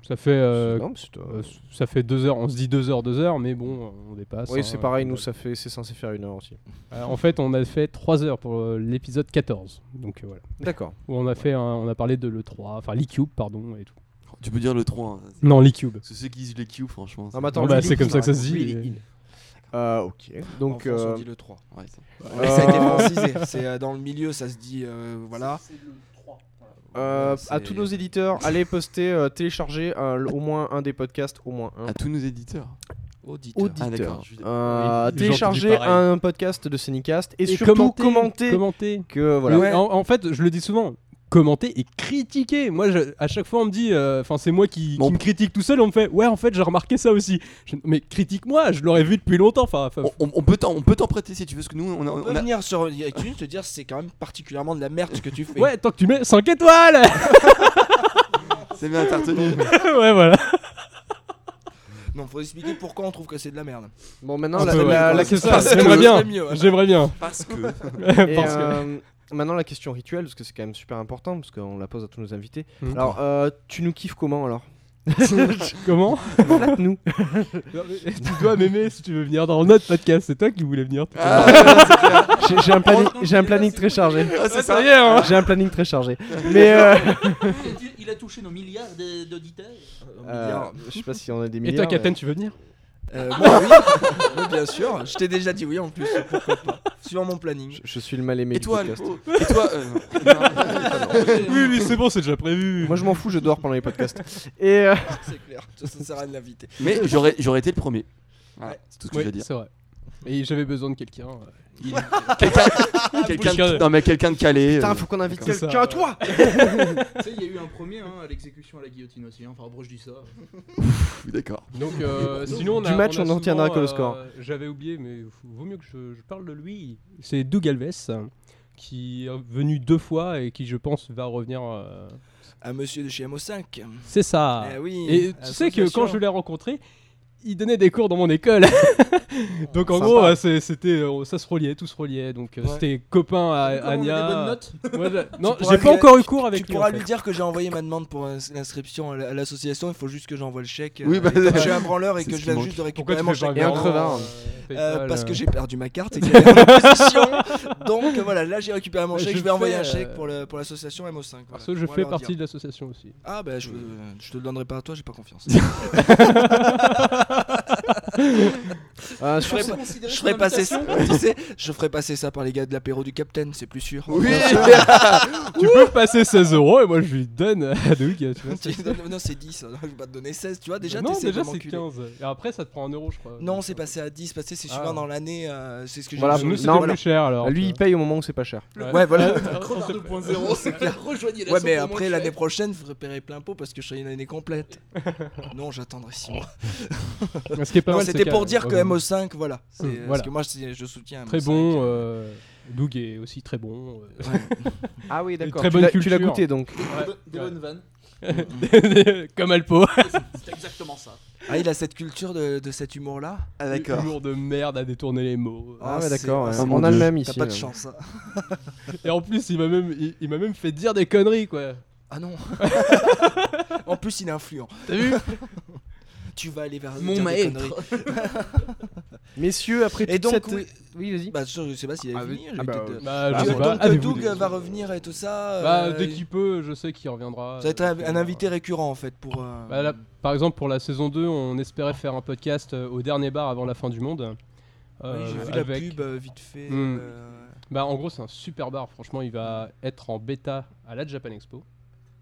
Ça fait, euh,
Non, mais c'est, euh,
euh, ça fait deux heures. On se dit deux heures, deux heures, mais bon, on dépasse.
Oui,
hein,
c'est pareil,
euh,
nous, ça fait, c'est censé faire une heure aussi.
euh, En fait, on a fait trois heures pour euh, l'épisode 14. Donc euh, voilà.
D'accord.
Où on a fait, un- on a parlé de le 3, enfin l'e-cube, pardon et tout.
Tu peux dire le 3. hein, c'est-
Non, l'e-cube.
Parce que ceux qui disent les Q, franchement.
Ah,
c'est-
mais attends,
Bon, bah,
lui,
c'est comme ça que ça se
lui,
dit.
il est
et-
Euh, ok.
donc
Donc, euh,
on dit le 3
Ouais, c'est-
Mais ça a été
euh,
francisé c'est euh, dans le milieu ça se dit euh, voilà
euh,
c'est-
à tous nos éditeurs, allez poster, euh, télécharger euh, au moins un des podcasts, au moins un.
À tous nos éditeurs.
auditeur
Auditeur.
Ah, d'accord, je-
Euh,
Oui, j'ai
télécharger
entendu pareil.
un podcast de Cinecast et,
et
surtout
commenter,
commenter
commenter.
que voilà.
Le- en, en fait, je le dis souvent, commenter et critiquer. Moi, je- à chaque fois, on me dit, euh, enfin, c'est moi qui, qui
Bon.
me critique tout seul. On me fait, ouais, en fait, j'ai remarqué ça aussi. Je- mais critique-moi, je l'aurais vu depuis longtemps. Enfin, enfin,
Oh,
On, on- on peut t'en on peut t'en prêter si tu veux, parce que nous, on a.
on
on
peut
a-
venir sur iTunes te dire c'est quand même particulièrement de la merde ce que tu fais
ouais, tant que tu mets 5 étoiles.
C'est bien tartenu.
ouais, voilà.
non faut expliquer pourquoi on trouve que c'est de la merde
Bon, maintenant
Un
la,
peu, ouais.
la- la
Parce que
question.
ça, J'aimerais bien.
C'est mieux, voilà.
J'aimerais bien.
Parce que.
Et,
Parce que-
euh, Maintenant la question rituelle parce que c'est quand même super important parce qu'on la pose à tous nos invités.
Mhm.
Alors euh, tu nous kiffes comment alors
Comment
Flatte-nous.
Non, mais Tu dois m'aimer si tu veux venir dans notre podcast. C'est toi qui voulais venir.
Ah,
J'ai- J'ai un, planning- j'ai un planning très chargé.
ah, c'est ça.
hein.
J'ai un planning très chargé. Mais euh,
Il a touché nos milliards d'auditeurs.
euh, je sais pas si on a des
Et
milliards.
toi, Captain,
mais-
tu veux venir
Euh, moi, oui. Moi, bien sûr. Je t'ai déjà dit oui en plus. Pourquoi pas Suivant mon planning.
je, je suis le mal aimé
Et
du
toi,
podcast.
Alpo Et toi euh, non.
Oui, oui, c'est bon, c'est déjà prévu.
Moi je m'en fous, je dors pendant les podcasts. Et euh,
C'est clair. Ça, ça sert à rien de l'inviter.
Mais j'aurais j'aurais été le premier. Voilà, c'est tout ce que
Oui,
je veux dire.
c'est vrai. Et j'avais besoin de quelqu'un. euh, il-
Quelqu'un de...
Quelqu'un-
Non, mais quelqu'un de calé. euh,
putain, faut qu'on invite
C'est ça.
quelqu'un à toi.
Tu sais, il y a eu un premier hein, à l'exécution à la guillotine aussi. hein. Enfin, bon, je dis ça.
D'accord.
Donc, euh, sinon, on
Du
a-
match,
a
on en retiendra
souvent,
que le score.
euh, J'avais oublié, mais f- vaut mieux que je, je parle de lui. C'est Doug Alves, euh, qui est venu deux fois et qui, je pense, va revenir. euh,
À monsieur de chez MO5.
C'est ça.
Eh oui.
Ah. Et tu sais que quand je l'ai rencontré, il donnait des cours dans mon école. donc en
Sympa.
gros, euh, c'est- c'était, euh, ça se reliait, tout se reliait. Donc euh,
Ouais.
c'était copain à
Comme on a
Anya.
des bonnes notes.
Moi, je- Non,
pourras
j'ai
lui-
pas encore eu cours avec
Tu
lui.
pourras
en
lui
fait.
dire que j'ai envoyé ma demande pour euh, l'inscription à la- à l'association. Il faut juste que j'envoie le chèque. euh,
Oui, bah,
et comme je suis un branleur et
c'est
que
ce
je
qui
viens
manque.
juste de
Pourquoi
récupérer
tu
mon
fais
chèque.
Et un
vraiment,
crevard.
euh,
Euh,
PayPal,
parce que
euh,
j'ai perdu ma carte et qu'elle est en opposition. Donc euh, voilà, là j'ai récupéré mon
Je
chèque. Je vais envoyer
fais,
un chèque
euh,
pour le- pour l'association MO5. voilà.
Parce que je
Pour
fais
leur dire.
partie de l'association aussi.
Ah bah je, euh, je te le donnerai pas à toi, j'ai pas confiance.
Euh,
Je
sur-
ferais, pas- je ferais passer ça, tu sais, je ferais passer ça par les gars de l'apéro du Capitaine, c'est plus sûr.
Oui
Tu peux passer 16 euros et moi je lui donne à Doug. Tu vois,
Tu lui donnes- non, c'est 10, je vais pas te donner 16, tu vois, déjà
non,
t'essaies
déjà
de
c'est
m'enculer.
15. Et après ça te prend un euro, je crois.
Non, c'est passé à 10, passé c'est souvent
Ah.
dans l'année, euh, c'est ce que j'ai
Voilà,
vu.
Nous,
Non,
c'était
voilà.
plus cher alors. euh,
lui il
tu vois.
paye au moment où c'est pas cher.
Ouais, voilà.
Ah,
Crevard 2.0, c'est clair. Rejoignez la
Ouais, mais après l'année prochaine, vous repérez plein pot parce que je serai une année complète. non, j'attendrai 6 mois.
Ce qui est Oh, pas
Non,
mal, c'est
c'était
qu'à-
pour dire que
euh,
MO5, voilà. c'est-
Hum,
Parce
voilà.
que moi, c'est- je soutiens.
Très
MO5.
bon. euh, Doug est aussi très bon. euh.
Ah oui,
d'accord.
d'accord.
Très
Tu
bonne
l'as- tu l'as
culture.
goûté donc.
Des bonnes vannes.
Comme Alpo.
C'est exactement ça.
Ah, il a cette culture de, de cet humour-là.
Ah, d'accord.
Humour de merde à détourner les mots.
Ah,
Ah ouais,
c'est-
d'accord.
ah,
ouais.
c'est
On
mon
a le
Dieu.
même ici.
T'as pas
euh.
de
là.
chance. hein.
Et en plus, il m'a même, il, il m'a même fait dire des conneries quoi.
Ah non. en plus, il est influent.
T'as vu
Tu vas aller vers
Mon
dire des
maître.
conneries.
Messieurs, après
Et
toute
donc,
cette-
oui.
Oui, vas-y.
Bah, je je sais pas s'il
Ah,
avait fini.
oui.
je vais
Ah, bah,
peut-être,
euh,
euh,
Bah,
Ah,
euh, je sais
donc,
pas.
euh,
avez-vous
Doug
des-
va revenir et tout ça.
Bah,
euh,
dès qu'il peut, je sais qu'il reviendra.
Ça va être un,
euh,
un invité récurrent en fait pour. euh,
Bah, là, par exemple, pour la saison 2, on espérait faire un podcast euh, au dernier bar avant la fin du monde.
oui,
Euh,
J'ai vu la
avec-
pub euh, vite fait.
Hmm.
euh,
Bah, en gros, c'est un super bar. Franchement, il va être en bêta à la Japan Expo.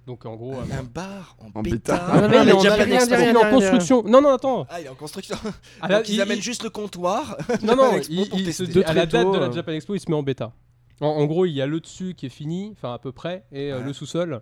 Donc, en gros.
un bar en,
En
bêta.
bêta.
Ah, non, non,
il
mais
est en,
Japan
Japan
Expo,
Expo,
rien,
il est en
rien, rien.
construction. Non, non, attends.
Ah, il est en construction.
À la-
Ah, Donc, ils
Ah, il-
amènent juste le comptoir.
Non, non,
Expo
il-
pour
il se-
tester.
à la
Très
date
tôt,
de la
euh.
Japan Expo, il se met en bêta. En, en gros, il y a le dessus qui est fini, enfin à peu près, et euh,
Ouais.
le sous-sol.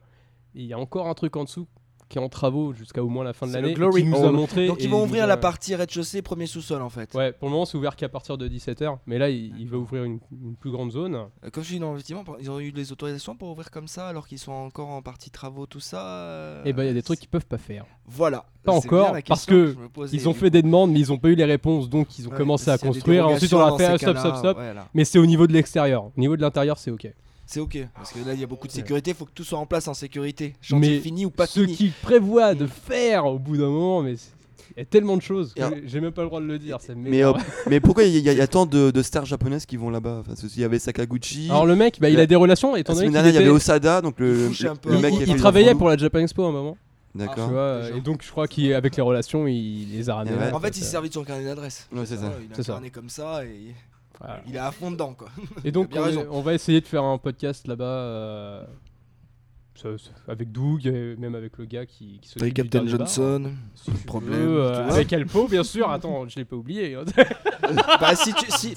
Et Il y a encore un truc en dessous qui est en travaux jusqu'à au moins la fin de
C'est le
l'année. et
Glory
qui nous a
Hall.
montré
Donc
et
ils vont
nous
ouvrir
a-
la partie rez-de-chaussée, premier sous-sol en fait.
Ouais, pour le moment, c'est ouvert qu'à partir de 17h. Mais là, il, il va ouvrir une, une plus grande zone.
Euh, Comme je dis, non, effectivement, ils ont eu les autorisations pour ouvrir comme ça alors qu'ils sont encore en partie travaux, tout ça. euh,
Et ben, il y a des trucs qu'ils peuvent pas faire.
Voilà.
Pas
C'est bien
encore,
la question
parce
que
que
je me posais.
Ils ont fait des demandes, mais ils ont pas eu les réponses, donc ils ont
Ouais,
commencé à
s'il y a des
construire. Et ensuite, on a fait
dérogations
ah,
dans
stop,
ces
stop,
cas-là,
stop.
voilà.
Mais c'est au niveau de l'extérieur. Au niveau de l'intérieur, c'est ok.
C'est ok, parce que là il y a beaucoup de
Ouais.
sécurité, faut que tout soit en place en sécurité. Chantier
Mais
fini ou pas
Ce
fini.
qu'ils prévoient de faire au bout d'un moment, mais c'est- il y a tellement de choses que
Et alors-
j'ai- j'ai même pas le droit de le dire. c'est
Mais,
méga-
euh, mais pourquoi il y, a- il y a tant de, de stars japonaises qui vont là-bas enfin, parce qu'il y avait Sakaguchi.
Alors le mec, bah, il
la-
a des relations, étant
la semaine
donné qu'il
dernière, il y
était-
avait Osada, donc
Il
le,
touche
le-
un peu
le
à
mec
tout.
qui a
il,
fait
il
les
travaillait
enfants.
pour la Japan Expo à un moment. Tu
D'accord.
vois, euh,
déjà.
et donc je crois qu'avec les relations, il les a ramenés.
Ouais.
là,
En fait, il s'est
euh,
servi de son carnet d'adresse. Ah
Ouais, c'est ça.
Il a
C'est ça.
incarné comme ça et
voilà.
il est à fond dedans quoi.
Et donc,
bien
on,
raison.
on va essayer de faire un podcast là-bas euh, ça- ça- avec Doug, et même avec le gars qui, qui s'occupe du dernier bar, si tu
problème,
veux, euh,
tu vois.
avec Alpo, bien sûr. Attends, je l'ai pas oublié. hein.
bah si tu si,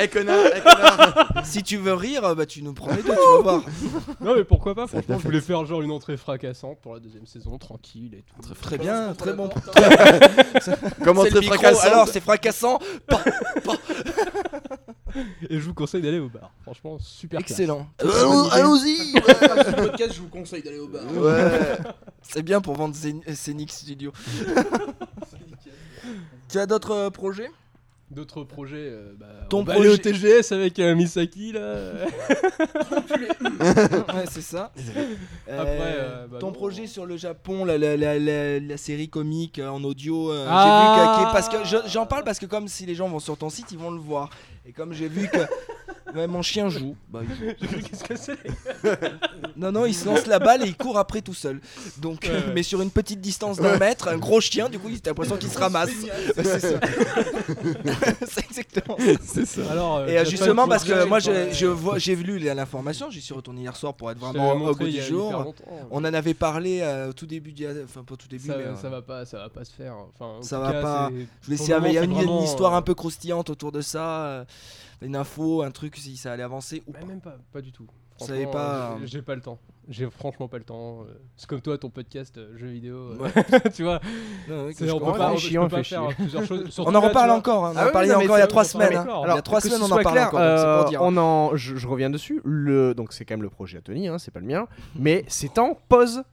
Eh connard, eh, connard.
si tu veux rire, euh, bah tu nous prends les deux, tu vas voir.
non, mais pourquoi
va
pas
être la
Franchement, je voulais faire genre une entrée fracassante pour la deuxième saison, tranquille et tout.
Très bien, très bon.
Comment
C'est
te
le micro,
fracasser
alors c'est fracassant,
Et je vous conseille d'aller au bar. Franchement, super. classe.
excellent.
Allons-y
Ce podcast, je vous conseille d'aller au bar.
Ouais.
C'est bien pour vendre Zen- euh, Scenic Studio. tu as d'autres euh, projets
D'autres projets. euh, bah,
Ton
on va aller au
projet-
TGS avec euh, Misaki là.
Ouais, c'est ça. Euh,
Après, euh, bah
ton
non.
projet sur le Japon, la, la, la, la, la série comique euh, en audio, euh,
Ah.
j'ai vu que- que- parce que je- j'en parle parce que comme si les gens vont sur ton site, ils vont le voir. Et comme j'ai vu que ouais, mon chien joue, bah, il joue.
Qu'est-ce que c'est
Non non, il se lance la balle et il court après tout seul. Donc,
Ouais, ouais.
mais sur une petite distance d'un mètre, un gros chien, du coup, il- t'as l'impression qu'il se ramasse. Ouais, c'est ça. c'est exactement ça.
C'est ça.
Alors, euh,
Et euh,
Japan
justement parce
Project,
que moi je,
ouais.
je vois j'ai lu l'information, j'y suis retourné hier soir pour être
Je te
vraiment
l'avais
au
montré
goût
il y
du
a hyper
jour.
longtemps.
On en avait parlé euh, au tout début du enfin pas au tout début
ça,
mais euh,
ça va pas, ça va pas se faire. Enfin, en
ça
tout
va
cas,
pas.
c'est-
je voulais
pour
essayer-
le moment,
il y a
c'est
une,
vraiment,
une histoire
euh,
un peu croustillante autour de ça, euh, une info, un truc si ça allait avancer ou
Ouais,
pas.
euh, même pas, pas du tout.
Vous
Franchement,
savez pas,
euh,
euh,
j'ai- J'ai pas le temps. J'ai franchement pas le temps. euh, C'est comme toi, ton podcast euh, jeux vidéo. euh, tu vois,
Non, ouais, que
c'est-
je
on
comprends.
peut pas,
Ouais,
on
chiant,
peut pas
fait
faire
chier.
plusieurs choses. Surtout
on
là,
en
tu
reparle
vois,
encore, hein, on en
Ah oui,
a parlé
non, mais
encore il y a
c'est-
trois
on en parle
semaines. hein.
encore.
Il y a
Alors,
trois
que ce
semaines on
soit
en parle
clair,
encore, donc c'est
euh,
pour dire.
on en, je, je reviens dessus. Le, donc c'est quand même le projet à Tony, hein, c'est pas le mien. Mais c'est en pause.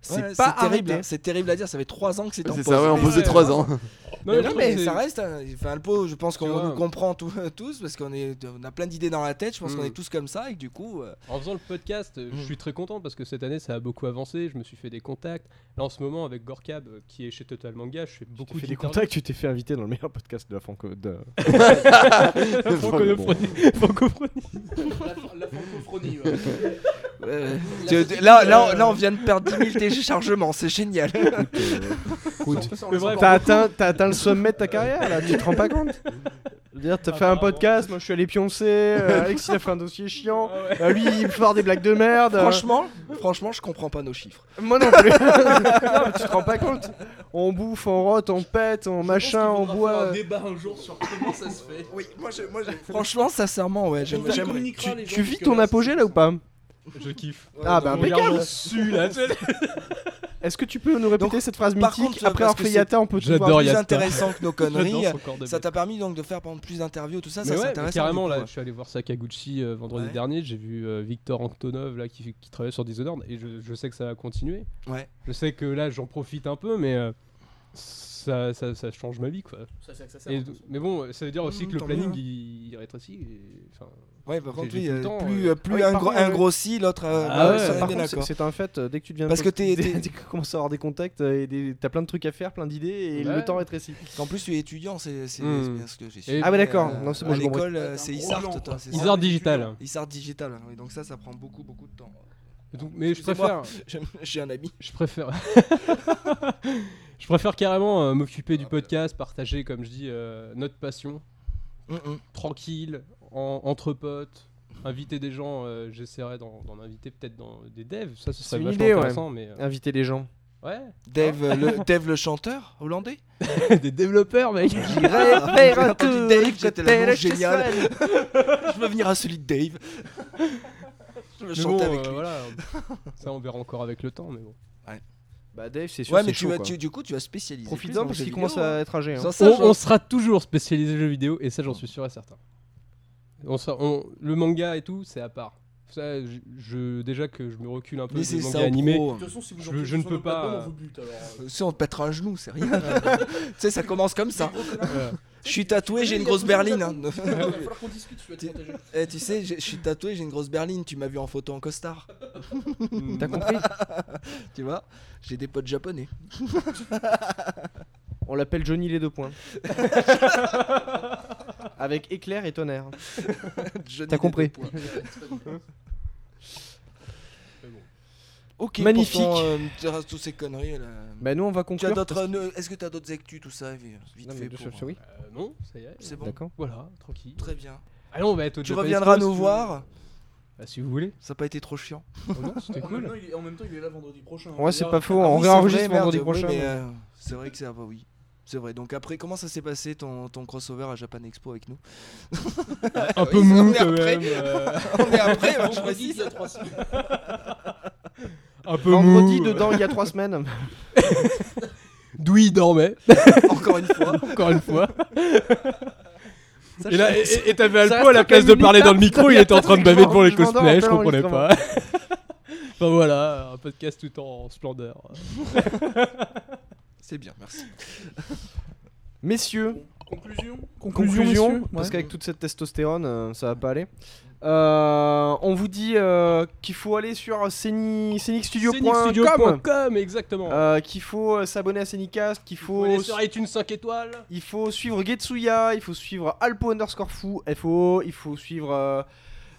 C'est
Ouais,
pas
terrible,
arrêté.
hein, c'est terrible à dire, ça fait trois ans que c'est en
C'est
pause.
ça, ouais, on posait
Ouais.
3 ans.
Non,
Mais non,
mais, je trouve
mais
que c'est-
ça reste. hein. Enfin, Alpo, je pense
Tu
qu'on
vois.
nous comprend tous, euh, tous parce qu'on est, on a plein d'idées dans la tête. Je pense qu'on
Mm.
est tous comme ça et que du coup, euh,
En faisant le podcast, euh, je
Mm.
suis très content parce que cette année ça a beaucoup avancé. Je me suis fait des contacts. Là en ce moment avec Gorkab euh, qui est chez Total Manga, je fais
Tu
beaucoup
t'es fait des
d'interviews.
contacts, tu t'es fait inviter dans le meilleur podcast de la franco. de-
Francophonie. Francophonie.
La, la francophonie. ouais.
tu- tu- là, là,
euh,
on- là, on vient de perdre 10 000 téléchargements. C'est génial.
hein.
Sans- sans les
bref,
enfants.
T'as atteint, t'as atteint le sommet de ta carrière là, tu te rends pas compte Ah, Je veux dire, T'as fait un podcast, moi je suis allé pioncer, euh, Alexis il a fait un dossier chiant,
Ah ouais.
euh, lui il me fait des blagues de merde. euh,
franchement, franchement, je comprends pas nos chiffres.
Moi non plus. Non, mais tu te rends pas compte. On bouffe, on rote, on pète, on machin, on
On fera
euh,
boit.
un débat un jour sur comment ça se fait.
Oui, moi, je, moi, franchement, sincèrement, ouais, j'aime-
On
j'aimerais.
communiquera, les gens,
Tu vis
parce que
ton
là,
apogée là ou pas
Je kiffe.
Ah bah
On
impeccable.
regarde dessus là. tu sais.
Est-ce que tu peux nous répéter cette phrase
par
mythique
contre,
Après
parce
avoir
que
fait
c'est-
Yata, on peut tout
J'adore
voir.
Plus
Yata.
intéressant que nos conneries.
J'adore son corps de
Ça
bête.
t'a permis donc de faire par exemple, plus d'interviews, tout ça. hein.
Mais
ça, c'est
ouais, mais
intéressant.
carrément
du coup,
là,
ouais.
je suis allé voir Sakaguchi euh, vendredi
Ouais.
dernier, j'ai vu euh, Victor Antonov là qui, qui travaille sur Dishonored et je, je sais que ça va continuer.
Ouais.
Je sais que là j'en profite un peu mais euh, ça, ça, ça change ma vie quoi.
Ça, c'est que ça sert.
Et d- mais bon, euh, ça veut dire aussi
Mhm,
que le
tant mieux,
planning
hein.
il, il rétrécit. et- enfin,
Ouais, par
J'ai-
contre,
j'ai
oui,
tout le
euh,
temps,
plus,
euh.
euh, plus
Ah oui,
un,
par
gros-
contre,
un
ouais.
grossi, l'autre. euh,
Ah
ouais,
ouais,
ça, on
Par
est
contre, c'est-
d'accord.
c'est un fait, euh, dès que tu deviens
Parce que t'es-
dès-
t'es-
dès que tu commences à avoir des contacts euh, et des- t'as plein de trucs à faire, plein d'idées et
Ouais.
le temps rétrécit.
En plus, tu es étudiant, c'est c'est-
Hmm.
c'est bien ce que j'ai su.
Et-
Ah ouais, d'accord.
Euh,
Non, c'est
à
bon, je comprends.
l'école, euh, c'est
T'es un
Isart,
gros lent,
toi.
quoi.
c'est ça
Isard Digital.
Isart Digital, hein, oui, donc ça, ça prend beaucoup, beaucoup de temps.
Et donc- mais je
Excusez-moi.
préfère,
J'ai- J'ai un ami.
je préfère, je préfère carrément euh, m'occuper
Ah,
du podcast, partager comme je dis euh, notre passion,
Mm,
tranquille, en- entre potes, inviter des gens. euh, J'essaierai d'en d'en inviter peut-être dans des devs, ça ce serait
une
vachement
idée, ouais.
intéressant. Mais euh,
Inviter les gens.
ouais,
Dave, euh, le, Dave le chanteur hollandais
des développeurs mec.
Ah, j'ai entendu Dave, j'étais là, non, génial. Je veux venir à celui de Dave. Je vais
Mais
chanter
bon,
avec
euh,
lui.
voilà. Ça, on verra encore avec le temps, mais bon.
Bah, Dave, c'est sûr.
Ouais,
c'est
mais tu
chaud,
vas,
quoi.
tu- du coup, tu vas spécialiser.
Profite-en parce qu'il commence à être âgé. hein.
Ça,
on,
ça,
on sera toujours spécialisé jeux vidéo, et ça, j'en suis sûr et certain. On sera- on- le manga et tout, c'est à part. Ça, je, je- déjà que je me recule un peu
Mais
du
c'est
manga
ça,
animé.
animé.
toute façon, si vous
Je-
enquêtez
je ne
sur
peux
nos plateformes,
pas,
on vous bute, alors,
oh.
euh,
Si on te pètera un genou, c'est rien. tu sais, ça commence comme ça.
Voilà.
Je suis tatoué, j'ai une grosse berline. hein.
Il va falloir qu'on discute, tu vas te
T'es-
protéger.
Eh, tu sais, je je suis tatoué, j'ai une grosse berline. Tu m'as vu en photo en costard.
Hmm.
T'as
Bah,
compris
Tu vois, j'ai des potes japonais.
On l'appelle Johnny les deux points. Avec éclair et tonnerre.
Je n'ai
T'as
des
compris
deux points.
hein.
Ok,
Magnifique.
pourtant, euh, tu restes toutes ces conneries là.
Bah, nous, on
Tu
va
as
conclure.
d'autres, euh, est-ce que tu as d'autres actus tout ça vi- vite
Non, mais
fait
de-
pour-
oui,
Euh, non, ça y est.
C'est bon,
d'accord.
Voilà, tranquille.
très bien.
Allez, on va être au
Tu
Japan
reviendras
Expo,
nous
si vous-
voir.
Bah, si vous voulez.
Ça n'a pas été trop chiant.
Oh non, c'était
En même temps,
cool.
il est- en même temps, il est là vendredi prochain.
Ouais, c'est pas faux. hein.
Ah
On
oui, c'est
réenregistre
vrai, merde,
vendredi
oui,
prochain.
mais, euh, c'est vrai que c'est ah bah oui. C'est vrai. Donc après, comment ça s'est passé ton, ton crossover à Japan Expo avec nous
Un peu
oui,
mou
mais
quand
après-
même. euh,
Mais après, bah,
Vendredi,
je
il
précise.
y a trois semaines.
un peu
Vendredi
mou.
dedans il y a trois semaines.
D'où il dormait,
Encore une fois.
encore une fois.
Ça,
Et là,
je-
et- et- et t'avais
ça
Alpo à la
reste
place de
quand même
parler dans le
une
micro, il
étape.
était en train de baver devant les
Je m'endors
cosplays, je
après
comprenais
l'enregistrement.
pas. Enfin voilà, un podcast tout en splendeur.
c'est bien, merci.
Messieurs,
Conclusion
conclusion,
messieurs,
parce
ouais.
qu'avec toute cette testostérone, euh, ça va pas aller. Euh, on vous dit euh, qu'il faut aller sur sceni- scenicstudio.com,
Scenicstudio.com, exactement.
euh, qu'il faut euh, s'abonner à Scenicast, qu'il
Vous
faut,
allez sur iTunes 5 étoiles.
il faut suivre Getsuya, il faut suivre Alpo underscore fou FO, il faut suivre euh,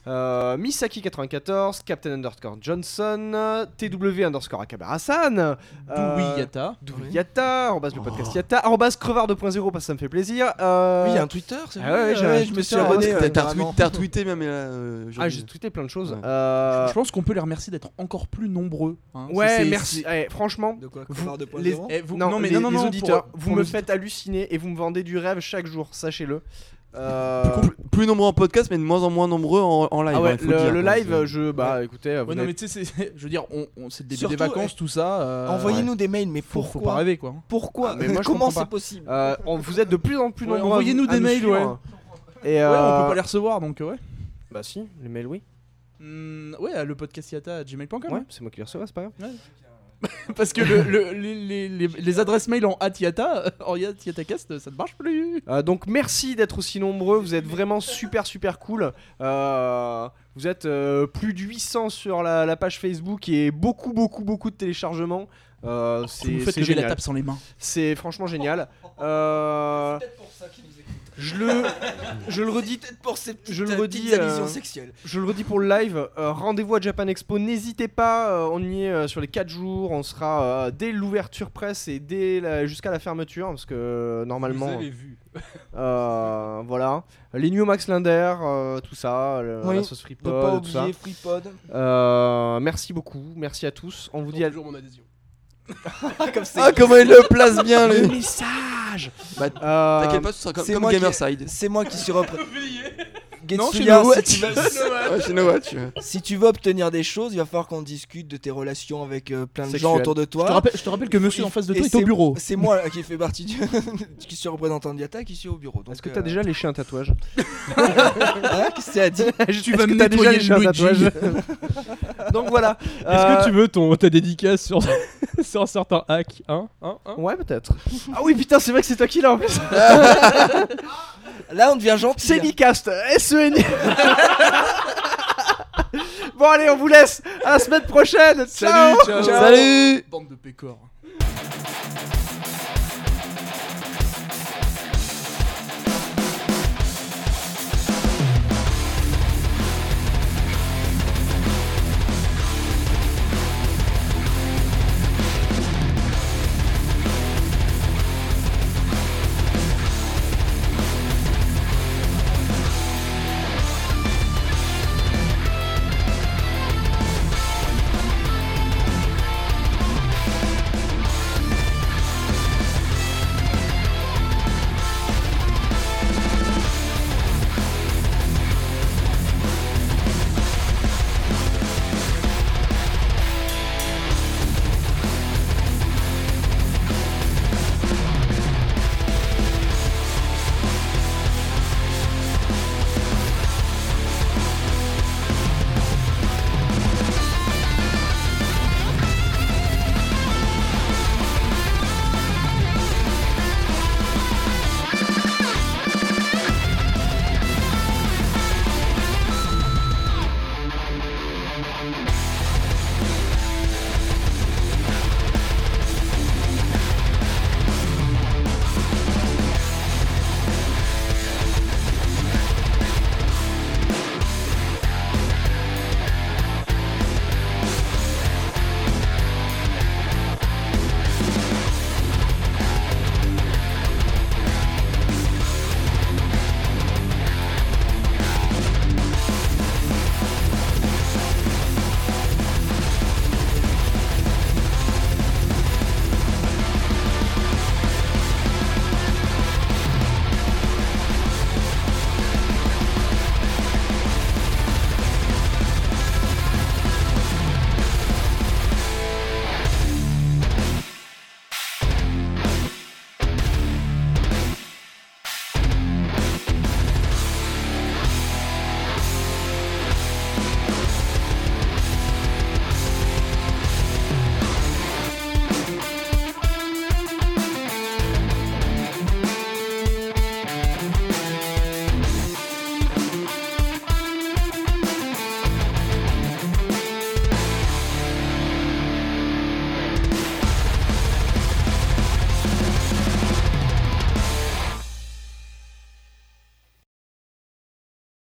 euh, Misaki94, Captain underscore Johnson, TW underscore Akabarasan, euh,
Doui Yata.
Doui Yata, arrobas le podcast Yata, arrobas crevard 2.0 parce que ça me fait plaisir. euh,
Oui, il y a un Twitter, c'est
Ah
vrai,
ouais, ouais, j'ai
je
un Twitter,
me suis
ouais,
abonné.
T'as-
euh,
T'as
carrément.
tweet- t'as retweeté même là. euh,
Ah,
aujourd'hui.
j'ai tweeté plein de choses.
Ouais.
Euh,
Je pense qu'on peut les remercier d'être encore plus nombreux. hein.
Ouais,
C'est- c'est-
merci. Eh, franchement,
De quoi
Vous-
Connard de point
les-
zéro
eh, vous-
non,
mais
les,
non, non,
les
non, pour-
auditeurs,
pour
vous me
le-
faites halluciner et vous me vendez du rêve chaque jour, sachez-le. Euh,
Plus, plus nombreux en podcast, mais de moins en moins nombreux en, en live.
ah ouais,
hein, il faut
le,
dire,
le
hein,
live,
c'est-
je. Bah écoutez, vous
Ouais, non,
n'avez-
mais tu sais, c'est- je veux dire, on, on- c'est le début
Surtout,
des vacances, tout ça. euh,
Envoyez-nous des mails, mais
faut, faut
pourquoi
pas rêver quoi.
Pourquoi
Ah, mais moi, je
Comment
comprends
c'est
pas.
possible
Euh, on, vous êtes de plus en plus
Ouais,
nombreux. à
envoyez-nous
nous- à
des
nous
mails,
suivre. Et
Ouais, on
euh,
peut pas les recevoir donc euh, ouais.
Bah si, les mails, oui.
Hmm, ouais, le podcast yata à gmail.com.
Ouais,
hein.
c'est moi qui les recevais, c'est pas grave.
Parce que le- le- les, les- les- les adresses mail en atiata, euh, en yatacast, ça ne marche plus.
Euh, donc merci d'être aussi nombreux, vous êtes vraiment super super cool. Euh, vous êtes euh, plus de 800 sur la, la page Facebook et beaucoup beaucoup beaucoup de téléchargements. Euh,
Oh, Vous
c'est
me faites
c'est
lever la
génial.
tape sans les mains.
C'est franchement génial. Euh, je le je le redis
peut-être pour ces petites,
je le
euh,
redis,
petites allusions
euh,
sexuelles.
je le redis pour le live, euh, rendez-vous à Japan Expo, n'hésitez pas, euh, on y est euh, sur les 4 jours, on sera euh, dès l'ouverture presse et dès la- jusqu'à la fermeture parce que euh, normalement
Vous avez vu.
euh, voilà. Les New Max Linder, euh, tout ça, le-
Oui.
la sauce
Ne
Freepod,
pas
tout ça.
oublier FreePod.
Euh, merci beaucoup, merci à tous. On vous dit à...
toujours mon adhésion.
Ah, comme c'est.
Ah, comment il le place bien,
le
lui
message
Bah,
Euh,
T'inquiète pas, ce sera comme,
c'est
comme
moi qui-
Gamerside.
C'est moi qui suis repris.
Non, chez
Getsuya,
No
si, tu
Watch.
veux,
Ouais, Chez No Watch. ouais.
si tu veux obtenir des choses, il va falloir qu'on discute de tes relations avec euh, plein de gens
Sexuel.
autour de
Je te,
toi.
rappelle, je te rappelle que monsieur
il-
en face de
et
toi est au
c'est-
bureau.
C'est moi euh, qui fais partie du. qui suis représentant de Yata, qui suis au bureau. Donc,
Est-ce que
euh,
t'as déjà léché un tatouage
hein, Qu'est-ce que t'as dit
Tu
vas me nettoyer le
Donc voilà. Euh,
Est-ce que tu veux ton, ta dédicace sur, sur un certain hack hein hein, hein
Ouais, peut-être. ah oui, putain, c'est vrai que c'est toi qui l'as en plus.
Là, on devient gentil.
C'est
hein.
Nicast, s e Bon, allez, on vous laisse. À la semaine prochaine. Ciao.
ciao.
Salut
Bande de pécores.